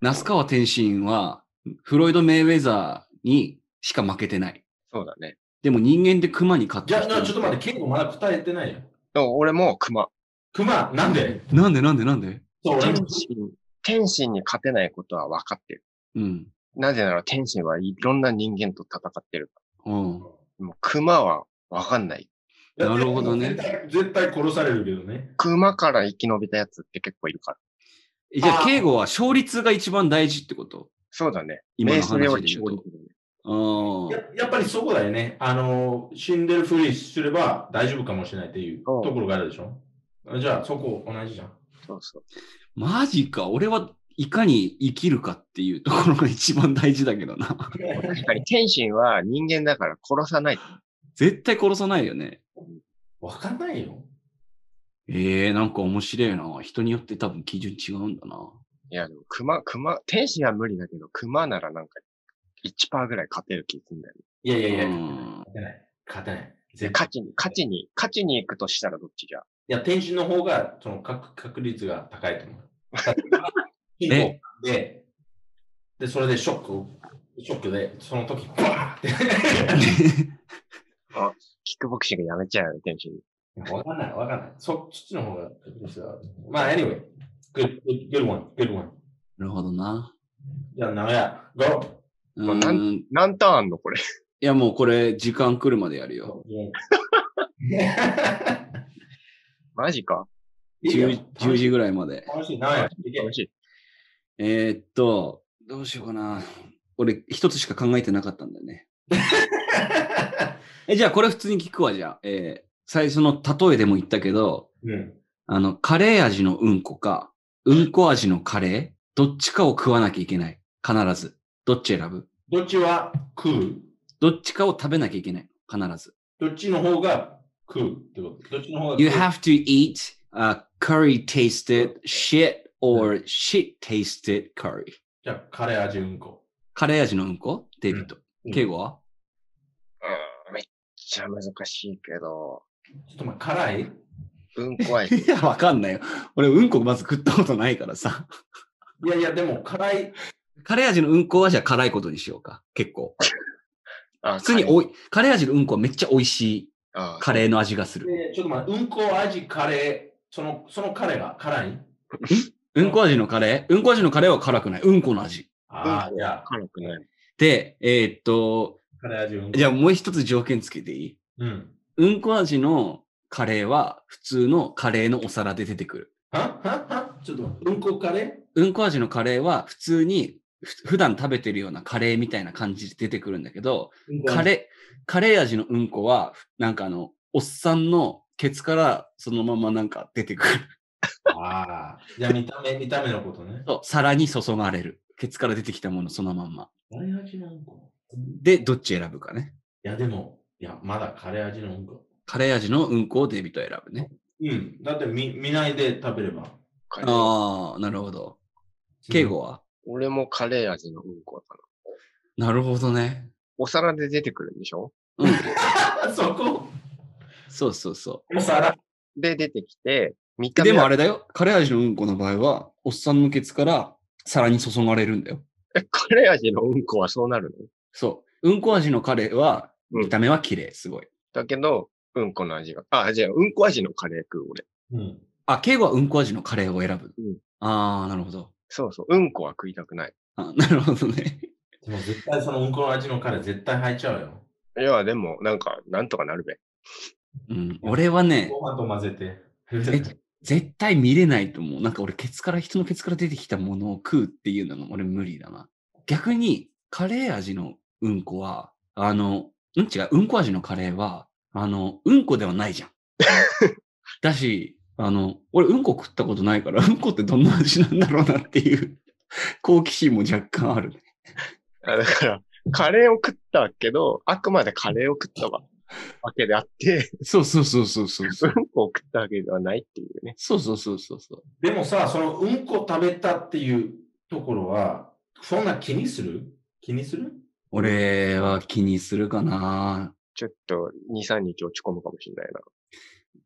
[SPEAKER 1] 那須川天心は、フロイド・メイウェザーにしか負けてない。
[SPEAKER 3] そうだね。
[SPEAKER 1] でも人間で熊に勝っ
[SPEAKER 2] じ
[SPEAKER 1] た
[SPEAKER 2] ゃあ、
[SPEAKER 1] 人
[SPEAKER 2] なちょっと待って、結構まだ答えてないよ。
[SPEAKER 3] でも俺も熊。
[SPEAKER 2] 熊、なんで
[SPEAKER 1] なんでなんでなんで
[SPEAKER 2] そう、俺
[SPEAKER 3] 天
[SPEAKER 2] も
[SPEAKER 3] 心、天心に勝てないことは分かってる。
[SPEAKER 1] うん。
[SPEAKER 3] なぜなら天心はいろんな人間と戦ってる。
[SPEAKER 1] うん。
[SPEAKER 3] もう熊は分かんない。
[SPEAKER 1] なるほどね
[SPEAKER 2] 絶対絶対殺されるけどね。
[SPEAKER 3] 熊から生き延びたやつって結構いるから。
[SPEAKER 1] えじゃあ、
[SPEAKER 2] あー
[SPEAKER 1] 敬語は勝率が一番大事ってこと
[SPEAKER 3] そうだね。
[SPEAKER 1] 今の
[SPEAKER 3] 名声よ
[SPEAKER 1] 話で
[SPEAKER 3] り
[SPEAKER 1] 言
[SPEAKER 3] 勝
[SPEAKER 1] う
[SPEAKER 3] 利するね
[SPEAKER 1] と。あ
[SPEAKER 2] や
[SPEAKER 1] あ。
[SPEAKER 2] やっぱりそこだよね。あの、死んでるふりすれば大丈夫かもしれないっていうと
[SPEAKER 3] そう
[SPEAKER 2] ころがあるでしょ。じゃあ、そこ同じじゃん。
[SPEAKER 3] そうそう。
[SPEAKER 1] マジか。俺はいかに生きるかっていうところが一番大事だけどな。
[SPEAKER 3] 確かに天心は人間だから殺さない。
[SPEAKER 1] 絶対殺さないよね。
[SPEAKER 2] わかんないよ。
[SPEAKER 1] ええー、なんか面白いな。人によって多分基準違うんだな。
[SPEAKER 3] いや、でも、熊、熊、天使は無理だけど、熊ならなんか、1%ぐらい勝てる気するんだよね。
[SPEAKER 2] いやいやいや、
[SPEAKER 1] う
[SPEAKER 2] 勝
[SPEAKER 1] ん
[SPEAKER 2] てない。勝てない。
[SPEAKER 3] で、
[SPEAKER 2] 絶対。
[SPEAKER 3] 勝ちに、勝ちに、勝ちに行くとしたらどっちじゃ
[SPEAKER 2] いや、天使の方が、その確確率が高いと思 う。
[SPEAKER 1] え
[SPEAKER 2] で、で、それでショックを、ショックで、その時、バーって。
[SPEAKER 3] キックボクシングやめちゃうよね、天使に。
[SPEAKER 2] わかんない、わかんない。そそっちの方が確率が。まあ、anyway。 Good, good, good one, good one.
[SPEAKER 1] なるほどな。
[SPEAKER 2] じゃあ、長屋、go!
[SPEAKER 1] う
[SPEAKER 3] もうな
[SPEAKER 1] ーん。い
[SPEAKER 3] 何ターンあんのこれ。
[SPEAKER 1] や、もうこれ、時間来るまでやるよ。
[SPEAKER 3] マジか。
[SPEAKER 2] いいよ
[SPEAKER 1] 10, 10時ぐらいまで。
[SPEAKER 2] 楽しい、長屋、いけ
[SPEAKER 3] 楽しい。
[SPEAKER 1] えーっと、どうしようかな。俺、一つしか考えてなかったんだよ ね。えじゃあ、これ普通に聞くわ、じゃあ。えー最初の例えでも言ったけど、
[SPEAKER 2] うん。
[SPEAKER 1] あの、カレー味のうんこか、うんこ味のカレー、どっちかを食わなきゃいけない。必ず。どっち選ぶ
[SPEAKER 2] どっちは食う
[SPEAKER 1] どっちかを食べなきゃいけない。必ず。
[SPEAKER 2] どっちの方が食うってことどっちの方が食う
[SPEAKER 1] You have to eat a curry tasted shit or shit tasted curry.
[SPEAKER 2] じゃあ、カレー味うんこ。
[SPEAKER 1] カレー味のうんこデイビッド
[SPEAKER 2] うん。
[SPEAKER 1] 敬語は
[SPEAKER 3] うんめっちゃ難しいけど、
[SPEAKER 2] ちょっとま辛い
[SPEAKER 3] うんこはい
[SPEAKER 1] いや、わかんないよ。俺、うんこまず食ったことないからさ。
[SPEAKER 2] いやいや、でも辛い。
[SPEAKER 1] カレー味のうんこはじゃあ辛いことにしようか。結構。
[SPEAKER 3] あ
[SPEAKER 1] 普通に
[SPEAKER 3] カレー
[SPEAKER 1] おい、カレー味のうんこはめっちゃ美味しい
[SPEAKER 3] あ
[SPEAKER 1] カレーの味がする。
[SPEAKER 2] でちょっと待って、うんこ味カレー、その、そのカレーが辛い
[SPEAKER 1] うんこ味のカレーうんこ味のカレーは辛くない。うんこの味。
[SPEAKER 2] ああ、じゃあ、
[SPEAKER 3] 辛くない。
[SPEAKER 1] で、えーっと、
[SPEAKER 2] カレー味うんこ。
[SPEAKER 1] じゃあもう一つ条件つけていい
[SPEAKER 2] うん。
[SPEAKER 1] うんこ味のカレーは普通のカレーのお皿で出てくる。
[SPEAKER 2] はははちょっと待って、うんこカレー
[SPEAKER 1] うんこ味のカレーは普通にふ普段食べてるようなカレーみたいな感じで出てくるんだけど、
[SPEAKER 2] うんこ味
[SPEAKER 1] カレー、カレー味のうんこは、なんかあの、おっさんのケツからそのままなんか出てくる。
[SPEAKER 2] ああ。じゃあ見た目、見た目のことね。
[SPEAKER 1] そう皿に注がれる。ケツから出てきたものそのまんま。
[SPEAKER 2] カレー味のうんこ。い
[SPEAKER 1] で、どっち選ぶかね。
[SPEAKER 2] や、でも、いや、まだカレー味のうんこ。
[SPEAKER 1] カレー味のうんこをデビット選ぶね。
[SPEAKER 2] うん。だって見見ないで食べれば。
[SPEAKER 3] カレー
[SPEAKER 1] ああ、なるほど。敬語は、
[SPEAKER 3] 俺もカレー味のうんこだな。
[SPEAKER 1] なるほどね。
[SPEAKER 3] お皿で出てくるんでしょ
[SPEAKER 1] うん。
[SPEAKER 2] あ そこ
[SPEAKER 1] そうそうそ
[SPEAKER 2] お皿。
[SPEAKER 3] で、出てきて、見
[SPEAKER 1] う。
[SPEAKER 3] た目
[SPEAKER 1] で
[SPEAKER 3] は
[SPEAKER 1] もあれだよ。カレー味のうんこの場合は、おっさんのケツから皿に注がれるんだよ。
[SPEAKER 3] えカレー味のうんこはそうなるの
[SPEAKER 1] そう。うんこ味のカレーは、
[SPEAKER 3] うん
[SPEAKER 1] 見た目は綺麗、すごい。
[SPEAKER 3] だけど、うんこの味が。あ、じゃあ、うんこ味のカレー食う、俺。
[SPEAKER 2] うん。
[SPEAKER 1] あ、敬語はうんこ味のカレーを選ぶ。
[SPEAKER 3] うん
[SPEAKER 1] ああ、なるほど。
[SPEAKER 3] そうそう、うんこは食いたくない。
[SPEAKER 1] あ なるほどね。
[SPEAKER 2] でも絶対そのうんこの味のカレー絶対入っちゃうよ。
[SPEAKER 3] いや、でも、なんか、なんとかなるべ。
[SPEAKER 1] うん、俺はね、
[SPEAKER 2] ご飯と混ぜて。
[SPEAKER 1] 絶対見れないと思う。なんか俺、ケツから、人のケツから出てきたものを食うっていうのが俺無理だな。逆に、カレー味のうんこは、あの、うん違う、うんこ味のカレーは、あの、うんこでは ないじゃん。だし、あの、俺、うんこ食ったことないから、うんこってどんな味なんだろうなっていう、好奇心も若干ある。
[SPEAKER 3] あだから、カレーを食ったけど、あくまでカレーを食っ たわわけであって、
[SPEAKER 1] そうそうそうそうそう
[SPEAKER 3] う
[SPEAKER 1] そう。
[SPEAKER 3] んこを食ったわけではないっていうね。
[SPEAKER 1] そうそうそうそうそう。
[SPEAKER 2] でもさ、そのうんこ食べたっていうところは、そんな気にする気にする
[SPEAKER 1] 俺は気にするかな。
[SPEAKER 3] ちょっと、2、3日落ち込むかもしれないな。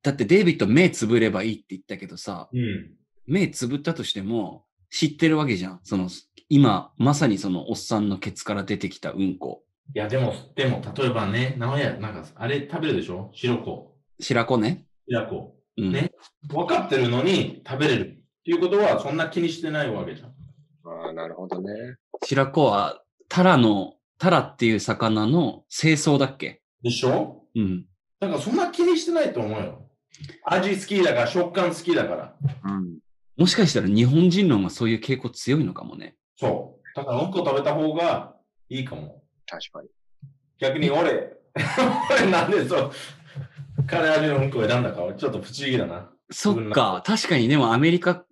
[SPEAKER 1] だってデイビッド目つぶればいいって言ったけどさ、
[SPEAKER 2] うん。
[SPEAKER 1] 目つぶったとしても知ってるわけじゃん。その、今、まさにそのおっさんのケツから出てきたうんこ。
[SPEAKER 2] いや、でも、でも、例えばね、名古屋、なんか、あれ食べるでしょ白子。
[SPEAKER 1] 白子ね。
[SPEAKER 2] 白子。
[SPEAKER 1] うん。
[SPEAKER 2] ね分かってるのに食べれる。っていうことは、そんな気にしてないわけじゃん。
[SPEAKER 3] ああ、なるほどね。
[SPEAKER 1] 白子は、タラの、タラっていう魚の清掃だっけ
[SPEAKER 2] でしょ
[SPEAKER 1] うん。
[SPEAKER 2] だから、そんな気にしてないと思うよ。味好きだから、食感好きだから。
[SPEAKER 3] うん。
[SPEAKER 1] もしかしたら日本人の方がそういう傾向強いのかもね。
[SPEAKER 2] そう。だから、うんこ食べた方がいいかも。
[SPEAKER 3] 確かに。
[SPEAKER 2] 逆に俺、 俺なんでそう、カレー味のうんこを選んだかはちょっと不思議だな。
[SPEAKER 1] そっか。確かにでもアメリカ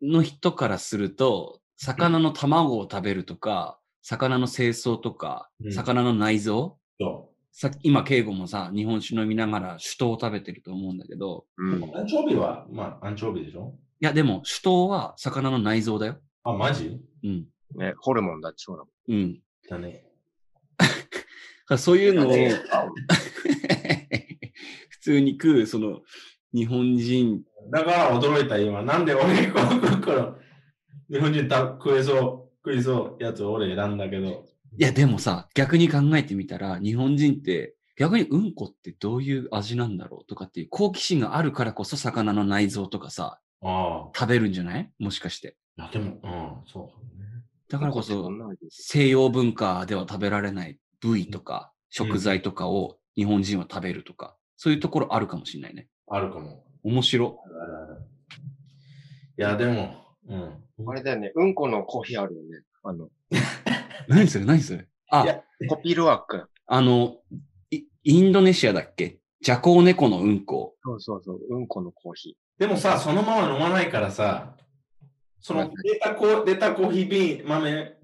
[SPEAKER 1] の人からすると、魚の卵を食べるとか、魚の清掃とか
[SPEAKER 2] う、ん
[SPEAKER 1] 魚の内臓、
[SPEAKER 2] そ
[SPEAKER 1] さっき今、敬語もさ、日本酒飲みながら酒盗を食べてると思うんだけど、
[SPEAKER 2] う。
[SPEAKER 3] うん。
[SPEAKER 2] アンチョビは、まあ、アンチョビでしょ
[SPEAKER 1] いや、でも、酒盗は魚の内臓だよ。
[SPEAKER 2] あ、マジ
[SPEAKER 1] うん。
[SPEAKER 3] ね、ホルモンだってそうだもん。
[SPEAKER 1] うん。だ
[SPEAKER 2] だね。
[SPEAKER 1] からそういうのを、
[SPEAKER 3] ね
[SPEAKER 1] 普通に食う、その、日本人、
[SPEAKER 2] だから驚いた今。なんで俺、この頃、日本人た食えそう、食いそうやつを俺選んだけど。
[SPEAKER 1] いや、でもさ、逆に考えてみたら、日本人って、逆にうんこってどういう味なんだろうとかっていう好奇心があるからこそ魚の内臓とかさ、
[SPEAKER 2] あ
[SPEAKER 1] 食べるんじゃないもしかして。
[SPEAKER 2] あ。いや、でも、うん、そうね。
[SPEAKER 1] だからこそ
[SPEAKER 3] そん、なのです
[SPEAKER 1] 西洋文化では食べられない部位とか食材とかを日本人は食べるとか、そういうところあるかもしれないね。
[SPEAKER 2] あるかも。
[SPEAKER 1] 面白。
[SPEAKER 2] あるある。いや、でも、うん。
[SPEAKER 3] あれだよね、うんこのコーヒーあるよね。あの、
[SPEAKER 1] 何それ何それ
[SPEAKER 2] いや
[SPEAKER 1] あ、
[SPEAKER 3] コピルワークだ。
[SPEAKER 1] あの、イインドネシアだっけジャコウネコのうんこ。
[SPEAKER 3] そうそうそう、うんこのコーヒ
[SPEAKER 2] でもさ、そのまま飲まないからさ、その出たコ出たコーヒー瓶豆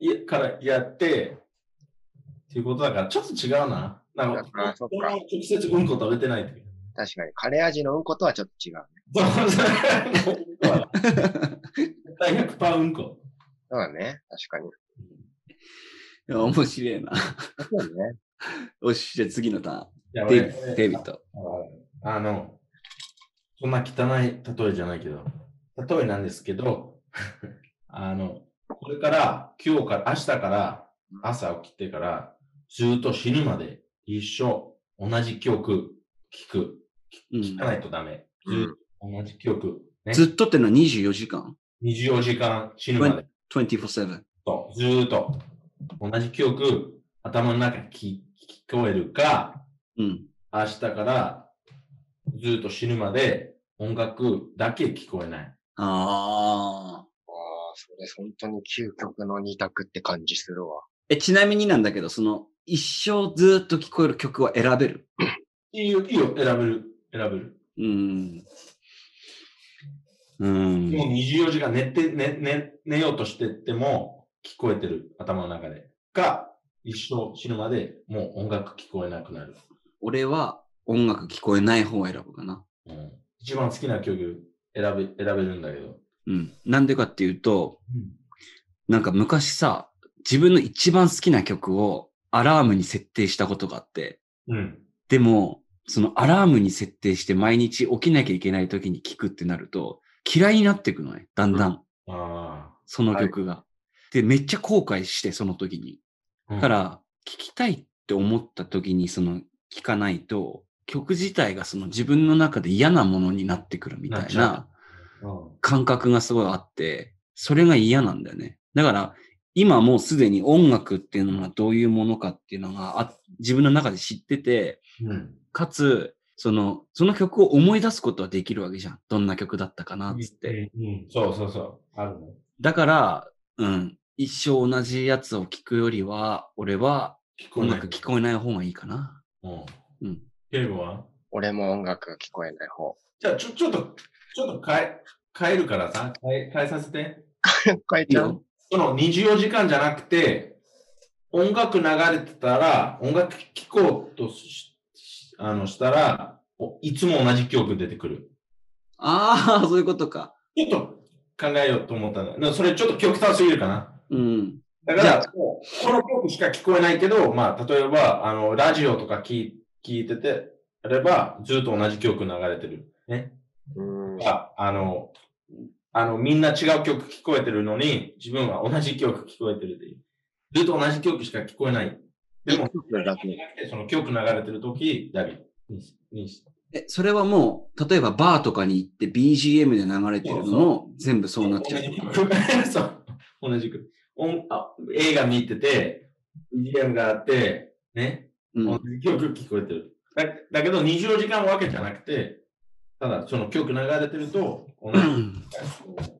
[SPEAKER 2] いからやって、っていうことだから、ちょっと違うな。なん
[SPEAKER 3] だから
[SPEAKER 2] か、
[SPEAKER 3] そっか
[SPEAKER 2] 人の直接うんこ食べてないっていう。
[SPEAKER 3] ー。確かに、カレー味のうんことはちょっと違うね。
[SPEAKER 2] そうそう。絶対100%うんこ。
[SPEAKER 3] そうだね、確かに。
[SPEAKER 1] いや面白いな。
[SPEAKER 3] そうね。
[SPEAKER 1] よし、じゃあ次のター
[SPEAKER 2] や
[SPEAKER 1] ン。
[SPEAKER 2] ばい
[SPEAKER 1] デイビッドデイビッド。
[SPEAKER 2] あの、そんな汚い例えじゃないけど、例えなんですけど、 あの、これから、今日から、明日から、朝起きてから、ずっと死ぬまで、一生、同じ記憶、聞く。
[SPEAKER 1] うん
[SPEAKER 2] 聞かないとダメ。
[SPEAKER 3] うん
[SPEAKER 2] ずっと同じ記憶。ね、
[SPEAKER 1] ずっとってのは24時間
[SPEAKER 2] 24時間死ぬまで。
[SPEAKER 1] ?24-7。
[SPEAKER 2] とずーっと同じ記憶、頭の中に聞聞こえるか、
[SPEAKER 1] うん。
[SPEAKER 2] 明日からずーっと死ぬまで音楽だけ聞こえない。
[SPEAKER 1] ああ。
[SPEAKER 3] ああ、それ本当に究極の二択って感じするわ。
[SPEAKER 1] え、ちなみになんだけど、その、一生ずっと聞こえる曲は選べる
[SPEAKER 2] いいよ、いいよ、選べる、選べる。
[SPEAKER 1] うーん。うーん。
[SPEAKER 2] もう24時間寝て、寝、寝、寝ようとしてても聞こえてる、頭の中で。か、一生死ぬまでもう音楽聞こえなくなる。
[SPEAKER 1] 俺は音楽聞こえない方を選ぶかな。
[SPEAKER 2] うん、一番好きな曲選べ、選べるんだけど。
[SPEAKER 1] うん。なんでかっていうと、なんか昔さ、自分の一番好きな曲をアラームに設定したことがあって、
[SPEAKER 2] うん。
[SPEAKER 1] でも、そのアラームに設定して毎日起きなきゃいけない時に聞くってなると、嫌いになっていくのね。だんだん、
[SPEAKER 2] あ
[SPEAKER 1] その曲が。で、めっちゃ後悔して、その時に。
[SPEAKER 2] あ。
[SPEAKER 1] だから、聞きたいって思った時に、その、聞かないと、曲自体がその自分の中で嫌なものになってくるみた
[SPEAKER 2] なっ
[SPEAKER 1] い
[SPEAKER 2] ちゃ
[SPEAKER 1] な
[SPEAKER 2] ううん、
[SPEAKER 1] 感覚がすごいあって、それが嫌なんだよね。だから、今もうすでに音楽っていうのはどういうものかっていうのがあ自分の中で知ってて、
[SPEAKER 2] うん。
[SPEAKER 1] かつ、その、その曲を思い出すことはできるわけじゃん。どんな曲だったかなっつって。
[SPEAKER 2] うんうんそうそうそう。あるね。
[SPEAKER 1] だから、うん。一生同じやつを聴くよりは、俺は
[SPEAKER 2] 聞こえ
[SPEAKER 1] 音
[SPEAKER 2] ない。
[SPEAKER 1] 楽聞こえない方がいいかな。
[SPEAKER 2] う
[SPEAKER 1] うんん。
[SPEAKER 2] ケイブは
[SPEAKER 3] 俺も音楽が聞こえない方。
[SPEAKER 2] じゃあ、ちょ、ちょっと、ちょっと変え、変えるからさ、変え、変えさせて。
[SPEAKER 3] 変え
[SPEAKER 1] いい
[SPEAKER 3] ちゃう
[SPEAKER 1] よ。
[SPEAKER 2] その24時間じゃなくて、音楽流れてたら、音楽聴こうとし、しあの、したら、おいつも同じ曲出てくる。
[SPEAKER 1] ああ、 そういうことか。
[SPEAKER 2] ちょっと考えようと思ったんだ。でもそれちょっと極端すぎるかな。
[SPEAKER 1] うん。
[SPEAKER 2] だから
[SPEAKER 1] じゃ、
[SPEAKER 2] もうこの曲しか聞こえないけど、まあ、例えば、あの、ラジオとか聞い聞いてて、あれば、ずっと同じ曲流れてる。ね。
[SPEAKER 3] うん。
[SPEAKER 2] ああの、あの、みんな違う曲聞こえてるのに、自分は同じ曲聞こえてるでいい。ずっと同じ曲しか聞こえない。でも、その曲流れてる時だけにしにし
[SPEAKER 1] え、それはもう、例えばバーとかに行って BGM で流れてるのも全部そうなっちゃう
[SPEAKER 2] 同。じ曲 そう。同じく。音あ映画見てて、BGM があって、ね。
[SPEAKER 1] うん
[SPEAKER 2] 同じ曲聞こえてる。だだけど24時間わけじゃなくて、ただその曲流れてると同じ。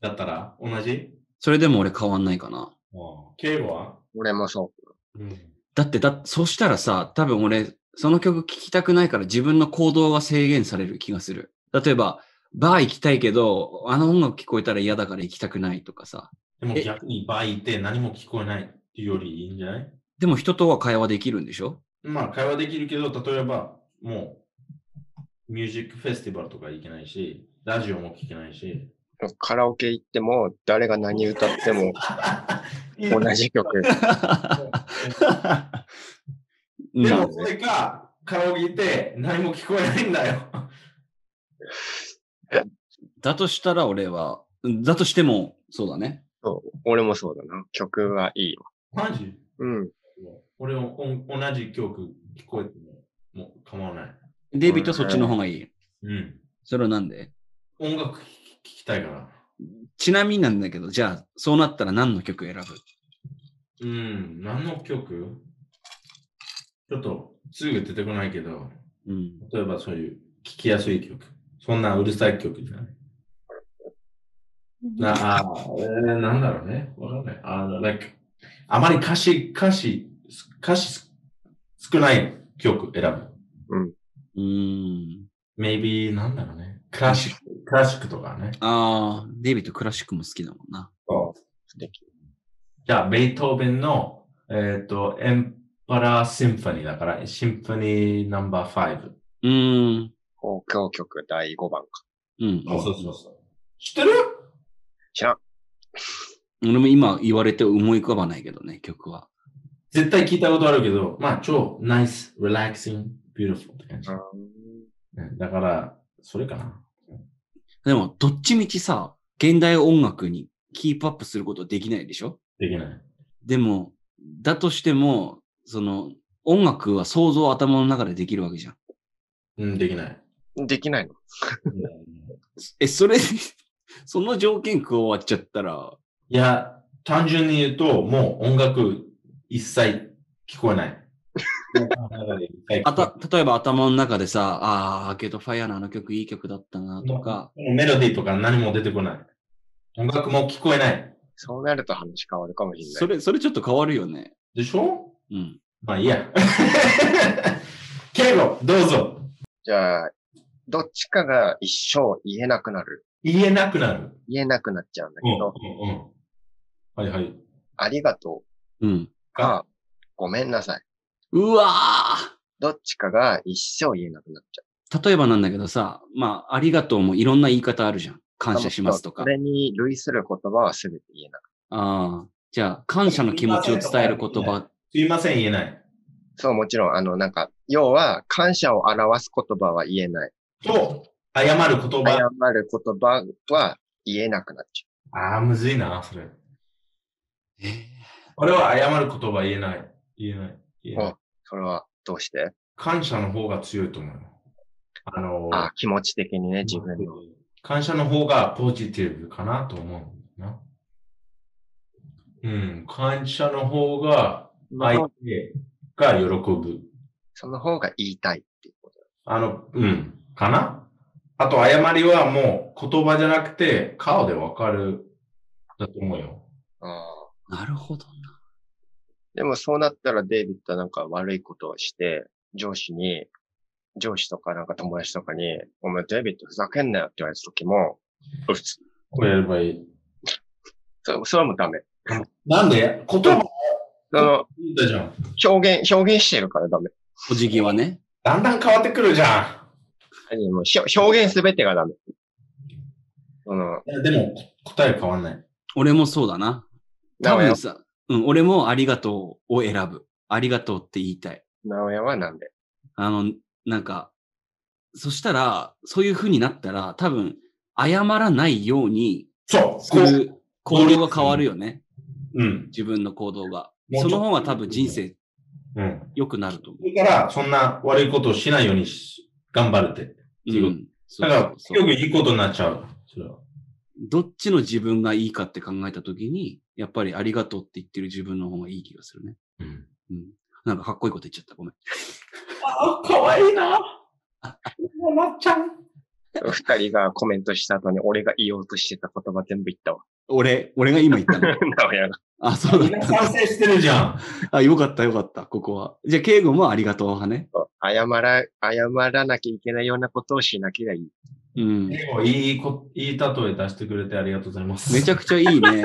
[SPEAKER 2] だったら同じ
[SPEAKER 1] それでも俺変わんないかな。
[SPEAKER 2] 敬語は、
[SPEAKER 3] 俺もそ
[SPEAKER 2] うん、
[SPEAKER 1] だって、だ、そうしたらさ、多分俺、その曲聴きたくないから自分の行動が制限される気がする。例えば、バー行きたいけど、あの音楽聞こえたら嫌だから行きたくないとかさ。
[SPEAKER 2] でも
[SPEAKER 1] え
[SPEAKER 2] 逆に場合いて何も聞こえないっていうよりいいんじゃない
[SPEAKER 1] でも人とは会話できるんでし ょ
[SPEAKER 2] まあ会話できるけど、例えばもうミュージックフェスティバルとか行けないし、ラジオも聞けないし。
[SPEAKER 3] う。カラオケ行っても、誰が何歌って も 同じ曲。
[SPEAKER 2] で
[SPEAKER 1] な
[SPEAKER 2] も
[SPEAKER 1] る
[SPEAKER 2] そ
[SPEAKER 1] ね
[SPEAKER 2] れか、カラオケ行って何も聞こえないんだよ。
[SPEAKER 1] だとしたら俺は、うんだとしても、そうだね。
[SPEAKER 3] そう。俺もそうだな。曲はいいよ。
[SPEAKER 2] マジ
[SPEAKER 3] うん。
[SPEAKER 2] 俺もお同じ曲聞こえてももう構わない。
[SPEAKER 1] デイビッドはそっちの方がいい。
[SPEAKER 2] うん。
[SPEAKER 1] それはなんで
[SPEAKER 2] 音楽聞きたいかな。
[SPEAKER 1] ちなみになんだけど、じゃあ、そうなったら何の曲選ぶ
[SPEAKER 2] うん、何の曲ちょっと、すぐ出てこないけど、
[SPEAKER 1] うん。
[SPEAKER 2] 例えばそういう、聞きやすい曲。そんなうるさい曲じゃない。なあー、えー、なんだろうね。わかんない。あー、なんか、あまり歌詞、歌詞、歌詞少ない曲選
[SPEAKER 1] う
[SPEAKER 2] ぶ。
[SPEAKER 1] ーん。
[SPEAKER 2] maybe なんだろうね。クラシック、クラシックとかね。
[SPEAKER 1] ああ、デイビッドクラシックも好きだもんな。
[SPEAKER 3] 素敵。
[SPEAKER 2] じゃあ、ベートーベンの、えっ、と、エンパラーシンフォニーだから、シンフォニーナンバー5。
[SPEAKER 1] うーん。
[SPEAKER 3] 交響曲第5番か。
[SPEAKER 1] うん。
[SPEAKER 2] そうそうそう。知ってる
[SPEAKER 3] 知らん。
[SPEAKER 1] 俺も今言われて思い浮かばないけどね、曲は。
[SPEAKER 2] 絶対聞いたことあるけど、まあ、超ナイス、リラクシング、ビューティフルって感じ。ねだから、それかな。
[SPEAKER 1] でも、どっちみちさ、現代音楽にキープアップすることできないでしょ
[SPEAKER 2] できない。
[SPEAKER 1] でも、だとしても、その、音楽は想像を頭の中でできるわけじゃん。
[SPEAKER 2] うん、できない。
[SPEAKER 3] できないの
[SPEAKER 1] え、それ、 その条件加わっちゃったら、
[SPEAKER 2] いや、単純に言うと、もう音楽一切聞こえ ない。
[SPEAKER 1] あた、例えば頭の中でさ、ああ、アーケードファイアのあの曲いい曲だったなとか、
[SPEAKER 2] メロディーとか何も出てこない。音楽も聞こえない。
[SPEAKER 3] そうなると話変わるかもしれない。
[SPEAKER 1] それ、それちょっと変わるよね。
[SPEAKER 2] でしょ
[SPEAKER 1] うん。
[SPEAKER 2] まあいいや。 ケイゴ、どうぞ。
[SPEAKER 3] じゃあ、どっちかが一生言えなくなる。
[SPEAKER 2] 言えなくなる。
[SPEAKER 3] 言えなくなっちゃうんだけ
[SPEAKER 2] うん、うん
[SPEAKER 3] ど、、
[SPEAKER 2] うん。はいはい。
[SPEAKER 3] ありがと
[SPEAKER 1] うん。
[SPEAKER 3] うか、ごめんなさい。
[SPEAKER 1] うわあ
[SPEAKER 3] どっちかが一生言えなくなっちゃう。
[SPEAKER 1] 例えばなんだけどさ、まあ、ありがとうもいろんな言い方あるじゃん。感謝しますとか
[SPEAKER 3] そ。れに類する言葉は全て言えなくなる。
[SPEAKER 1] ああ。じゃあ、感謝の気持ちを伝える言葉。
[SPEAKER 2] すいません、言えない。
[SPEAKER 3] そう、もちろん、あの、なんか、要は、感謝を表す言葉は言えない。
[SPEAKER 2] と、謝る言
[SPEAKER 3] 謝
[SPEAKER 2] 葉。
[SPEAKER 3] る言葉は言えなくなっちゃ
[SPEAKER 2] ああ、むずいな、それ。
[SPEAKER 1] えー
[SPEAKER 2] 俺は謝る言葉言えない。言えない。言えない。
[SPEAKER 3] う。それは、どうして
[SPEAKER 2] 感謝の方が強いと思う。あのー
[SPEAKER 3] あ、気持ち的にね、自分の。
[SPEAKER 2] 感謝の方がポジティブかなと思うな。うん、感謝の方が相手が喜ぶ。
[SPEAKER 3] その方が言いたいっていうこと。
[SPEAKER 2] あの、うん、かなあと、謝りはもう言葉じゃなくて顔でわかるだと思うよ。
[SPEAKER 3] あー
[SPEAKER 1] なるほど
[SPEAKER 3] でも、そうなったら、デイビッドはなんか悪いことをして、上司に、上司とかなんか友達とかに、お前デイビッドふざけんなよって言われた時も、うつ。
[SPEAKER 2] これやればいい。
[SPEAKER 3] そそれはもうダメ。
[SPEAKER 2] なんで言葉
[SPEAKER 3] その、
[SPEAKER 2] 言ったじゃん。
[SPEAKER 3] 表現、表現してるからダメ。
[SPEAKER 1] お辞儀はね。
[SPEAKER 2] だんだん変わってくるじゃ
[SPEAKER 3] 何もうしょ表現すべてがダメ。その、
[SPEAKER 2] ん。いやでも、答え変わんない。
[SPEAKER 1] 俺もそうだな。
[SPEAKER 3] 名
[SPEAKER 1] 多
[SPEAKER 3] 古屋
[SPEAKER 1] 分さ、うん、俺もありがとうを選ぶ。ありがとうって言いたい。
[SPEAKER 3] 直屋はなんで
[SPEAKER 1] あの、なんか、そしたら、そういう風になったら、多分、謝らないように
[SPEAKER 2] そう、
[SPEAKER 1] す
[SPEAKER 2] こう、
[SPEAKER 1] る行動が変わるよね。
[SPEAKER 2] うん。
[SPEAKER 1] 自分の行動が。
[SPEAKER 2] もうち
[SPEAKER 1] そ
[SPEAKER 2] ょっと
[SPEAKER 1] の方が多分人生
[SPEAKER 2] うん。
[SPEAKER 1] 良くなると思
[SPEAKER 2] それから、そんな悪いことをしないようにし頑張るって。
[SPEAKER 1] う。
[SPEAKER 2] そう
[SPEAKER 1] うん。そ
[SPEAKER 2] だ
[SPEAKER 1] う
[SPEAKER 2] か
[SPEAKER 1] そう
[SPEAKER 2] ら、結
[SPEAKER 1] そう
[SPEAKER 2] 局いいことになっちゃう。それは
[SPEAKER 1] どっちの自分がいいかって考えたときに、やっぱりありがとうって言ってる自分の方がいい気がするね。
[SPEAKER 2] うん。
[SPEAKER 1] うん。なんかかっこいいこと言っちゃった。ごめん。
[SPEAKER 2] あ、かわいいな。まっちゃん。
[SPEAKER 3] 二人がコメントした後に俺が言おうとしてた言葉全部言ったわ。
[SPEAKER 1] 俺、俺が今言ったの。
[SPEAKER 3] 直屋が。
[SPEAKER 1] あ、そうだ
[SPEAKER 2] みん
[SPEAKER 1] っ
[SPEAKER 2] な
[SPEAKER 1] た。
[SPEAKER 2] 賛成してるじゃん。
[SPEAKER 1] あ、よかったよかった。ここは。じゃあ、敬語もありがとう派ね。
[SPEAKER 3] 謝ら、謝らなきゃいけないようなことをしなきゃいい。
[SPEAKER 1] うん。
[SPEAKER 2] でもいいこ、いい例え出してくれてありがとうございます。
[SPEAKER 1] めちゃくちゃいい ね。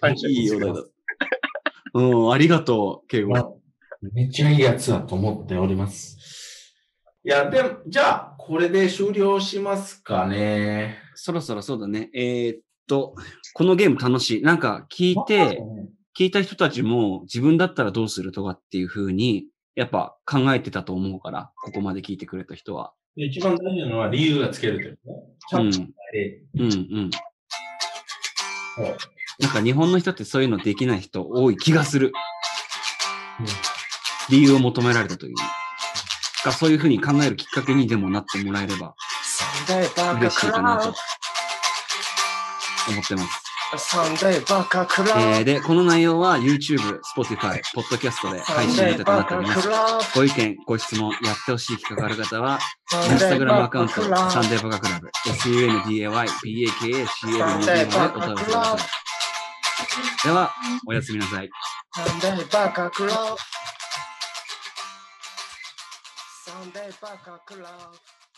[SPEAKER 3] 感謝
[SPEAKER 1] いいよ、だだ。うん、ありがとう、敬語。
[SPEAKER 2] めっちゃいいやつだと思っております。いや、でも、じゃあ、これで終了しますかね。
[SPEAKER 1] そろそろそうだね。えーっと、このゲーム楽しい。なんか聞いて、聞いた人たちも自分だったらどうするとかっていう風に、やっぱ考えてたと思うから、ここまで聞いてくれた人は。
[SPEAKER 2] 一番大事なのは理由がつけるってこと
[SPEAKER 1] う
[SPEAKER 2] ね。
[SPEAKER 1] ん、う
[SPEAKER 2] ちゃんと
[SPEAKER 1] ん、うん。
[SPEAKER 2] はい
[SPEAKER 1] なんか日本の人ってそういうのできない人多い気がする。理由を求められた時に。がそういう風に考えるきっかけにでもなってもらえれば
[SPEAKER 4] サンデーバカ
[SPEAKER 1] 嬉しい
[SPEAKER 4] ク
[SPEAKER 1] かな
[SPEAKER 4] ラ
[SPEAKER 1] と
[SPEAKER 4] ウ
[SPEAKER 1] 思ってます。
[SPEAKER 4] ドサンデーバカクラウ
[SPEAKER 1] えーで、この内容は YouTube、Spotify、Podcast で
[SPEAKER 4] ド
[SPEAKER 1] 配信予定となっております。
[SPEAKER 4] ラウ
[SPEAKER 1] ご意見、ご質問、やってほしい企画がある方は、
[SPEAKER 4] ド
[SPEAKER 1] インスタグラムアカウント、サン
[SPEAKER 4] デ
[SPEAKER 1] デーバカクラブ、sundaybacacucl のメールまでお問い合わせください。では、おやすみなさい。
[SPEAKER 4] ーバカクラウドサンデーバカクラウド